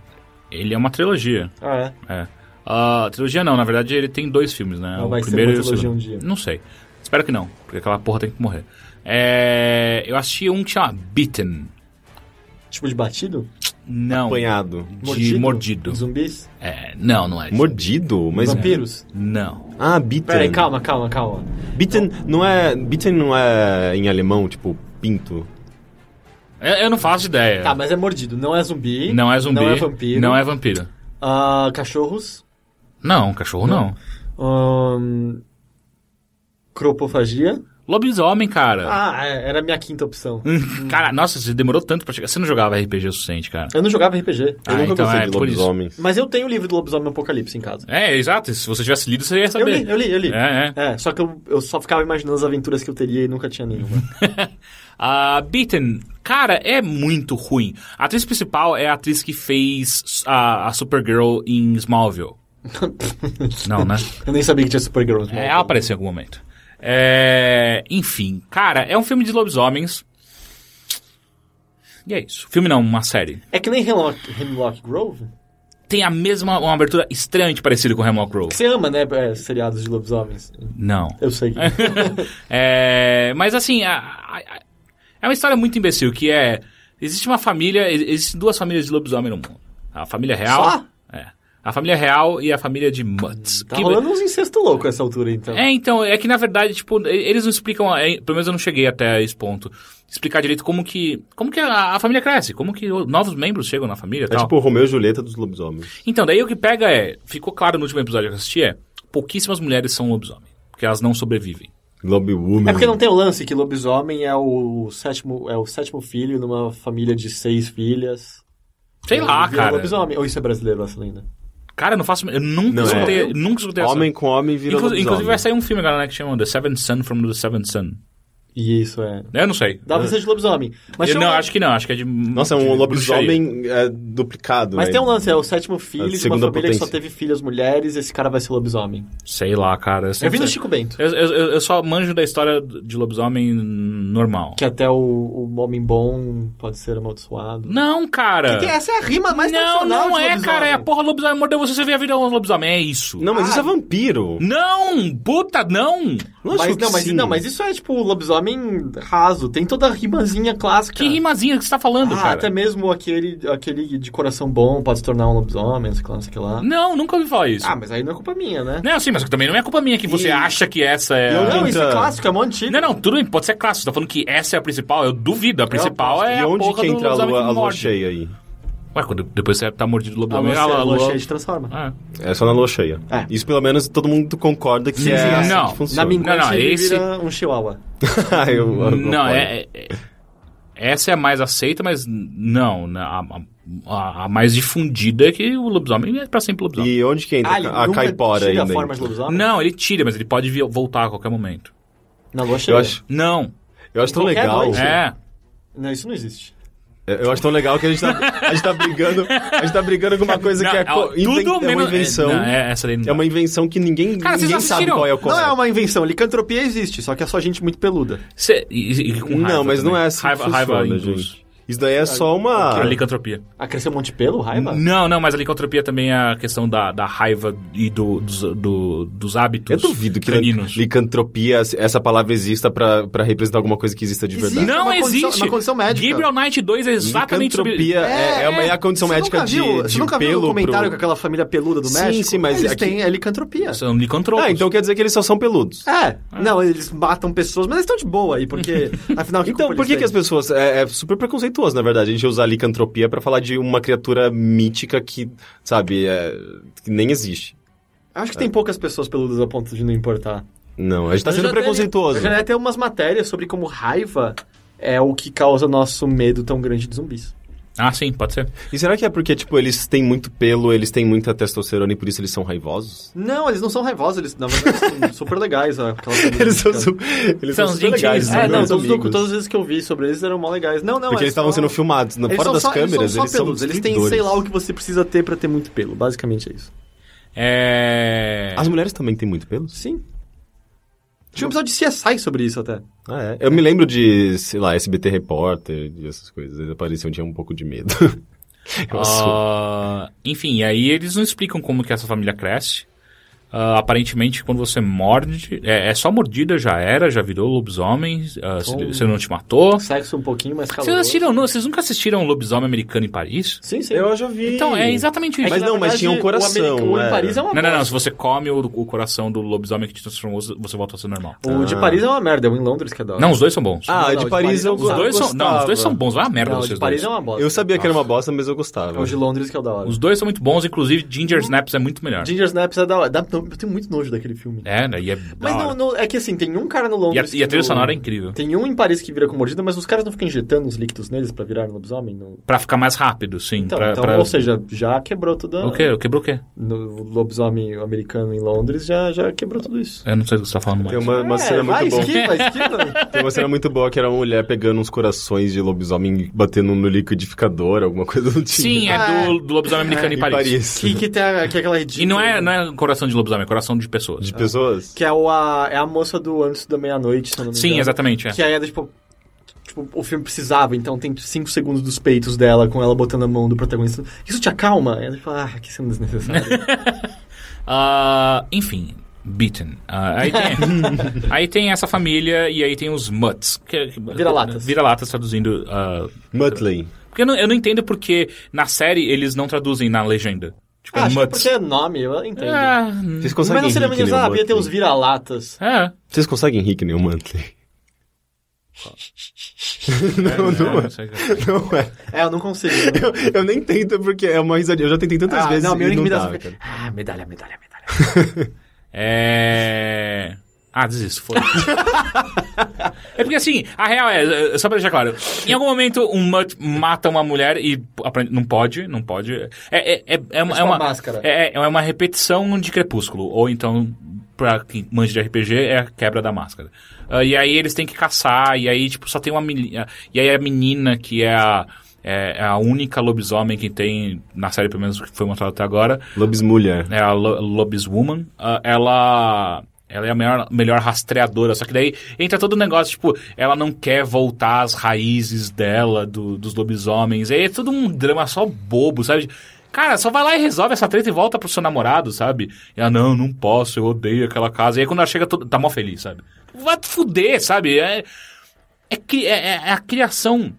ele é uma trilogia. Ah, é. É. Ah, trilogia não, na verdade ele tem dois filmes, né? Não o vai ser primeiro uma e o trilogia segundo. um dia. Não sei. Espero que não, porque aquela porra tem que morrer. É, eu assisti um que chama Beaten. Tipo de batido? Não. Apanhado. De um mordido. Zumbis? É, não, não é. isso. Mordido? Mas. Vampiros? Não. Ah, Bitten. Pera aí, calma, calma, calma. Bitten não é. Bitten não é em alemão, tipo, pinto. Eu, eu não faço ideia. Tá, mas é mordido. Não é zumbi. Não é zumbi. Não é vampiro. Não é vampiro. Ah, cachorros. Não, cachorro não. Ahn, cropofagia. Lobisomem, cara. Ah, é, era a minha quinta opção. Cara, nossa, você demorou tanto pra chegar. Você não jogava RPG o suficiente, cara. Eu não jogava RPG. Ah, Eu nunca então gostei é, de por isso. lobisomens. Mas eu tenho o livro do Lobisomem Apocalipse em casa. É, exato. Se você tivesse lido, você ia Eu saber. li, eu li, eu li. É, é. É, só que eu, eu só ficava imaginando as aventuras que eu teria e nunca tinha nenhuma. A Ah, Beaten, cara, é muito ruim. A atriz principal é a atriz que fez a, a Supergirl em Smallville. não, né? eu nem sabia que tinha né? Supergirl. no É, Smallville. ela apareceu em algum momento. É, enfim, cara, é um filme de lobisomens. E é isso. Filme não, uma série. É que nem Hemlock, Hemlock Grove. Tem a mesma, uma abertura extremamente parecida com Hemlock Grove. Você ama, né, é, seriados de lobisomens. Não. Eu sei que... É, mas assim, a- a- a- é uma história muito imbecil, que é... Existe uma família, ex- existem duas famílias de lobisomem no mundo. A família real... Só? É. A família real e a família de Mutz. Tá que- rolando uns incesto louco essa altura, então. É, então, é que na verdade, tipo, e- eles não explicam... é, pelo menos eu não cheguei até esse ponto. Explicar direito como que... Como que a, a família cresce, como que o- novos membros chegam na família e É tal. tipo o Romeu e Julieta dos lobisomens. Então, daí o que pega é... Ficou claro no último episódio que eu assisti, é... Pouquíssimas mulheres são lobisomem. Porque elas não sobrevivem. Lobbywoman. É porque não tem o lance que lobisomem é o sétimo, é o sétimo filho numa família de seis filhas. Sei lá, Ele vira cara. lobisomem. Ou isso é brasileiro essa lenda? Cara, eu não faço. Eu nunca Não, escutei, é. eu nunca escutei essa. Homem com homem vira Inclu- inclusive lobisomem. vai sair um filme agora, né, que chama The Seventh Sun from the Seventh Sun. E isso é. Eu não sei. Dá pra ser de lobisomem. Mas eu tem não, um- acho que não, acho que é de. Nossa, é de um bruxaria. lobisomem é, duplicado. Mas né? tem um lance, é o sétimo filho A de uma segunda família que só potência. teve filhas mulheres, esse cara vai ser lobisomem. Sei lá, cara. Eu vi sempre- no Chico Bento. Eu, eu- eu- eu só manjo da história de lobisomem normal. Que até o, o homem bom pode ser amaldiçoado. Não, cara. Essa é a rima mais não, tradicional não de é, lobisomem. cara. É a porra lobisomem mordeu você, você vê a vida de um lobisomem. É isso. Não, mas isso é vampiro. Não, puta, não. Lógico mas, que não, mas, sim. não, mas isso é tipo lobisomem raso. Tem toda a rimazinha clássica. Que rimazinha que você tá falando, Ah, cara? até mesmo aquele, aquele de coração bom pode se tornar um lobisomem, não sei o que lá, não sei o que lá. Não, nunca ouvi falar isso. Ah, mas aí não é culpa minha, né? Não, sim, mas também não é culpa minha que você E- acha que essa é. Eu a- Não, isso é Então- clássico, é mó antigo. Não, não, tudo bem, pode ser clássico. Você tá falando que essa é a principal? Eu duvido. A principal é E a onde porra que do entra a lobisomem que lua, a lua morde. cheia aí? Ué, quando, depois você tá mordido do A lobisomem. lua, ah, a lá, é lua lua- cheia te transforma. Ah. É só na lua cheia. É. Isso pelo menos todo mundo concorda que é sim, assim não. que Na funciona. minguante Não, não, ele esse- vira um chihuahua. Ah, eu- eu Não, concordo. é, é- é- Essa é a mais aceita, mas não. na- A, a- a mais difundida é que o lobisomem é pra sempre lobisomem. E onde que entra Ah, ele a- a nunca caipora aí? tira a dentro? forma de lobisomem? Não, ele tira, mas ele pode vi- voltar a qualquer momento. Na lua cheia. Eu acho, Não. eu acho tão Qualquer legal. noite. É. Não, isso não existe. Eu acho tão legal que a gente tá, a gente tá brigando. A gente tá brigando com uma coisa Não, que é, é co- inven- tudo é uma menos- invenção. é, não, É, é, essa daí não dá. uma invenção que ninguém, Cara, vocês ninguém sabe assistiram? qual é o correto. Não é uma invenção, licantropia existe, só que é só gente muito peluda. Cê- e- e com raiva Não, mas não também. é assim Raiva, que raiva funciona, induz. gente. Isso daí Ah, é só uma... A licantropia. Ah, cresceu um monte de pelo, raiva? Não, não, mas a licantropia também é a questão da, da raiva e do, dos, do- dos hábitos. Eu duvido que caninos. licantropia, essa palavra exista pra, pra representar alguma coisa que exista de verdade. Não É uma existe. condição- uma condição médica. Gabriel Knight 2 é exatamente sobre... Licantropia é, é uma, é a condição você médica nunca de, viu, de um Você nunca viu o um pelo documentário pro- com aquela família peluda do Sim, México? sim, mas Eles aqui- têm é licantropia. São licantropos. Ah, então quer dizer que eles só são peludos. É, não, eles matam pessoas, mas eles estão de boa aí, porque afinal que Então, culpa por que, eles que as têm? pessoas. É, é super preconceituoso, na verdade, a gente usar licantropia pra falar de uma criatura mítica que, sabe, é, que nem existe. É. Acho que tem poucas pessoas peludas a ponto de não importar. Não, a gente tá Eu sendo já dei- preconceituoso. Eu já dei até umas matérias sobre como raiva é o que causa nosso medo tão grande de zumbis. Ah, sim, pode ser. E será que é porque, tipo, eles têm muito pelo, eles têm muita testosterona e por isso eles são raivosos? Não, eles não são raivosos, eles na verdade são super legais. Aquelas Eles são, cara. su... eles são São super gentis, legais, né? são É, não, meus todos, amigos. todas as vezes que eu vi sobre eles eram mó legais. Não, não, Porque eles estavam sendo filmados, na- eles fora são das só- câmeras, eles são eles só são peludos. Eles têm sei lá o que você precisa ter pra ter muito pelo, basicamente é isso. É. As mulheres também têm muito pelos? Sim. Tinha um episódio de CSI sobre isso até. Ah, é. Eu me lembro de, sei lá, SBT Repórter e essas coisas. Eles apareciam, eu tinha um pouco de medo. Eu assumo. Ah, enfim, e aí eles não explicam como que essa família cresce. Ah, aparentemente, quando você morde, é, é só mordida, já era, já virou lobisomem, ah, se, Então- se não te matou. Sexo um pouquinho mais Vocês, caloroso. assistiram, não, vocês nunca assistiram um Lobisomem Americano em Paris? Sim, sim. Eu já vi. Então, é exatamente isso. Mas Na não, mas tinha um o coração, americano é. em Paris é Não, uma não, bosta. não. Se você come o, o coração do lobisomem que te transformou, você volta a ser normal. O de Ah. Paris é uma merda, é o em Londres que é da hora. Não, os dois são bons. Ah, Não, de, não, de Paris Paris eu eu os gostava. dois são, não, os dois são bons. Vai uma merda ah, Não, o vocês de Paris é dois. uma bosta. Eu sabia que era uma bosta, mas eu gostava. É o de Londres que é o da hora. Os dois são muito bons, inclusive Ginger Snaps é muito melhor. Ginger Snaps é da hora. Dá- não, eu tenho muito nojo daquele filme. É, né? E é Mas da hora. não, não, é que assim, tem um cara no E a, Londres... e a que trilha no- sonora é incrível. Tem um em Paris que vira com mordida, mas os caras não ficam injetando os líquidos neles pra virar lobisomem? No... Pra ficar mais rápido, sim. Então, pra, então, pra- ou seja, já quebrou tudo. a- O quê? Quebrou o quê? No lobisomem americano em Londres já, já quebrou tudo isso. Eu não sei do que você tá falando mais. Tem É, uma, uma cena muito boa. esquiva. né? Tem uma cena muito boa que era uma mulher pegando uns corações de lobisomem e batendo no liquidificador, alguma coisa do tipo. Sim, é Ah, do, do lobisomem americano em em Paris. Paris. que, que, tem a- que é aquela ridícula. E não é, não é coração de lobisomem, é coração de pessoas. De pessoas? Que é, o, a, é a moça do Antes da Meia-Noite, se eu não me Sim, engano. exatamente. É. Que aí é tipo... Tipo, o filme precisava, então tem 5 segundos dos peitos dela com ela botando a mão do protagonista. Isso te acalma? Aí ela fala, ah, que cena desnecessária. Ah, enfim, Beaten. Ah, aí, tem, aí tem essa família e aí tem os Mutts. que- que- Vira-latas. Vira-latas traduzindo. ah, Muttley. porque eu não, eu não entendo porque na série eles não traduzem na legenda. Tipo, ah, acho que Mutts. porque é nome, eu entendo. Ah, Vocês Mas conseguem não seria rir que menos, nem um o ah, havia ter os Muttley? vira-latas. é. Vocês conseguem rir que nem o Muttley? Não, é, não. Não é. É, eu não consigo. não. Eu, eu nem tento porque é uma risadinha. Eu já tentei tantas Ah, vezes não, minha e única não imitação dava, foi- cara. Ah, medalha, medalha, medalha. É. Ah, desisto, foi. é porque assim, a real é, é, só pra deixar claro, em algum momento um mutt mata uma mulher e aprende- não pode, não pode. É, é, é, é uma, Mas é, com a uma, máscara. é, é uma repetição de crepúsculo, ou então, pra quem manja de RPG, é a quebra da máscara. Ah, e aí eles têm que caçar, e aí, tipo, só tem uma menina. E aí a menina que é a. É é a única lobisomem que tem, na série pelo menos que foi mostrado até agora, Lobismulher. é a Lo- Lobiswoman, ah, ela. Ela é a melhor, melhor rastreadora, só que daí entra todo o negócio, tipo, ela não quer voltar às raízes dela, do- dos lobisomens. Aí é todo um drama só bobo, sabe? Cara, só vai lá e resolve essa treta e volta pro seu namorado, sabe? E ela, não, não posso, eu odeio aquela casa. E aí quando ela chega, todo- tá mó feliz, sabe? Vai te fuder, sabe? É, é, cri- é, é- é a criação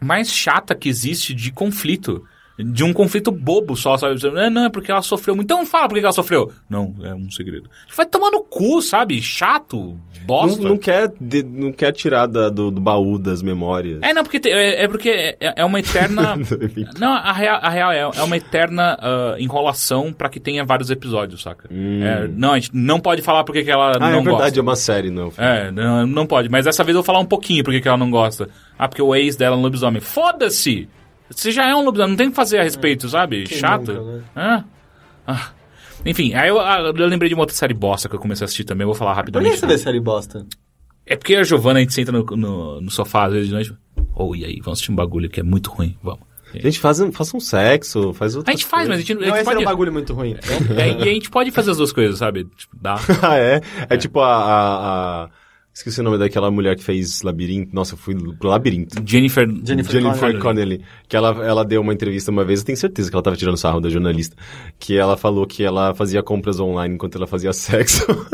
mais chata que existe de conflito. De um conflito bobo só, sabe? Você, Não, não, é porque ela sofreu muito. Então fala por que que ela sofreu. Não, é um segredo. Vai tomar no cu, sabe? Chato, Não, bosta. não quer, de- não quer tirar da- do, do baú das memórias. É, não, porque te- é, é porque é, é uma eterna. não, a real, a real é, é uma eterna ah, enrolação pra que tenha vários episódios, saca? É, não, a gente não pode falar porque que ela Hum. Ah, não é gosta. verdade, é uma série, não. É, não, não pode. Mas dessa vez eu vou falar um pouquinho porque que ela não gosta. Ah, porque o ex dela é um lobisomem. Foda-se! Você já é um lobisomem, não tem o que fazer a respeito, sabe? Hum, Quem Chato. nunca, né? Ah. Ah. Enfim, aí eu, ah, eu lembrei de uma outra série bosta que eu comecei a assistir também, eu vou falar Por que rapidamente. você vê série bosta? É porque a Giovana, a gente senta no, no, no sofá às vezes de noite. Ou, e aí, vamos assistir um bagulho que é muito ruim, vamos. Gente, faz, um- faça um sexo, faz outra A gente faz, mas a gente, a Não, gente esse pode... é um bagulho muito ruim. é, e a gente pode fazer as duas coisas, sabe? Tipo, dá. Ah, é? É tipo a, a- a- Esqueci o nome daquela mulher que fez Labirinto. Nossa, eu fui pro Labirinto. Jennifer... Jennifer Jennifer Connelly. Connelly. Que ela, ela deu uma entrevista uma vez, eu tenho certeza que ela tava tirando sarro da jornalista. Que ela falou que ela fazia compras online enquanto ela fazia sexo.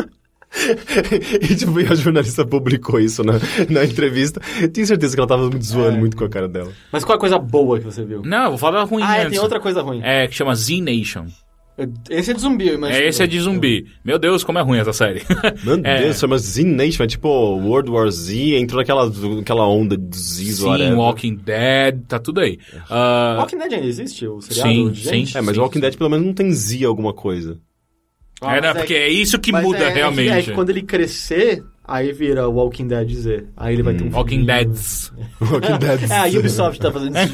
e tipo, e a jornalista publicou isso na, na entrevista. Eu Tenho certeza que ela tava muito É. zoando muito com a cara dela. Mas qual é a coisa boa que você viu? Não, eu vou falar da ruim Ah, é, antes. tem outra coisa ruim. É, que chama Z-Nation. Esse é de zumbi, eu imagino. É, esse é de zumbi. Meu Deus, como é ruim essa série. Meu É. Deus, chama Z Nation, é tipo World War Z, entrou naquela, naquela onda de Z, Sim, whatever. Walking Dead, tá tudo aí. Ah, Walking Dead ainda existe, o seriado Sim, de gente? sim. É, mas Sim, Walking sim. Dead pelo menos não tem Z alguma coisa. é, Ah, mas não, é porque que- é isso que Mas muda é, é realmente. É, que quando ele crescer, aí vira Walking Dead Z. Aí ele vai ter um Hum, Walking filhinho. Deads. Walking Dead. É, a Ubisoft tá fazendo isso.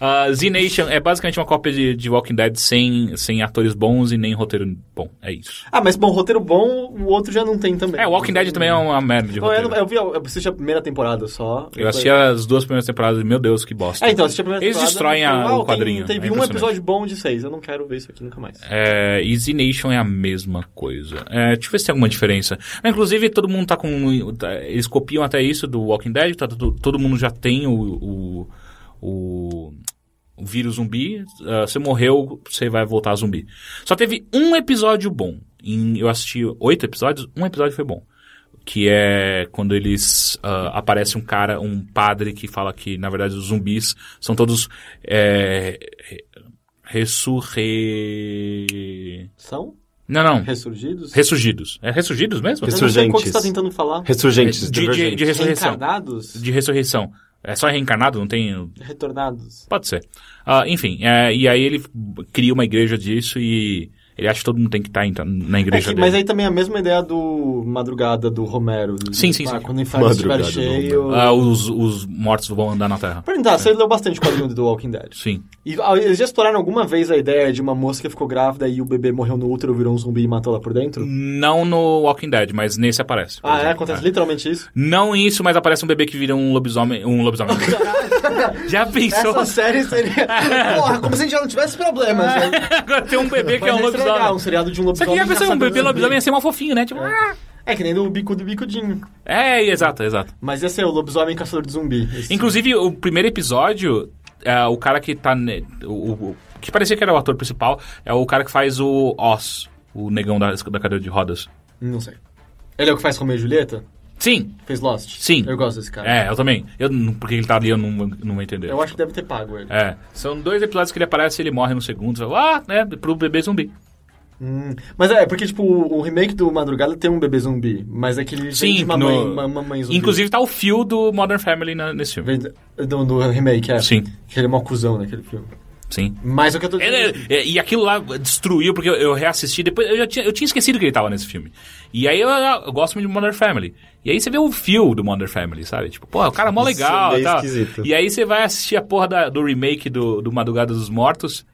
Ah, Z Nation é basicamente uma cópia de, de Walking Dead sem, sem atores bons e nem roteiro bom. É isso. ah, mas bom, roteiro bom, o outro já não tem também. É, Walking Dead também é uma merda de Não, eu, roteiro. não- eu vi, eu assisti a primeira temporada só. Eu assisti as duas primeiras temporadas e, meu Deus, que bosta. É, então, assisti a primeira Eles temporada. destroem a- uau, o quadrinho. Tem, É teve um impressionante. episódio bom de seis. Eu não quero ver isso aqui nunca mais. É, e Z Nation é a mesma coisa. É, deixa eu ver se tem alguma diferença. Ah, Inclusive, todo mundo tá com. tá- Eles copiam até isso do Walking Dead, tá, todo, todo mundo já tem o. o, o- o vírus zumbi. Ah, você morreu, você vai voltar zumbi. Só teve um episódio bom. Em- eu assisti oito episódios, um episódio foi bom. Que é quando eles. ah, aparece um cara, um padre que fala que, na verdade, os zumbis são todos. é, re- ressurre. São Não, não. ressurgidos? Ressurgidos. É ressurgidos mesmo? Eu não sei qual que você tá Ressurgentes. tentando falar. Ressurgentes, De- de- Divergentes. de- Ressurreição. Reencarnados? De ressurreição. É só reencarnado? Não tem. Retornados? Pode ser. Ah, enfim, é, e aí ele cria uma igreja disso e ele acha que todo mundo tem que estar então, na É igreja que- dele. mas aí também é a mesma ideia do Madrugada do Romero. Sim, sim, sim. Ah, Quando o inferno estiver Madrugada do cheio. Ah, os, os mortos vão andar na terra. Perguntar, você leu bastante quadrinho do The Walking Dead? Sim. E ah, eles já exploraram alguma vez a ideia de uma moça que ficou grávida e o bebê morreu no útero, virou um zumbi e matou ela por dentro? Não no Walking Dead, mas nesse aparece. por Ah, é? exemplo. Acontece literalmente isso? Não isso, mas aparece um bebê que vira um lobisomem. Um lobisomem. Já pensou? Essa série seria. Porra, como se a gente já não tivesse problemas. né? Agora tem um bebê que é um Mas ia ser legal, um lobisomem. seriado de um Só lobisomem. que já pensou, um caçador de bebê zumbi. lobisomem ia ser mal fofinho, né? Tipo, ah. É que nem do bico do bicudinho. É, exato, exato. Mas ia ser o lobisomem caçador de zumbi. Esse- Inclusive, o primeiro episódio, é, o cara que tá. ne- O, o- o- que parecia que era o ator principal, é o cara que faz o Oz, o negão da, da cadeira de rodas. Não sei. Ele é o que faz Romeo e Julieta? Sim, Fez Lost? Sim. Eu gosto desse cara. é, eu também. Eu, não- porque ele tá ali, eu não, não vou entender. Eu acho que deve ter pago ele. É, são dois episódios que ele aparece e ele morre no segundo. Você fala, ah, né, pro bebê zumbi. Hum, Mas é, porque, tipo, o o remake do Madrugada tem um bebê zumbi, mas é que ele vem de uma, no- mãe, uma, uma mãe zumbi. Inclusive tá o fio do Modern Family na- nesse filme. Vem do, do remake, é. Sim. Que ele é mó cuzão naquele filme. Sim. Mas o que eu tô dizendo... Ele- é, e aquilo lá destruiu, porque eu, eu reassisti depois. Eu, já tinha, eu tinha esquecido que ele tava nesse filme. E aí eu, eu gosto muito de Modern Family. E aí você vê o fio do Modern Family, sabe? Tipo, pô, o cara é mó Isso legal. é meio tal. esquisito. E aí você vai assistir a porra da- do remake do, do Madrugada dos Mortos.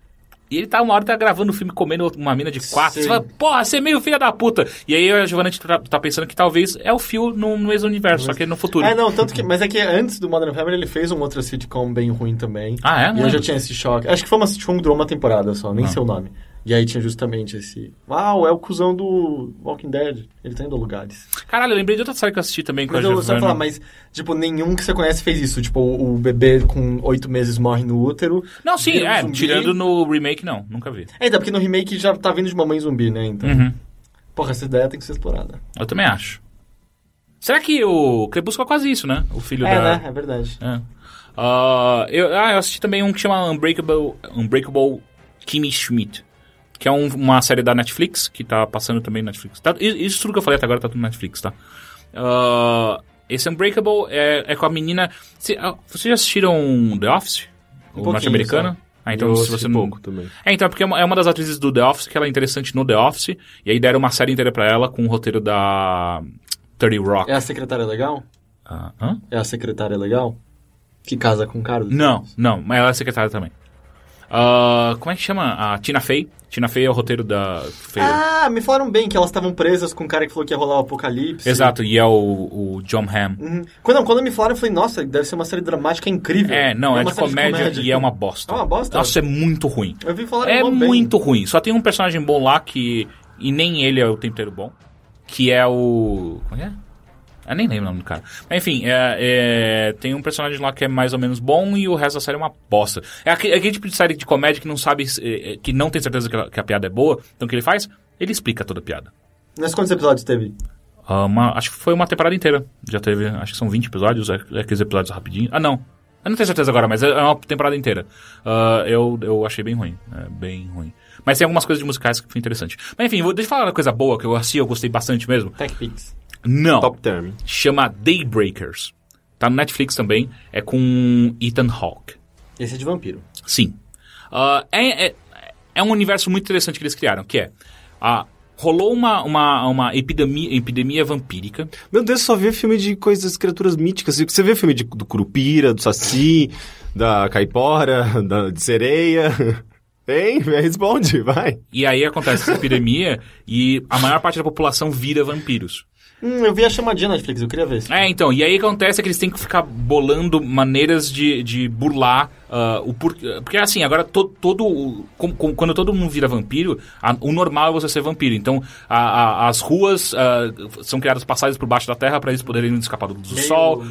E ele tá uma hora tá gravando o filme comendo uma mina de quatro. Sim. Você fala, porra, você é meio filha da puta. E aí eu e a Giovanna a gente tá, tá pensando que talvez é o fio no, no mesmo universo, só que no futuro. É, não, tanto que... Mas é que antes do Modern Family ele fez um outro sitcom bem ruim também. Ah, é? Não E eu lembro. Ah. já tinha esse choque. Acho que foi uma sitcom que durou uma temporada só, nem sei o nome. E aí tinha justamente esse... Uau, é o cuzão do Walking Dead. Ele tá indo a lugares. Caralho, eu lembrei de outra série que eu assisti também com Mas a eu, Giovanna. só pra falar, mas, tipo, nenhum que você conhece fez isso. Tipo, o, o bebê com oito meses morre no útero. Não, sim, vira um é, zumbi. tirando no remake, não, nunca vi. É, então, porque no remake já tá vindo de mamãe zumbi, né? Então, Uhum. porra, essa ideia tem que ser explorada. Eu também acho. Será que o Crepúsculo é quase isso, né? O filho É, da. né? É verdade. É. Ah, eu, ah, eu assisti também um que chama Unbreakable, Unbreakable Kimmy Schmidt. Que é um- uma série da Netflix, que tá passando também na Netflix. Tá- i- isso tudo que eu falei até agora tá tudo na Netflix, tá? Ah, esse Unbreakable é, é com a menina. se- ah, vocês já assistiram The Office? o pouquinho, norte-americano? Ah, então Um é. Eu se assisti você não- pouco também. é, então, é porque é uma, é uma das atrizes do The Office, que ela é interessante no The Office, e aí deram uma série inteira pra ela com o roteiro da 30 Rock. É a secretária legal? Ah, hã? É a secretária legal? Que casa com o Carlos? Não, não, mas ela é secretária também. Ah, como é que chama? A Tina Fey. Tina Fey é o roteiro da... Fey. Ah, me falaram bem que elas estavam presas com o cara que falou que ia rolar o apocalipse. Exato, e é o, o John Hamm. Uhum. Quando, quando me falaram, eu falei, nossa, deve ser uma série dramática incrível. É, não, é, de, uma série comédia e é uma bosta. É uma bosta? Nossa, é muito ruim. Eu vi falar É muito ruim. Só tem um personagem bom lá que... E nem ele é o tempo inteiro bom. Que é o... Como é? Eu nem lembro o nome do cara. Mas, enfim, é, é, tem um personagem lá que é mais ou menos bom e o resto da série é uma bosta. É aque- é aquele, tipo de série de comédia que não sabe... se- é, é, Que não tem certeza que a, que a piada é boa. Então o que ele faz? Ele explica toda a piada. Mas quantos episódios teve? Ah, uma- acho que foi uma temporada inteira. Já teve, acho que são 20 episódios, é, é aqueles episódios rapidinho. Ah, não. Eu não tenho certeza agora, mas é é uma temporada inteira. Ah, eu, eu achei bem ruim. É, bem ruim. Mas tem algumas coisas de musicais que foi interessante. Mas enfim, vou, deixa eu falar uma coisa boa que eu assisti, eu gostei bastante mesmo. Tech Pix. Não. Top Term. Chama Daybreakers. Tá no Netflix também. É com Ethan Hawke. Esse é de vampiro. Sim. Ah, é, é, é um universo muito interessante que eles criaram, que é... Ah, rolou uma, uma, uma epidemia, epidemia vampírica. Meu Deus, só vê filme de coisas, criaturas míticas. Você vê filme de- do Curupira, do Saci, da Caipora, da, de Sereia. Tem? Me responde, vai. E aí acontece essa epidemia e a maior parte da população vira vampiros. Hum, eu vi a chamadinha na Netflix, eu queria ver. É, então, e aí acontece que eles têm que ficar bolando maneiras de, de burlar ah, o por... Porque assim, agora to- todo. o- com- com- quando todo mundo vira vampiro, a- o normal é você ser vampiro. Então, a- a- as ruas ah, são criadas passagens por baixo da terra para eles poderem escapar do, do sol.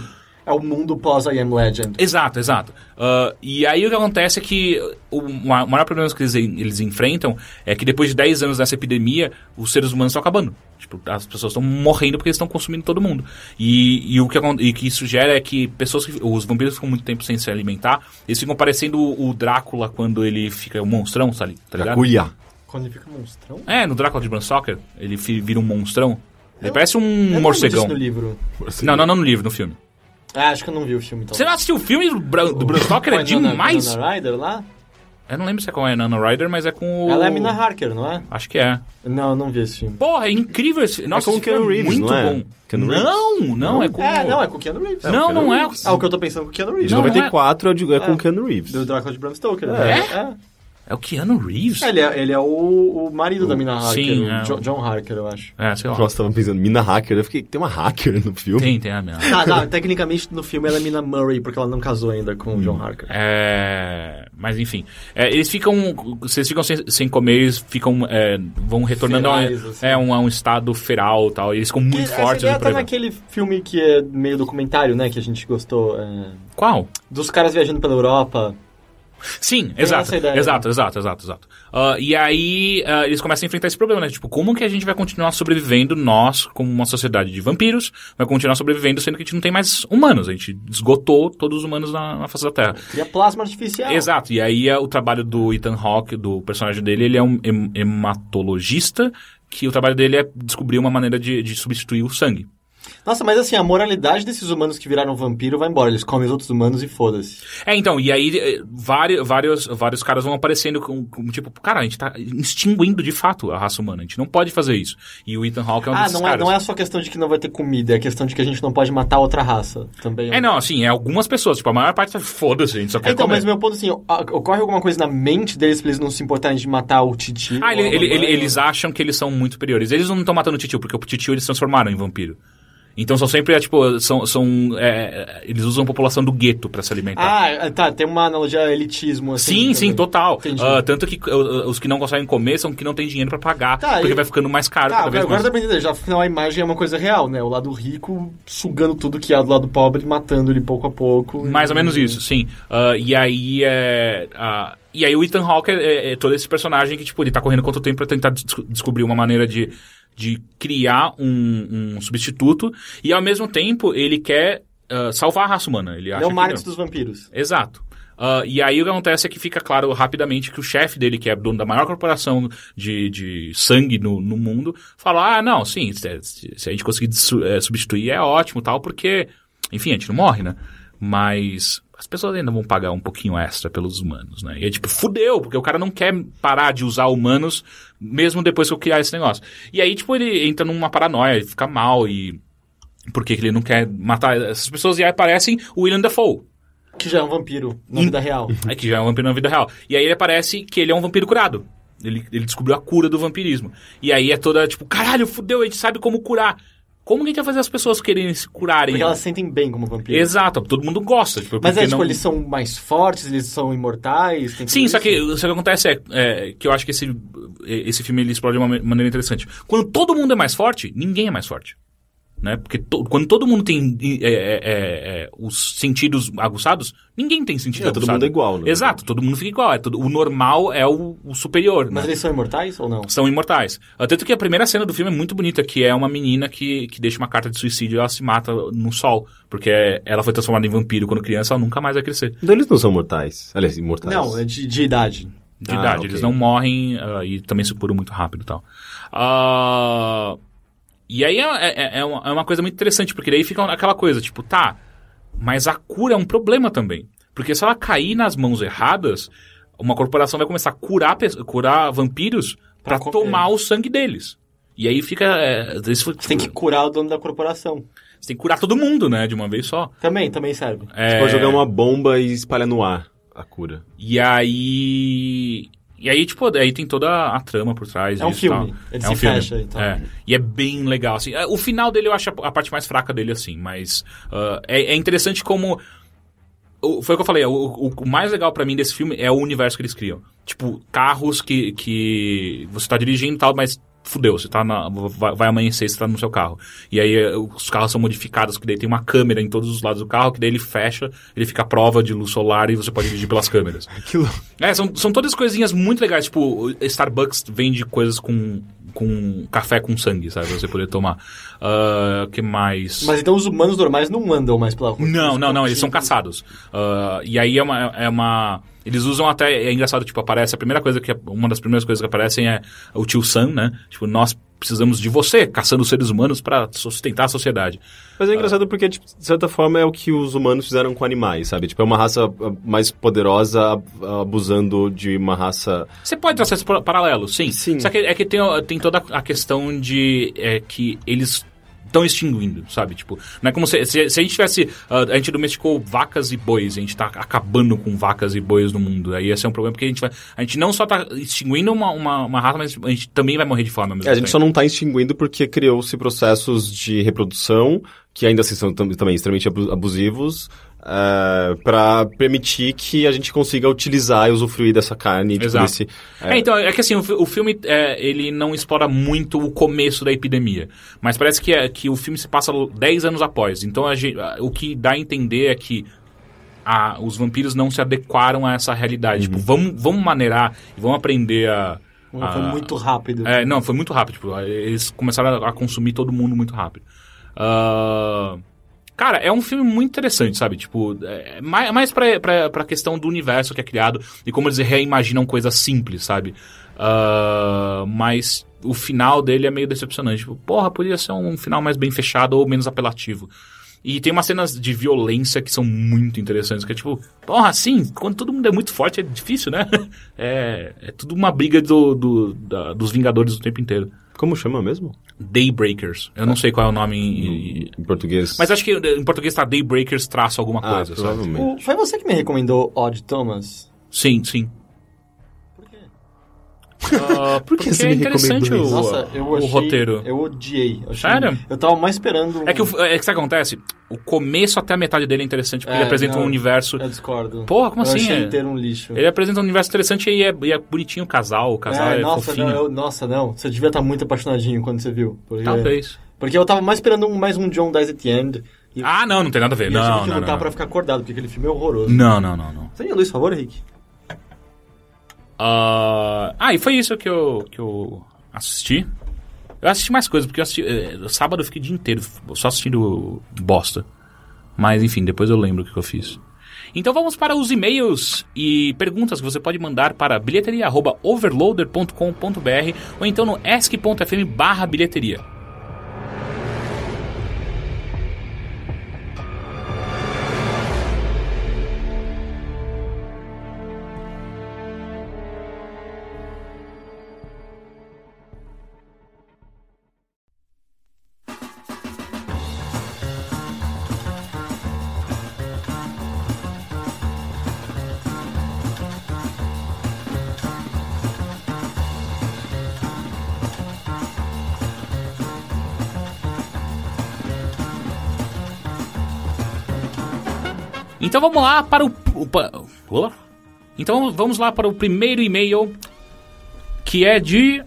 É o mundo pós I Am Legend. Exato, exato. Ah, e aí o que acontece é que o ma- o maior problema que eles, en- eles enfrentam é que depois de 10 anos dessa epidemia, os seres humanos estão acabando. Tipo, as pessoas estão morrendo porque eles estão consumindo todo mundo. E, e o que, acon- e que isso gera é que pessoas que, os vampiros ficam muito tempo sem se alimentar, eles ficam parecendo o, o Drácula quando ele fica o monstrão, sabe? Tá ligado? Dracuia. Quando ele fica monstrão? É, no Drácula de Bram Stoker, ele fi- vira um monstrão. Ele parece um Eu não lembro disso morcegão. no livro. Assim, Não, não, não no livro, no filme. Ah, acho que eu não vi o filme, então. Você não assistiu o filme do Bram, do Bram Stoker? Com É a Winona- demais! Winona Ryder lá? Eu não lembro se é com a Nana Ryder, mas é com o... Ela é a Mina Harker, não é? Acho que é. Não, eu não vi esse filme. Porra, é incrível esse... Nossa, com esse o Keanu filme é Reeves, muito não é? bom. Keanu Reeves? não, não, é com... É, não, é com o Keanu Reeves. Não, Keanu não é. Reeves. Ah, o que eu tô pensando com o Keanu Reeves. De Não, 94 é, de, é com o Keanu Reeves. Do Drácula de Bram Stoker. É? né? É o Keanu Reeves? É. Ele é, ele é o, o marido da Mina Harker. Sim, o é. Jo- John Harker, eu acho. É, sei lá. Nossa, tava pensando, mina hacker. Eu fiquei, tem uma hacker no filme? Tem, tem a minha. Ah, não, tecnicamente no filme ela é Mina Murray, porque ela não casou ainda com o Hum. John Harker. É, mas enfim, É, eles ficam, vocês ficam sem, sem comer, eles ficam, é, vão retornando Ferais, a, assim. é, um, a um estado feral, e tal. Eles ficam muito Essa fortes. ideia no tá programa. naquele filme que é meio documentário, né? Que a gente gostou. é, Qual? dos caras viajando pela Europa. Sim, exato, essa ideia, né? exato, exato, exato, exato. Ah, e aí ah, eles começam a enfrentar esse problema, né? Tipo, como que a gente vai continuar sobrevivendo, nós, como uma sociedade de vampiros, vai continuar sobrevivendo sendo que a gente não tem mais humanos, a gente esgotou todos os humanos na, na face da Terra. E a é plasma artificial. Exato, e aí ah, o trabalho do Ethan Hawke, do personagem dele, ele é um hem- hematologista, que o trabalho dele é descobrir uma maneira de, de substituir o sangue. Nossa, mas assim, a moralidade desses humanos que viraram vampiro vai embora. Eles comem os outros humanos e foda-se. É, então, e aí eh, vários, vários, vários caras vão aparecendo com, com, tipo, cara, a gente tá extinguindo de fato a raça humana, a gente não pode fazer isso. E o Ethan Hawke é um ah, desses não é, caras. não é só questão de que não vai ter comida, é questão de que a gente não pode matar outra raça também. É, não, assim, é algumas pessoas, tipo, a maior parte tá foda-se, a gente só quer Então, comer. mas meu ponto assim, o- a- ocorre alguma coisa na mente deles pra eles não se importarem de matar o Titi? Ah, ou ele- a ele- mamãe, ele- ou- eles acham que eles são muito superiores. Eles não estão matando o Titio, porque o Titio eles transformaram em vampiro. Então são sempre, é, tipo, são. são é, eles usam a população do gueto pra se alimentar. Ah, tá, tem uma analogia a elitismo assim. Sim, sim, também. total. Entendi. Ah, tanto que ah, os que não conseguem comer são que não têm dinheiro pra pagar, Tá, porque e- vai ficando mais caro Tá, cada vez agora mais. dá pra entender, já afinal a imagem é uma coisa real, né? O lado rico sugando tudo que há do lado pobre, matando ele pouco a pouco. Mais ou menos isso, sim. Ah, e aí é. ah, e aí o Ethan Hawke é, é todo esse personagem que, tipo, ele tá correndo contra o tempo pra tentar des- descobrir uma maneira de, de criar um, um substituto. E ao mesmo tempo ele quer ah, salvar a raça humana. Ele acha É o que Marx não. dos vampiros. Exato. Ah, e aí o que acontece é que fica claro rapidamente que o chefe dele, que é dono da maior corporação de, de sangue no, no mundo, fala, ah, não, sim, se, se a gente conseguir su- eh, substituir é ótimo tal, porque, enfim, a gente não morre, né? Mas as pessoas ainda vão pagar um pouquinho extra pelos humanos, né? E é tipo, fudeu, porque o cara não quer parar de usar humanos mesmo depois que eu criar esse negócio. E aí, tipo, ele entra numa paranoia, ele fica mal e... Por que que ele não quer matar essas pessoas? E aí aparecem o William Dafoe. Que já é um vampiro na vida real. É que já é um vampiro na vida real. E aí ele aparece que ele é um vampiro curado. Ele, ele descobriu a cura do vampirismo. E aí é toda tipo, caralho, fudeu, a gente sabe como curar. Como que a gente vai fazer as pessoas quererem se curarem? Porque elas sentem bem como vampiros. Exato, todo mundo gosta. Tipo, Mas porque é tipo, não- eles são mais fortes, eles são imortais. tem tudo Sim, só isso? que, só que o que acontece é, é que eu acho que esse, é, esse filme ele explode de uma maneira interessante. Quando todo mundo é mais forte, ninguém é mais forte. Né? Porque to- quando todo mundo tem é, é, é, é, os sentidos aguçados, ninguém tem sentido É, todo aguçado. mundo é igual, né? Exato, todo mundo fica igual. É todo- o normal é o, o superior. Mas né? eles são imortais ou não? são imortais. Ah, Tanto que a primeira cena do filme é muito bonita, que é uma menina que, que deixa uma carta de suicídio e ela se mata no sol, porque é, ela foi transformada em vampiro quando criança, ela nunca mais vai crescer. Então eles não são mortais. Aliás, imortais. Não, é de, de idade. De Ah, idade, ok. eles não morrem ah, e também se curam muito rápido e tal. Ah, e aí é, é- é uma, é uma coisa muito interessante, porque daí fica aquela coisa, tipo, tá, mas a cura é um problema também. Porque se ela cair nas mãos erradas, uma corporação vai começar a curar, pe- curar vampiros pra comer. tomar o sangue deles. E aí fica. É, eles, é. Você tem que curar o dono da corporação. você tem que curar todo mundo, né? De uma vez só. Também, também serve. É, Pode jogar uma bomba e espalhar no ar a cura. E aí. E aí, tipo, aí tem toda a trama por trás. É um disso e filme. tal. Ele é se um filme. fecha então. e tal. É. E é bem legal, assim. É, O final dele eu acho a a parte mais fraca dele, assim, mas ah, é, é interessante como. o- Foi o que eu falei, o, o- o mais legal pra mim desse filme é o universo que eles criam. Tipo, carros que, que você tá dirigindo e tal, mas fudeu, você tá na, vai, vai amanhecer, você tá no seu carro. E aí eh, os carros são modificados, que daí tem uma câmera em todos os lados do carro, que daí ele fecha, ele fica à prova de luz solar e você pode dirigir pelas câmeras. É, são, são todas coisinhas muito legais. Tipo, o Starbucks vende coisas com, com café com sangue, sabe? Pra você poder tomar. Ah, que mais? Mas é então os humanos normais não andam mais pela rua. Não, não, não. Eles são cachorros. caçados. Ah, e aí é uma, é uma... Eles usam até... É engraçado, tipo, aparece... A primeira coisa que... Uma das primeiras coisas que aparecem é o tio Sam, né? Tipo, nós precisamos de você, caçando seres humanos pra sustentar a sociedade. Mas é engraçado porque, tipo, de certa forma, é o que os humanos fizeram com animais, sabe? Tipo, é uma raça ah, mais poderosa ab- abusando de uma raça... Você pode traçar esse paralelo, sim. Sim. Só que é que tem, tem toda a questão de é, que eles estão extinguindo, sabe? Tipo, não é como se, se, se a gente tivesse... ah, a gente domesticou vacas e bois, a gente tá acabando com vacas e bois no mundo. Aí esse é um problema, porque a gente, vai, a gente não só tá extinguindo uma, uma, uma raça, mas a gente também vai morrer de fome ao mesmo É, a tempo. gente só não tá extinguindo porque criou-se processos de reprodução, que ainda assim são tam- também extremamente abu- abusivos, para permitir que a gente consiga utilizar e usufruir dessa carne, tipo, Exato. desse... É, então, é que assim, o, fi- o filme, é, ele não explora muito o começo da epidemia. Mas parece que, é, que o filme se passa 10 anos após. Então, a gen- a- o que dá a entender é que a- os vampiros não se adequaram a essa realidade. Tipo, vamos, vamos maneirar e vamos aprender a... Foi a- muito rápido. Ah. é, não, foi muito rápido. Tipo, eles começaram a, a consumir todo mundo muito rápido. Ah, cara, é um filme muito interessante, sabe? Tipo, é, mais, mais pra, pra, pra questão do universo que é criado e como eles reimaginam coisas simples, sabe? Ah, mas o final dele é meio decepcionante. Tipo, porra, podia ser um final mais bem fechado ou menos apelativo. E tem umas cenas de violência que são muito interessantes, que é tipo, porra, assim, quando todo mundo é muito forte é difícil, né? É, é tudo uma briga do, do- da- dos Vingadores o tempo inteiro. Como chama mesmo? Daybreakers. Eu Ah. não sei qual é o nome em, em- Em português. mas acho que em português tá Daybreakers traço alguma ah, coisa, sabe? provavelmente. O- foi você que me recomendou Odd Thomas? Sim, sim. Por quê? Ah, porque você é me interessante recomendou o, isso? Nossa, eu o achei, roteiro. Eu odiei. Eu achei- Sério? Eu tava mais esperando. um- É que, o, é que sabe o que acontece? O começo até a metade dele é interessante, porque É, ele apresenta não. um universo... Eu discordo. Porra, como eu assim? Achei É- inteiro um lixo. Ele apresenta um universo interessante e é, e é bonitinho o casal, o casal é, É, nossa, fofinho. não, eu- nossa, não. Você devia estar muito apaixonadinho quando você viu. Porque, Talvez. porque eu tava mais esperando um- mais um John Dies at the End. E eu- Ah, não, não tem nada a ver. e eu tive Não, que não, lutar não. pra Não, ficar acordado, porque aquele filme é horroroso. não, não, não. não. Você tem luz, por favor, Henrique? Ah, ah, e foi isso que eu, que eu assisti. Eu assisti mais coisas, porque eu assisti. eh, sábado eu fiquei o dia inteiro só assistindo bosta. Mas enfim, depois eu lembro o que eu fiz. Então vamos para os e-mails e perguntas que você pode mandar para bilheteria.overloader.com.br ou então no ask.fm barra bilheteria. Então vamos lá para o. o pa- olá? Então vamos lá para o primeiro e-mail que é de.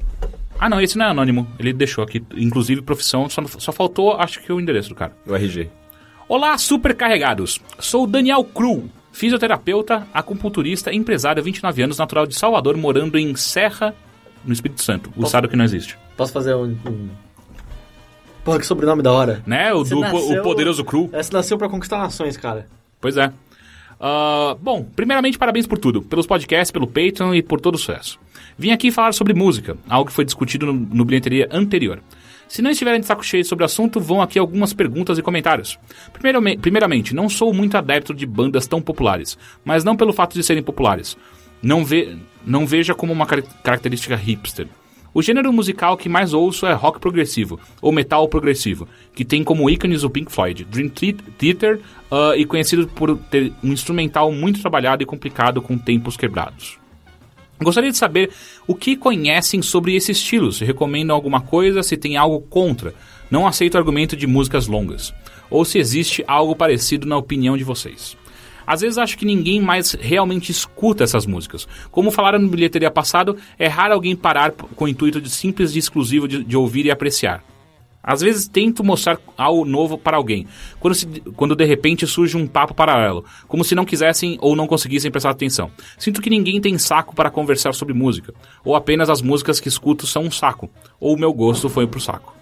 Ah não, esse não é anônimo. Ele deixou aqui, inclusive profissão, só, só faltou acho que o endereço do cara. O RG. Olá, supercarregados! Sou Daniel Cru, fisioterapeuta, acupunturista, empresário, 29 anos, natural de Salvador, morando em Serra, no Espírito Santo, o estado que não existe. Posso fazer um. um... Porra, que sobrenome da hora. Né? O, Você do, nasceu- o poderoso Cru. Essa nasceu pra conquistar nações, cara. Pois é. Ah, bom, primeiramente, parabéns por tudo, pelos podcasts, pelo Patreon e por todo o sucesso. Vim aqui falar sobre música, algo que foi discutido no, no bilheteria anterior. Se não estiverem de saco cheio sobre o assunto, vão aqui algumas perguntas e comentários. Primeirame- Primeiramente, não sou muito adepto de bandas tão populares, mas não pelo fato de serem populares. Não, ve não veja como uma car- característica hipster. O gênero musical que mais ouço é rock progressivo, ou metal progressivo, que tem como ícones o Pink Floyd, Dream Thea- Theater ah, e conhecido por ter um instrumental muito trabalhado e complicado com tempos quebrados. Gostaria de saber o que conhecem sobre esse estilo, se recomendam alguma coisa, se tem algo contra. Não aceito argumento de músicas longas. Ou se existe algo parecido na opinião de vocês. Às vezes acho que ninguém mais realmente escuta essas músicas. Como falaram no bilheteria passado, é raro alguém parar p- com o intuito de simples e exclusivo de- de ouvir e apreciar. Às vezes tento mostrar algo novo para alguém, quando, se- quando de repente surge um papo paralelo, como se não quisessem ou não conseguissem prestar atenção. Sinto que ninguém tem saco para conversar sobre música, ou apenas as músicas que escuto são um saco, ou o meu gosto foi pro saco.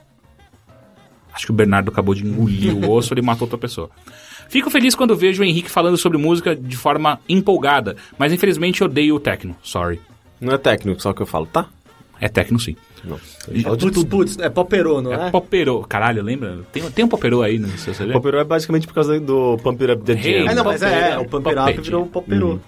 Acho que o Bernardo acabou de engolir o osso, ele matou outra pessoa. Fico feliz quando vejo o Henrique falando sobre música de forma empolgada, mas infelizmente odeio o techno. Sorry. Não é técnico, só que eu falo, tá? É techno sim. Não. Putz, putz, é popperô, não É né? é? poperô. Caralho, lembra? Tem, tem um poperô aí no seu CD? Popero é basicamente por causa do Pump It Up The Hey. Jam. Ah, não, mas é, é, o Popper, Pumper é. Up um virou o popperô.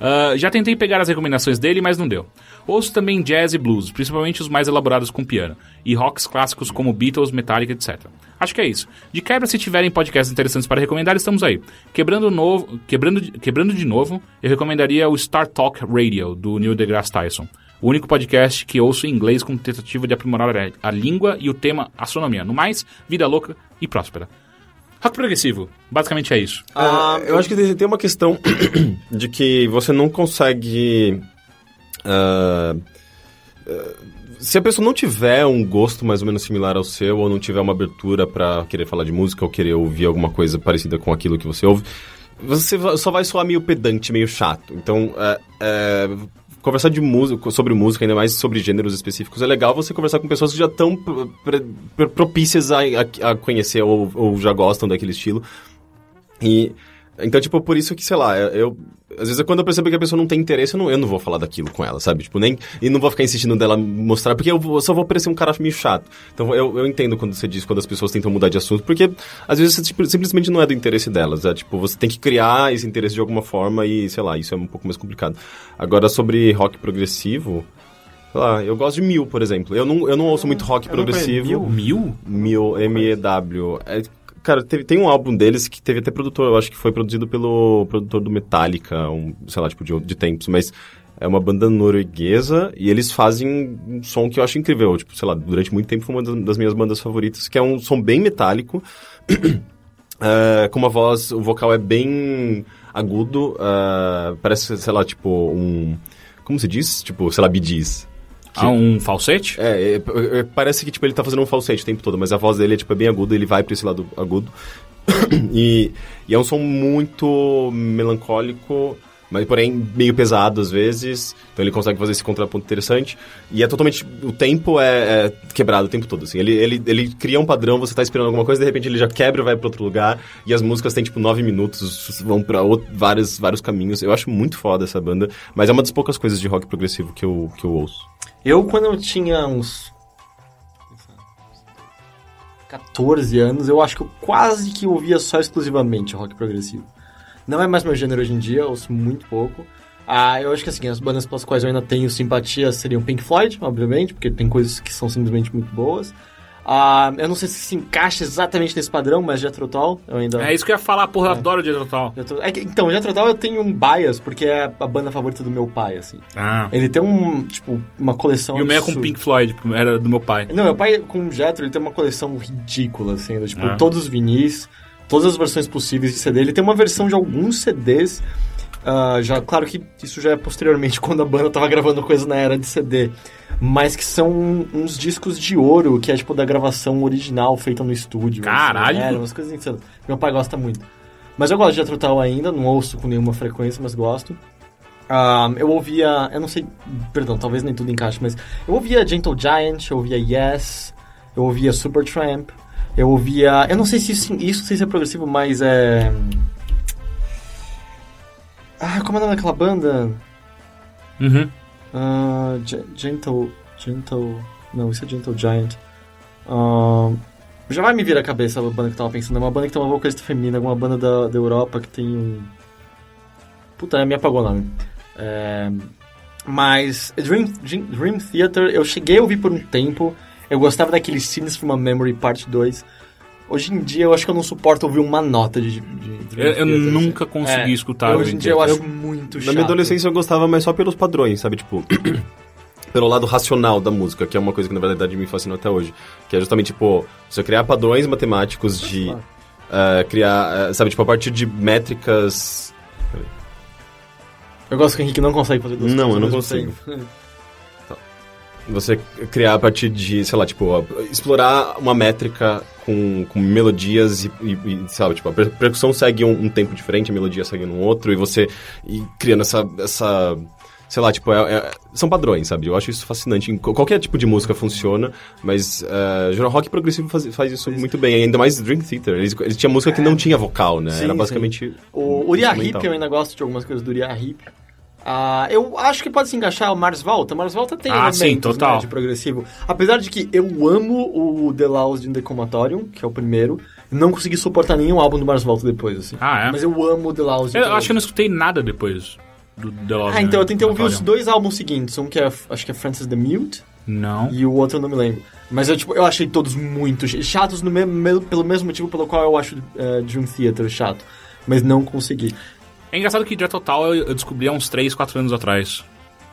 Ah, já tentei pegar as recomendações dele, mas não deu. Ouço também jazz e blues, principalmente os mais elaborados com piano, e rocks clássicos como Beatles, Metallica, etc. Acho que é isso. De quebra, se tiverem podcasts interessantes para recomendar, estamos aí. Quebrando, novo, quebrando, de- quebrando de novo, eu recomendaria o Star Talk Radio, do Neil deGrasse Tyson. O único podcast que ouço em inglês com tentativa de aprimorar a- a língua e o tema astronomia. No mais, vida louca e próspera. Rock progressivo, basicamente é isso. Ah, eu acho que tem tem uma questão de que você não consegue. ah, ah, se a pessoa não tiver um gosto mais ou menos similar ao seu, ou não tiver uma abertura pra querer falar de música, ou querer ouvir alguma coisa parecida com aquilo que você ouve, você va- só vai soar meio pedante, meio chato. Então, ah, ah, conversar de música, sobre música, ainda mais sobre gêneros específicos, é legal você conversar com pessoas que já estão pr- pr- pr- propícias a, a- a conhecer ou- ou já gostam daquele estilo. E. Então, tipo, por isso que, sei lá, eu. eu- às vezes, quando eu percebo que a pessoa não tem interesse, eu não, eu não vou falar daquilo com ela, sabe? Tipo, nem. E não vou ficar insistindo dela mostrar, porque eu, vou- eu só vou parecer um cara meio chato. Então, eu, eu entendo quando você diz, quando as pessoas tentam mudar de assunto, porque às vezes tipo, simplesmente não é do interesse delas. É tipo, você tem que criar esse interesse de alguma forma e, sei lá, isso é um pouco mais complicado. Agora, sobre rock progressivo. Sei lá, eu gosto de Mil, por exemplo. Eu não, eu não ouço muito rock Ah, eu não conheço progressivo. Mil. Mil? Mil, M-E-W. É, cara, teve- tem um álbum deles que teve até produtor, eu acho que foi produzido pelo produtor do Metallica, um, sei lá, tipo, de, de tempos, mas é uma banda norueguesa e eles fazem um som que eu acho incrível. Tipo, sei lá, durante muito tempo foi uma das, das minhas bandas favoritas, que é um som bem metálico, é, com uma voz, o vocal é bem agudo, é, parece, sei lá, tipo, um... Como se diz? Tipo, sei lá, bidiz. Ah, um falsete? É, é, p- é, parece que tipo, ele tá fazendo um falsete o tempo todo, mas a voz dele é, tipo, é bem aguda, ele vai pra esse lado agudo. e, e é um som muito melancólico, mas porém meio pesado às vezes. Então ele consegue fazer esse contraponto interessante. E é totalmente. O tempo é, é quebrado o tempo todo. Assim. Ele, ele, ele cria um padrão, você tá esperando alguma coisa, de repente ele já quebra e vai pra outro lugar. E as músicas têm tipo nove minutos, vão pra out- vários, vários caminhos. Eu acho muito foda essa banda, mas é uma das poucas coisas de rock progressivo que eu, que eu ouço. Eu, quando eu tinha uns 14 anos, eu acho que eu quase que ouvia só exclusivamente rock progressivo. Não é mais meu gênero hoje em dia, eu ouço muito pouco. Ah, eu acho que assim, as bandas pelas quais eu ainda tenho simpatia seriam Pink Floyd, obviamente, porque tem coisas que são simplesmente muito boas. Ah, eu não sei se se encaixa exatamente nesse padrão, mas Jethro Tull, eu ainda... É isso que eu ia falar, porra, eu adoro o Dia Total. Jethro- é que- então, Jethro Tull eu tenho um bias, porque é a banda favorita do meu pai, assim. Ah. Ele tem um, tipo, uma coleção E o meu é com absurda. Pink Floyd, era do meu pai. Não, meu pai com o Jetro, ele tem uma coleção ridícula, assim, do, tipo, Ah. todos os vinis, todas as versões possíveis de CD. Ele tem uma versão de alguns CDs, ah, já, claro que isso já é posteriormente, quando a banda tava gravando coisa na era de CD, mas que são uns discos de ouro, que é, tipo, da gravação original feita no estúdio. assim, Caralho! né? umas coisas insanas. Meu pai gosta muito. Mas eu gosto de Jethro Tull ainda, não ouço com nenhuma frequência, mas gosto. Ah, eu ouvia, eu não sei, perdão, talvez nem tudo encaixe, mas eu ouvia Gentle Giant, eu ouvia Yes, eu ouvia Supertramp, eu ouvia, eu não sei se isso, isso não sei se é progressivo, mas é Ah, como é o nome daquela banda? Uhum. Ah, Gen- Gentle, Gentle, não, isso é Gentle Giant. Ah, já vai me vir a cabeça a banda que eu tava pensando, é uma banda que tem uma vocalista feminina, alguma banda da, né, da Europa que tem um Puta, me apagou o nome. É, Mas Dream, Dream, Dream Theater eu cheguei a ouvir por um tempo. Eu gostava daquele Scenes from a Memory Part 2. Hoje em dia eu acho que eu não suporto ouvir uma nota de, de Dream Eu, eu Theater, assim. nunca consegui É, escutar. Hoje em dia eu acho muito chato. Na minha adolescência eu gostava, mas só pelos padrões, sabe? Tipo, pelo lado racional da música, que é uma coisa que na verdade me fascinou até hoje. Que é justamente, tipo, você criar padrões matemáticos de. ah, criar, ah, sabe, tipo, a partir de métricas. Eu gosto que o Henrique não consegue fazer duas Não, coisas eu não ao mesmo consigo. tempo. Você criar a partir de, sei lá, tipo, a- explorar uma métrica com, com melodias e, e- e, sabe, tipo, a per- percussão segue um, um tempo diferente, a melodia segue um outro, e você e criando essa, essa sei lá, tipo, é- é- são padrões, sabe? Eu acho isso fascinante. Em qual- Qualquer tipo de música funciona, mas uh, geral rock progressivo faz, faz isso muito bem, ainda mais Dream Theater. Eles, eles tinham música que não tinha vocal, É, né? Sim, Era sim. basicamente... O Uriah instrumental. Heep, eu ainda gosto de algumas coisas do Uriah Heep. Ah, eu acho que pode se encaixar o Mars Volta. Mars Volta tem Ah, sim, elementos, total. né, de progressivo. Apesar de que eu amo o The Laws in the Comatorium, que é o primeiro, não consegui suportar nenhum álbum do Mars Volta depois, assim. Ah, é? Mas eu amo o The Laws. Eu acho que eu não escutei nada depois do The Lost. Ah, então eu tentei ouvir os dois álbuns seguintes. Um que é, acho que é Francis the Mute, Não. e o outro eu não me lembro. Mas eu, tipo, eu achei todos muito ch- chatos no mesmo- mesmo- pelo mesmo motivo pelo qual eu acho eh, Dream Theater chato. Mas não consegui. É engraçado que Dread Total eu eu descobri há uns 3, 4 anos atrás.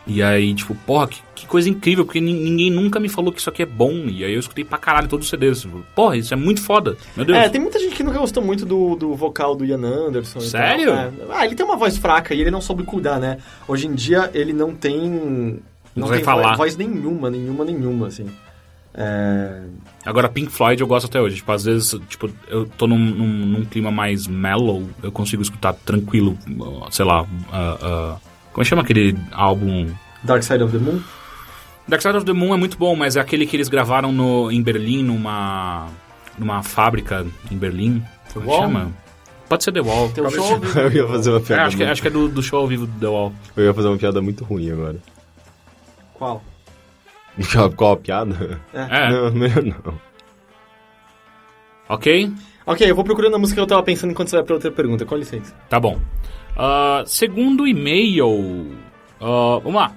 E aí, tipo, porra, que, que coisa incrível, porque nin- ninguém nunca me falou que isso aqui é bom. E aí eu escutei pra caralho todos os CDs. Tipo, Porra, isso é muito foda. Meu Deus. É, tem muita gente que nunca gostou muito do, do vocal do Ian Anderson. e tal. Sério? É. Ah, ele tem uma voz fraca e ele não soube cuidar, né? Hoje em dia ele não tem. Não vai tem falar. Voz, voz nenhuma, nenhuma, nenhuma, assim. É, Agora, Pink Floyd eu gosto até hoje. Tipo, às vezes, tipo, eu tô num, num- num clima mais mellow, eu consigo escutar tranquilo, uh, sei lá, uh, uh, como chama aquele álbum? Dark Side of the Moon? Dark Side of the Moon é muito bom, mas é aquele que eles gravaram no, em Berlim, numa, numa fábrica em Berlim. Como é Wall? chama? Pode ser The Wall. Teu Talvez- show? Eu ia fazer uma É, piada, acho, que, muito- acho que é do, do show ao vivo do The Wall. Eu ia fazer uma piada muito ruim agora. Qual? Qual a piada? É, Não, melhor não. ok? Ok, eu vou procurando a música que eu tava pensando enquanto você vai pra outra pergunta. Com licença. Tá bom. Ah, segundo e-mail. Ah, vamos lá.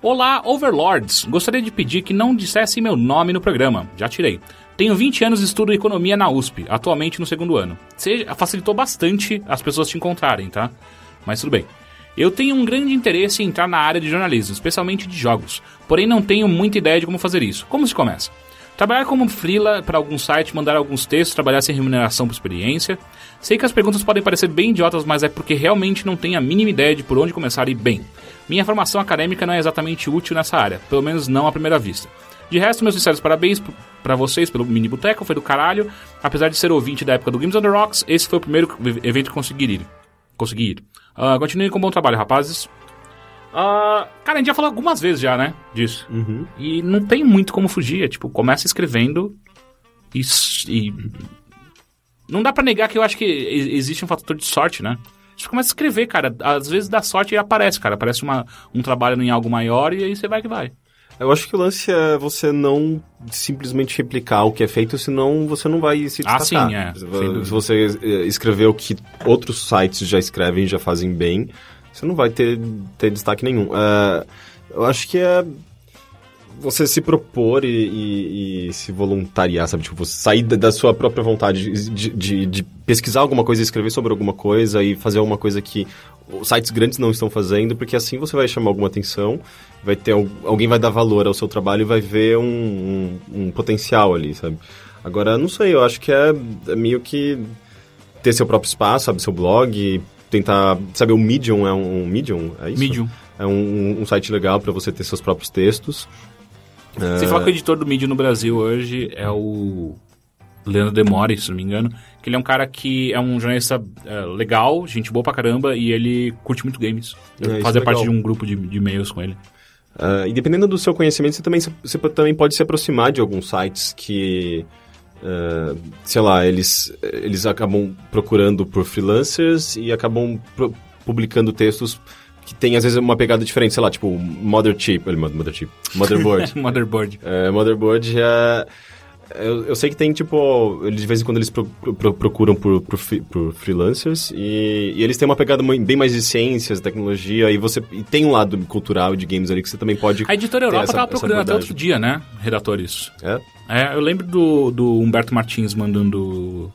Olá, Overlords. Gostaria de pedir que não dissessem meu nome no programa. Já tirei. Tenho 20 anos e estudo economia na USP, atualmente no segundo ano. Seja, facilitou bastante as pessoas te encontrarem, tá? Mas tudo bem. Eu tenho um grande interesse em entrar na área de jornalismo, especialmente de jogos, porém não tenho muita ideia de como fazer isso. Como se começa? Trabalhar como freela para algum site, mandar alguns textos, trabalhar sem remuneração por experiência. Sei que as perguntas podem parecer bem idiotas, mas é porque realmente não tenho a mínima ideia de por onde começar e bem. Minha formação acadêmica não é exatamente útil nessa área, pelo menos não à primeira vista. De resto, meus sinceros parabéns p- pra vocês pelo Mini Boteco, foi do caralho. Apesar de ser ouvinte da época do Games on the Rocks, esse foi o primeiro ev- evento que consegui ir. Consegui ir. Ah, continue com um bom trabalho, rapazes. Ah, cara, a gente já falou algumas vezes já, né? Disso. E não tem muito como fugir. É tipo, começa escrevendo e. s- e- Não dá pra negar que eu acho que e- existe um fator de sorte, né? Você começa a escrever, cara. Às vezes dá sorte e aparece, cara. Aparece uma, um trabalho em algo maior e aí você vai que vai. Eu acho que o lance é você não simplesmente replicar o que é feito, senão você não vai se Ah, destacar. sim, é. Se Sem dúvida. vo- Se você eh, escrever o que outros sites já escrevem, já fazem bem, você não vai ter, ter destaque nenhum. Ah, eu acho que é você se propor e, e- e se voluntariar, sabe? Tipo, você sair da, da sua própria vontade de, de- de pesquisar alguma coisa, escrever sobre alguma coisa e fazer alguma coisa que os sites grandes não estão fazendo, porque assim você vai chamar alguma atenção, vai ter al- alguém vai dar valor ao seu trabalho e vai ver um, um- um potencial ali, sabe? Agora, não sei, eu acho que é, é meio que ter seu próprio espaço, sabe? Seu blog, tentar... Sabe, o Medium é um... um Medium? É isso? Medium. É um, um site legal para você ter seus próprios textos. Você fala que o editor do Medium no Brasil hoje é o Leandro Demore, se não me engano. Que ele é um cara que é um jornalista eh, legal, gente boa pra caramba, e ele curte muito games. É, Eu isso fazia é parte de legal. um grupo de, de e-mails com ele. Ah, e dependendo do seu conhecimento, você também, se- você também pode se aproximar de alguns sites que, ah, sei lá, eles, eles acabam procurando por freelancers e acabam pro- publicando textos que tem às vezes uma pegada diferente, sei lá, tipo Motherchip, Motherchip, Motherboard. Motherboard. É, motherboard é, Eu, eu sei que tem, tipo, eles, de vez em quando eles pro- pro- procuram por, por, fi- por freelancers e, e eles têm uma pegada mui- bem mais de ciências, tecnologia, e você e tem um lado cultural de games ali que você também pode. A editora ter Europa essa- tava essa procurando até outro abordagem. dia, né? Redatores. É? É, eu lembro do, do Humberto Martins mandando,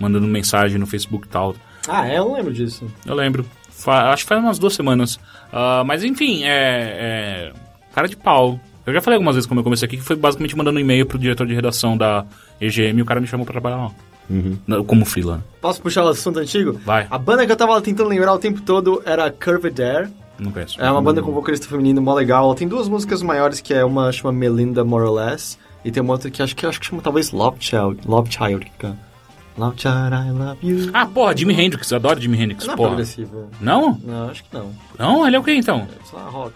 mandando mensagem no Facebook e tal. Ah, é? Eu não lembro disso. Eu lembro. Fa- acho que faz umas duas semanas. Ah, mas enfim, é, é. Cara de pau. Eu já falei algumas vezes quando eu comecei aqui que foi basicamente mandando um e-mail pro diretor de redação da EGM e o cara me chamou pra trabalhar lá. Uhum. Não, Como freelancer. Posso puxar o assunto antigo? Vai. A banda que eu tava tentando lembrar o tempo todo era Curved Air. Não conheço. É uma banda com vocalista feminino mó legal. Ela tem duas músicas maiores, que é uma chama Melinda More or Less, e tem uma outra que acho que, acho que chama talvez Love Child. Love Child. cara. Love Child, I love you. Ah, porra, Jimi Hendrix. Eu adoro Jimi Hendrix, não é porra. progressivo. Não? Não, acho que não. Não? Ele é o que então? É só rock.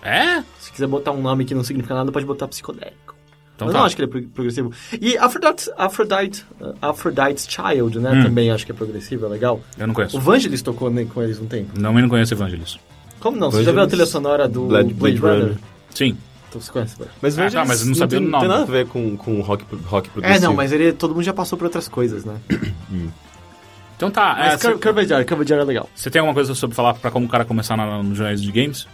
É? Se quiser botar um nome que não significa nada, pode botar psicodélico. Então Mas tá. não acho que ele é pro- progressivo. E Aphrodite, Aphrodite, uh, Aphrodite's Child, Hum. né? Também acho que é progressivo, é legal. Eu não conheço. O Vangelis tocou né, com eles um tempo. Não, eu não conheço Evangelis. Como não? Você já viu a Vangelis? trilha sonora do Blade- Blade, Blade Runner? Runner. Sim. Então você conhece, velho. Mas Ah, veja, tá, mas eu não não sabia tem, o nome. tem nada a ver com, com rock, rock É, progressivo. não, mas ele, todo mundo já passou por outras coisas, né? Então tá. Mas é, Cur- cê- Curved Air, Curved Air é legal. Você tem alguma coisa sobre falar pra como o cara começar na, no jornalismo de games?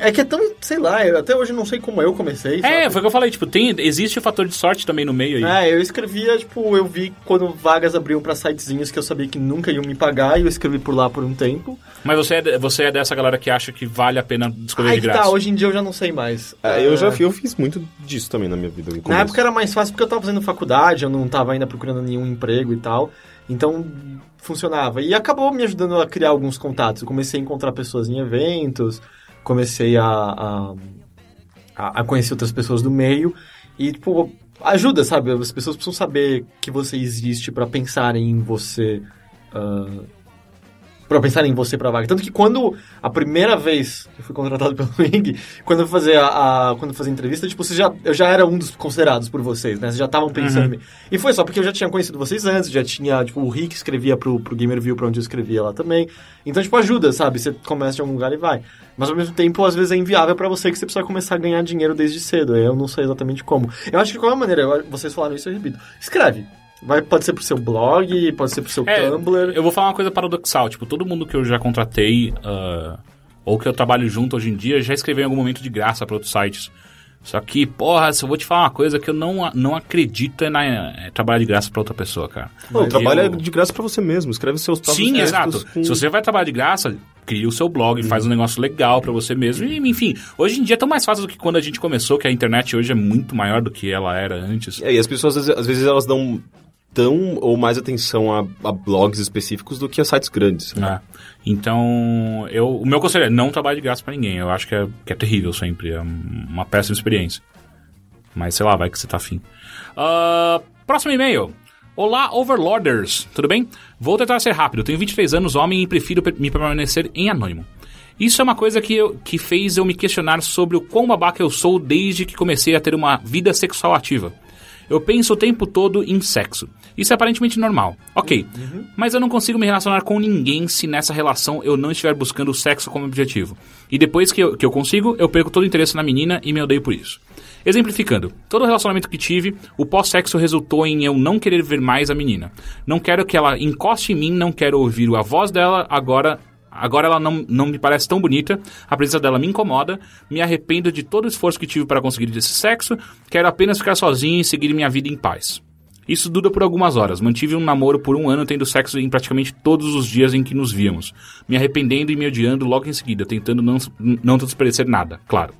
É que é tão, sei lá, eu até hoje não sei como eu comecei, É, sabe? foi o que eu falei, tipo, tem, existe o fator de sorte também no meio aí. É, eu escrevia, tipo, eu vi quando vagas abriam pra sitezinhos que eu sabia que nunca iam me pagar, e eu escrevi por lá por um tempo. Mas você é, de- você é dessa galera que acha que vale a pena escolher Aí de que graça. tá, hoje em dia eu já não sei mais. É, eu já É, fi- eu fiz muito disso também na minha vida. no Na começo. época era mais fácil porque eu tava fazendo faculdade, eu não tava ainda procurando nenhum emprego e tal. Então funcionava. E acabou me ajudando a criar alguns contatos. Eu comecei a encontrar pessoas em eventos, comecei a, a, a- a conhecer outras pessoas do meio. E, tipo, ajuda, sabe? As pessoas precisam saber que você existe pra pensarem em você. ah, Pra pensarem em você pra vaga. Tanto que quando a primeira vez que eu fui contratado pelo Wing, quando eu fazer a, a- quando eu fazer entrevista, tipo, você já, eu já era um dos considerados por vocês, né? Vocês já estavam pensando em mim. E foi só porque eu já tinha conhecido vocês antes, já tinha, tipo, o Rick escrevia pro, pro Gamer View, pra onde eu escrevia lá também. Então, tipo, ajuda, sabe? Você começa de algum lugar e vai. Mas ao mesmo tempo, às vezes é inviável pra você que você precisa começar a ganhar dinheiro desde cedo. Eu não sei exatamente como. Eu acho que de qualquer maneira, eu- vocês falaram isso, eu repito. Escreve. Vai, pode ser pro seu blog, pode ser pro seu É, Tumblr. Eu vou falar uma coisa paradoxal, tipo, todo mundo que eu já contratei, ah, ou que eu trabalho junto hoje em dia, já escreveu em algum momento de graça pra outros sites. Só que, porra, se eu vou te falar uma coisa que eu não, a- não acredito é, na, é trabalhar de graça pra outra pessoa, cara. Não, Eu- trabalha de graça pra você mesmo. Escreve os seus próprios Sim, textos exato. com- Uhum. Se você vai trabalhar de graça, cria o seu blog, faz um negócio legal pra você mesmo. E, enfim, hoje em dia é tão mais fácil do que quando a gente começou, que a internet hoje é muito maior do que ela era antes. É, e as pessoas, às vezes- às vezes, elas dão tão ou mais atenção a, a blogs específicos do que a sites grandes. né? Então, eu, o meu conselho é não trabalhe de graça pra ninguém. Eu acho que é, que é terrível sempre. É uma péssima experiência. Mas sei lá, vai que você tá afim. Ah, próximo e-mail. Olá, Overlorders. Tudo bem? Vou tentar ser rápido. Tenho 23 anos, homem, e prefiro per- me permanecer em anônimo. Isso é uma coisa que, eu- que fez eu me questionar sobre o quão babaca eu sou desde que comecei a ter uma vida sexual ativa. Eu penso o tempo todo em sexo. Isso é aparentemente normal. Ok. Mas eu não consigo me relacionar com ninguém se nessa relação eu não estiver buscando o sexo como objetivo. E depois que eu, que eu consigo, eu perco todo o interesse na menina e me odeio por isso. Exemplificando, todo relacionamento que tive, o pós-sexo resultou em eu não querer ver mais a menina. Não quero que ela encoste em mim, não quero ouvir a voz dela, agora Agora ela não, não me parece tão bonita, a presença dela me incomoda, me arrependo de todo o esforço que tive para conseguir esse sexo, quero apenas ficar sozinho e seguir minha vida em paz. Isso dura por algumas horas. Mantive um namoro por um ano, tendo sexo em praticamente todos os dias em que nos víamos, me arrependendo e me odiando logo em seguida, tentando não, não desparecer nada, claro.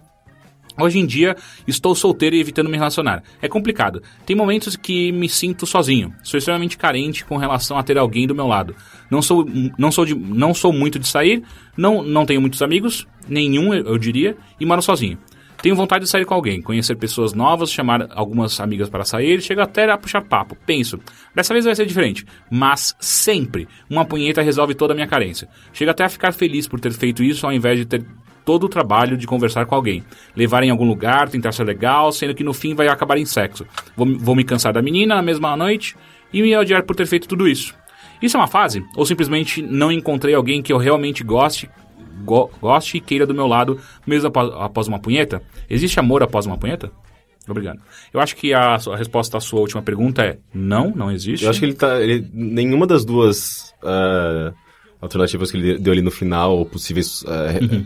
Hoje em dia, estou solteiro e evitando me relacionar. É complicado. Tem momentos que me sinto sozinho. Sou extremamente carente com relação a ter alguém do meu lado. Não sou, não sou, de- não sou muito de sair, não, não tenho muitos amigos, nenhum, eu eu diria, e moro sozinho. Tenho vontade de sair com alguém, conhecer pessoas novas, chamar algumas amigas para sair, chego até a puxar papo. Penso, dessa vez vai ser diferente, mas sempre uma punheta resolve toda a minha carência. Chego até a ficar feliz por ter feito isso ao invés de ter todo o trabalho de conversar com alguém, levar em algum lugar, tentar ser legal, sendo que no fim vai acabar em sexo. Vou, vou me cansar da menina na mesma noite e me odiar por ter feito tudo isso. Isso é uma fase? Ou simplesmente não encontrei alguém que eu realmente goste, go- goste e queira do meu lado, mesmo apo- após uma punheta? Existe amor após uma punheta? Obrigado. Eu acho que a, sua- a resposta à sua última pergunta é não, não existe. Eu acho que ele tá. ele- nenhuma das duas ah, alternativas que ele deu ali no final, ou possíveis. ah, re-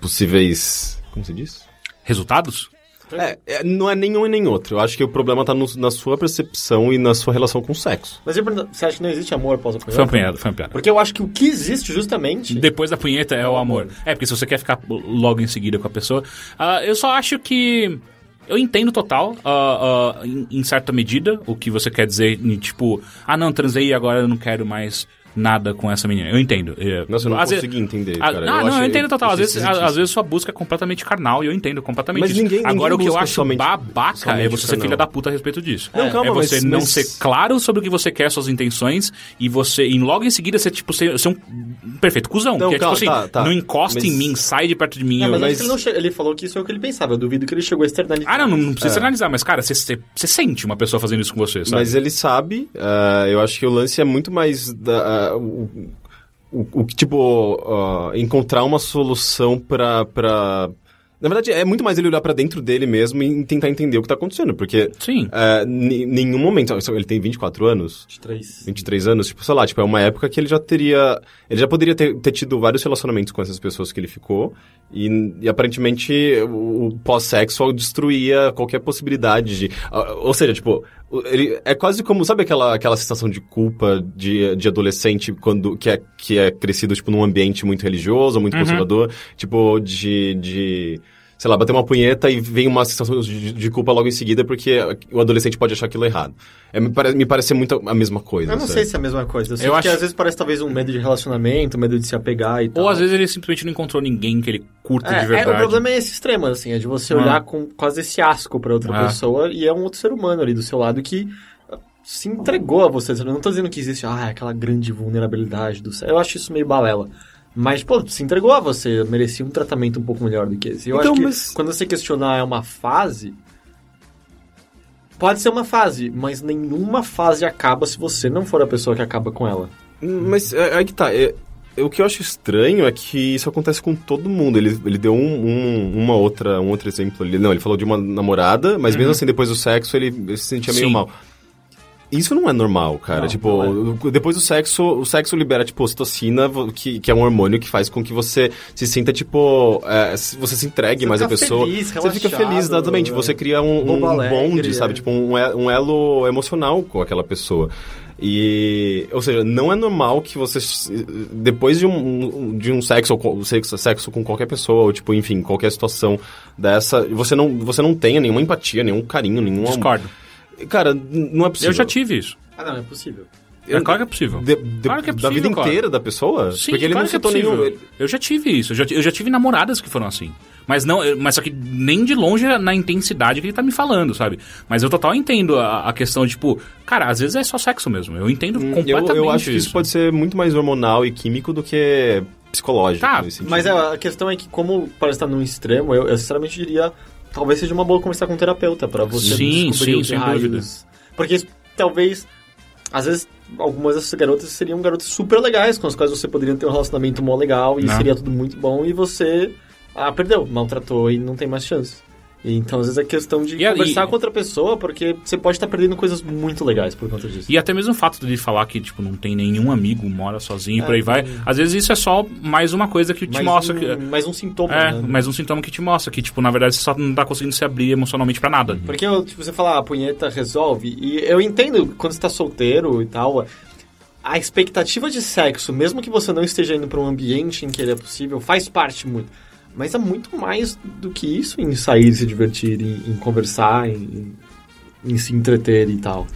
Possíveis. Como se diz? Resultados? É, é, não é nenhum e nem outro. Eu acho que o problema tá no- na sua percepção e na sua relação com o sexo. Mas eu pergunto, você acha que não existe amor após a punheta? Foi uma piada, foi um uma piada. Porque eu acho que o que existe justamente... Depois da punheta é o amor. É, porque se você quer ficar logo em seguida com a pessoa. ah, eu só acho que. Eu entendo total, ah, ah, em, em certa medida, o que você quer dizer, em, tipo, ah não, transei e agora eu não quero mais nada com essa menina. Eu entendo. É, Nossa, eu não às ve- consegui entender, Ah, cara. não, Eu não, eu achei- entendo total. Às achei vezes, às esquisitíssimo. vezes sua busca é completamente carnal e eu entendo completamente Mas isso. ninguém- ninguém agora o que eu busca acho somente- babaca é somente você ser carnal. filha da puta a respeito disso. Não, calma, é você mas- não mas- ser claro sobre o que você quer, suas intenções, e você. E logo em seguida ser, tipo, ser, ser um perfeito cuzão. Não, que é calma, tipo assim, tá, tá. não encosta em Mas- mim, sai de perto de mim. Ah, eu- mas, acho mas- que ele, não chega- ele falou que isso é o que ele pensava. Eu duvido que ele chegou a externalizar. Ah, não, não, não É. precisa analisar, mas, cara, você- você você sente uma pessoa fazendo isso com você, sabe? Mas ele sabe, ah, eu acho que o lance é muito mais da, ah, o, o, o que, tipo, ah, encontrar uma solução pra, pra... Na verdade, é muito mais ele olhar pra dentro dele mesmo e tentar entender o que tá acontecendo, porque Sim. ah, em nenhum momento... Ele tem 24 anos? 23. 23 anos, tipo, sei lá, tipo, é uma época que ele já teria. Ele já poderia ter, ter tido vários relacionamentos com essas pessoas que ele ficou. E, e aparentemente o, o pós-sexual destruía qualquer possibilidade de. ah, Ou seja, tipo, o- ele é quase como. Sabe aquela, aquela sensação de culpa de, de adolescente quando que é, que é crescido, tipo, num ambiente muito religioso, muito conservador? Tipo, de. de Sei lá, bater uma punheta e vem uma sensação de, de culpa logo em seguida porque o adolescente pode achar aquilo errado. É, me, pare, me parece muito a mesma coisa. Eu não sabe? sei se é a mesma coisa. Eu, sei Eu que acho- às vezes parece talvez um medo de relacionamento, medo de se apegar e tal. então. Ou às vezes ele simplesmente não encontrou ninguém que ele curta É, de é, verdade. o problema é esse extremo, assim, é de Ah. você olhar com quase esse asco pra outra Ah. pessoa e é um outro ser humano ali do seu lado que ah, se entregou a você. Eu não tô dizendo que existe, ah, aquela grande vulnerabilidade do céu. Eu acho isso meio balela. Mas, pô, se entregou a você, merecia um tratamento um pouco melhor do que esse. Eu Então, acho que mas- quando você questionar é uma fase. Pode ser uma fase, mas nenhuma fase acaba se você não for a pessoa que acaba com ela. Mas é, é que tá. é- é- o que eu acho estranho é que isso acontece com todo mundo. Ele, ele deu um, um- uma outra, um outro exemplo. ali. não, ele falou de uma namorada, mas Uhum. mesmo assim, depois do sexo, ele, ele se sentia meio Sim. mal. Isso não é normal, cara. Não, é. tipo, o- depois do sexo, o sexo libera, tipo, ocitocina, vo- que, que é um hormônio que faz com que você se sinta, tipo, é, se- você se entregue Você tá mais à fica pessoa. feliz, você fica relaxado, feliz, exatamente. é. Você cria um, um Bobo alegre, bonde, sabe? é. Tipo, um, e- um elo emocional com aquela pessoa. E, ou seja, não é normal que você, se- depois de um, um- de um sexo, ou co- sexo, sexo com qualquer pessoa, ou tipo, enfim, qualquer situação dessa, você não, você não tenha nenhuma empatia, nenhum carinho, nenhum... Discordo. Cara, n- não é possível. Eu já tive isso. Ah, não, é possível. É claro que é possível. De- de- Claro que é da vida possível, cara. inteira da pessoa? Sim, Porque ele claro não que é citou possível. nenhum... ele- Eu já tive isso, eu já, ti- eu já tive namoradas que foram assim. Mas não, eu- mas só que nem de longe é na intensidade que ele tá me falando, sabe? Mas eu total entendo a, a questão, tipo, cara, às vezes é só sexo mesmo. Eu entendo Hum, Eu, completamente eu acho que isso pode ser muito mais hormonal e químico do que psicológico. Tá, nesse sentido. Mas é, a questão é que, como parece estar num extremo, eu, eu sinceramente diria, talvez seja uma boa conversar com um terapeuta pra você Sim, descobrir sim, os sem raios. dúvida. Porque isso, talvez, às vezes, algumas dessas garotas seriam garotas super legais, com as quais você poderia ter um relacionamento mó legal e Né. seria tudo muito bom, e você ah, perdeu, maltratou e não tem mais chance. E, então, às vezes, é questão de E a- conversar e- com outra pessoa, porque você pode estar perdendo coisas muito legais por conta disso. E até mesmo o fato dele falar que, tipo, não tem nenhum amigo, mora sozinho, por aí vai. Às vezes isso é só mais uma coisa que te mais, mostra um, que. mais um sintoma, É, né? mais um sintoma que te mostra que, tipo, na verdade você só não tá conseguindo se abrir emocionalmente pra nada. Porque eu, tipo, você fala, ah, a punheta resolve. E eu entendo quando você tá solteiro e tal. A expectativa de sexo, mesmo que você não esteja indo pra um ambiente em que ele é possível, faz parte muito. Mas é muito mais do que isso em sair, se divertir, em, em conversar, em, em se entreter e tal.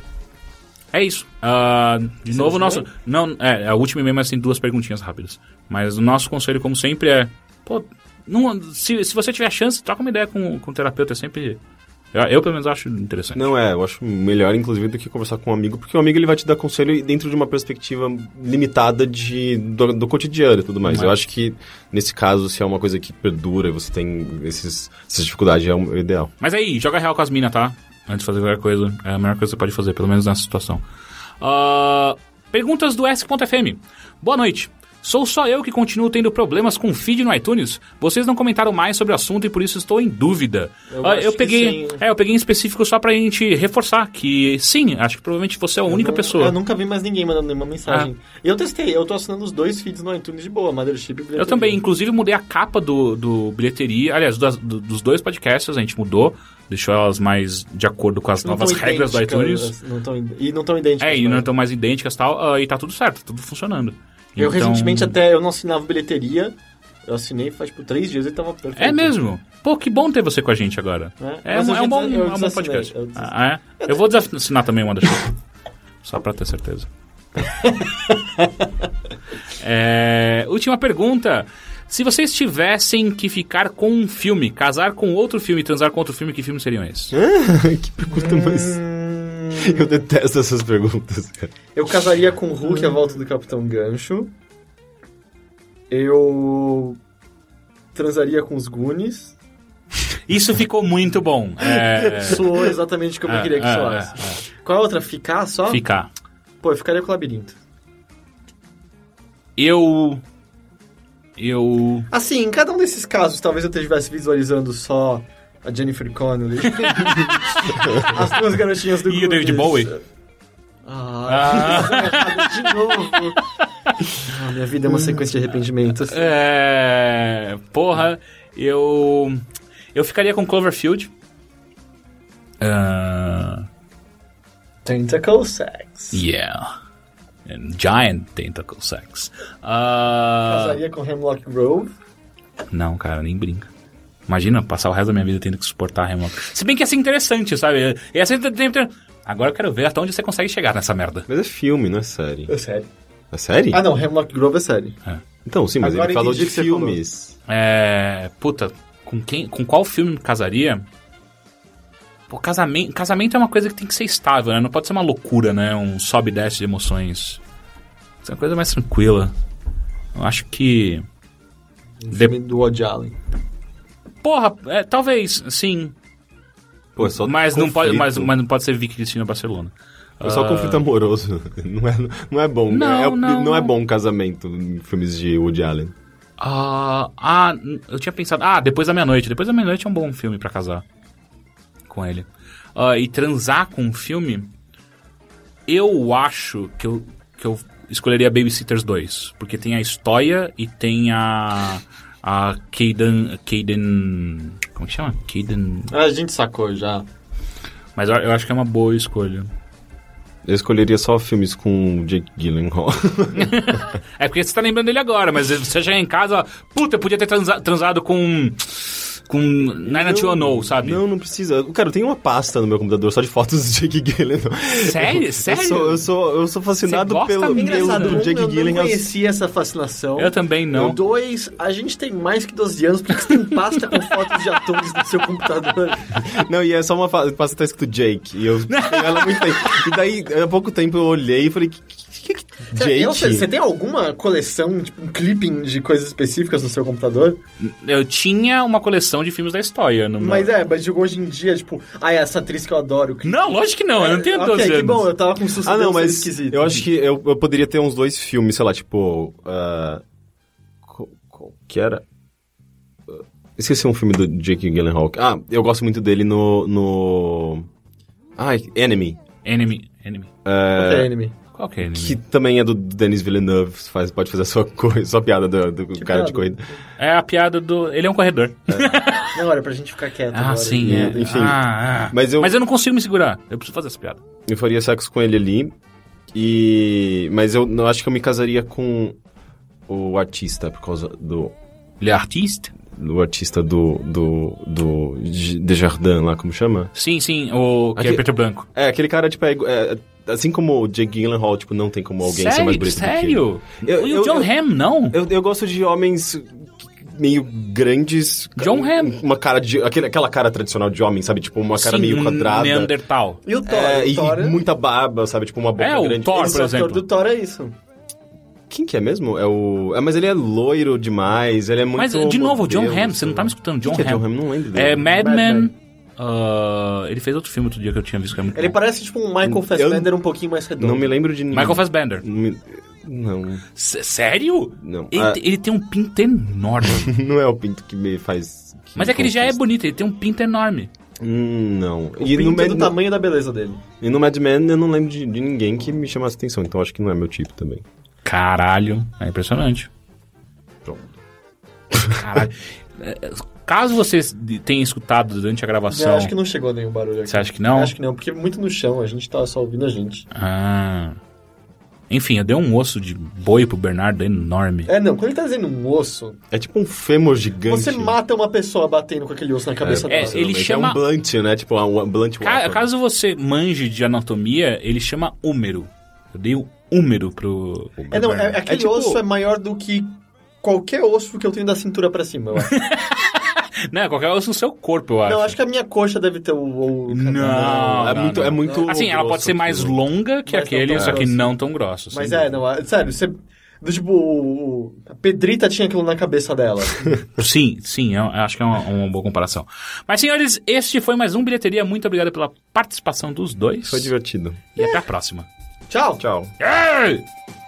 É isso. Ah, de Você novo, não nosso. Não, é, a última e-mail, mas tem duas perguntinhas rápidas. Mas o nosso conselho, como sempre, é. Pô, não, se, se você tiver chance, troca uma ideia com, com o terapeuta. É sempre. Eu, eu, pelo menos, acho interessante. Não é, eu acho melhor, inclusive, do que conversar com um amigo, porque o amigo ele vai te dar conselho dentro de uma perspectiva limitada de, do, do cotidiano e tudo mais. Não é. Eu acho que, nesse caso, se é uma coisa que perdura e você tem esses, essas dificuldades, é o ideal. Mas aí, joga real com as minas, tá? Antes de fazer qualquer coisa. É a melhor coisa que você pode fazer, pelo menos nessa situação. Ah, perguntas do S.FM. Boa noite. Sou só eu que continuo tendo problemas com o feed no iTunes? Vocês não comentaram mais sobre o assunto e por isso estou em dúvida. Eu Ah, acho que peguei, sim. é, eu peguei em específico só pra gente reforçar que sim, acho que provavelmente você é a única Eu não- pessoa. Ah. Eu nunca vi mais ninguém mandando nenhuma mensagem. E eu testei, eu tô assinando os dois feeds no iTunes de boa, Mothership e Bilheteria. Eu também, inclusive, mudei a capa do, do bilheteria. Aliás, das- do- dos dois podcasts a gente mudou, deixou elas mais de acordo com as Não novas tão regras do idênticas, iTunes. não tão id- e não tão idênticas. É, e né? não estão mais idênticas e tal, ah, e tá tudo certo, tudo funcionando. Eu Então- recentemente até eu não assinava bilheteria. Eu assinei faz tipo três dias e tava perfeito. É mesmo? Pô, que bom ter você com a gente agora. É, É, mas um, eu é um já bom, des- eu é um bom desassinei, podcast. eu desassinei. Ah, é? Eu vou desassinar também uma das coisas. Só pra ter certeza. É, última pergunta. Se vocês tivessem que ficar com um filme, casar com outro filme, transar com outro filme, que filmes seriam esses? que pergunta É. mais... Eu detesto essas perguntas, cara. Hum, Eu casaria com o Hulk à volta do Capitão Gancho. Eu transaria com os Goonies. Isso ficou muito bom. É, Soou exatamente como é, eu queria que é, soasse. é, Qual a outra? Ficar é. só? Ficar. Pô, eu ficaria com o Labirinto. Eu. Eu. Assim, em cada um desses casos, talvez eu estivesse visualizando só a Jennifer Connelly. As duas garotinhas do E o David Goonies. Bowie? Ah, Ah, de novo. Ah, minha vida é uma sequência de arrependimentos. é, porra, eu. Eu ficaria com Cloverfield. Ah, Tentacle sex. yeah. And giant tentacle sex. Ah, Casaria com Hemlock Grove. não, cara, nem brinca. Imagina passar o resto da minha vida tendo que suportar remoto. Se bem que ia ser interessante, sabe? Ia ser... Agora eu quero ver até onde você consegue chegar nessa merda. Mas é filme, não é série. É série. É série? Ah, não, Hemlock Grove é série. Ah. Então, sim, mas Agora ele falou entendi de o que você filmes. É. Puta, com quem. Com qual filme me casaria? Pô, casamento, casamento é uma coisa que tem que ser estável, né? Não pode ser uma loucura, né? Um sobe e desce de emoções. Tem que ser uma coisa mais tranquila. Eu acho que. Um filme do Woody Allen. Porra, é, talvez, sim. Pô, é só Mas não, pode, mas, conflito. mas não pode ser Vicky Cristina Barcelona. É só conflito amoroso. Não é, não é bom. Não, é, não, é não. bom um casamento em filmes de Woody Allen. Ah, ah, eu tinha pensado. Ah, depois da meia-noite. Depois da meia-noite é um bom filme pra casar com ele. Ah, e transar com um filme. Eu acho que eu, que eu escolheria Babysitters 2. Porque tem a História e tem a. A Kaden. Kaden. Como que chama? Kaden. A gente sacou já. Mas eu, eu acho que é uma boa escolha. Eu escolheria só filmes com o Jake Gyllenhaal. É porque você tá lembrando dele agora, mas você chegar em casa, puta, eu podia ter transa- transado com. Com. Nine oh, sabe? Não, não precisa. Cara, eu tenho uma pasta no meu computador só de fotos do Jake Gyllenhaal. Sério? Sério? Eu sou, eu sou, eu sou fascinado Você gosta pelo mesmo? Deus Engraçado, do um, Jake eu não Gyllenhaal. conhecia essa fascinação. Eu também não. O dois, a gente tem mais que 12 anos, porque você tem pasta com fotos de atores no seu computador. Não, e é só uma fa- pasta que tá escrito Jake. E eu tenho ela há muito tempo. E daí, há pouco tempo, eu olhei e falei... "Que- que- que- que- Eu não sei, Você Jake? tem alguma coleção, tipo um clipping de coisas específicas no seu computador? Eu tinha uma coleção de filmes da história. No meu- Mas é, mas digo, hoje em dia, tipo, ah, é essa atriz que eu adoro. Não, lógico que não. Eu não tenho Ok, 12 que anos. bom, eu tava com um sucesso Ah, não, mas esquisito. eu acho que eu, eu poderia ter uns dois filmes, sei lá, tipo... ah, qual, qual que era? Ah, Esqueci um filme do Jake Gyllenhaal. Ah, eu gosto muito dele no... no... Ai, Enemy. Enemy. Enemy. Até anime. Qual que é Enemy? Que também é do Denis Villeneuve, faz, pode fazer a sua, co- sua piada do, do cara piada? de corrida. É a piada do... Ele é um corredor. Não, era pra gente ficar quieto Ah, agora. sim. é. é. Enfim. Ah, ah. Mas, Mas eu... eu- não consigo me segurar. Eu preciso fazer essa piada. Eu faria sexo com ele ali. E. Mas eu não acho que eu me casaria com o artista, por causa do. Ele é artista? Do artista do. do. do. G- Desjardins lá, como chama? Sim, sim. O... Que é Aqui- preto e branco. É, aquele cara, tipo, é, igu- é- assim como o Jake Gyllenhaal, tipo, não tem como alguém ser mais sério? bonito do que ele. Sério? Eu- e o eu- John eu- Hamm, não? Eu, eu gosto de homens meio grandes. um, John Hamm. Uma cara de. aquele- aquela cara tradicional de homem, sabe? Tipo, uma cara Sim, meio um quadrada. Neandertal. E o Thor? É, o e Thor muita barba, sabe? Tipo, uma boca É, o grande. Thor, Ele- por o ator exemplo. do Thor é isso. Quem que é mesmo? É o. É, mas ele é loiro demais, ele é muito. Mas, de novo, o John modelo, Hamm. Você não tá me escutando. John Quem que é Hamm. John Hamm? Não lembro dele. É Mad Mad Men. Men. Ah, ele fez outro filme outro dia que eu tinha visto que é muito Ele bom. parece tipo um Michael Fassbender um pouquinho mais redondo. Não me lembro de ninguém. Michael Fassbender. Não me- Não, S- sério? Não. Ele, Ah. ele tem um pinto enorme. não é o pinto que me faz... que Mas me é que ele já é conquista. bonito, ele tem um pinto enorme. Hum, não. O E pinto no, Mad, tá- do tamanho da beleza dele. e no Mad Men eu não lembro de, de ninguém que me chamasse atenção, então acho que não é meu tipo também. Caralho, é impressionante. Pronto. Caralho. É, Caso você tenha escutado durante a gravação. Eu acho que não chegou nenhum barulho aqui. Você acha que não? Acho que não, porque é muito no chão, a gente tava só ouvindo a gente. Ah. Enfim, eu dei um osso de boi pro Bernardo enorme. É, não, quando ele tá dizendo um osso, É tipo um fêmur gigante. você mata uma pessoa batendo com aquele osso na cabeça É, dela. ele Mas É chama- um blunt, né? Tipo, um blunt Ca- weapon. caso você manje de anatomia, ele chama húmero. Eu dei o húmero pro. pro É, não, é- Bernardo. aquele tipo- osso é maior do que qualquer osso que eu tenho da cintura pra cima, eu acho. Não, é qualquer osso no seu corpo, eu acho. não, acho que a minha coxa deve ter o... o- Não, É não, muito, não. é muito Assim, ela pode grosso né? ser mais aquilo. longa que Mas não aquele, tão só que grosso. não tão grosso. Mas sem é, não, é- sério, você... Do, tipo, o- o- a Pedrita tinha aquilo na cabeça dela. Sim, sim, eu acho que é uma, uma boa comparação. Mas, senhores, este foi mais um Bilheteria. Muito obrigado pela participação dos dois. Foi divertido. E até a próxima. Tchau! Tchau. Ei!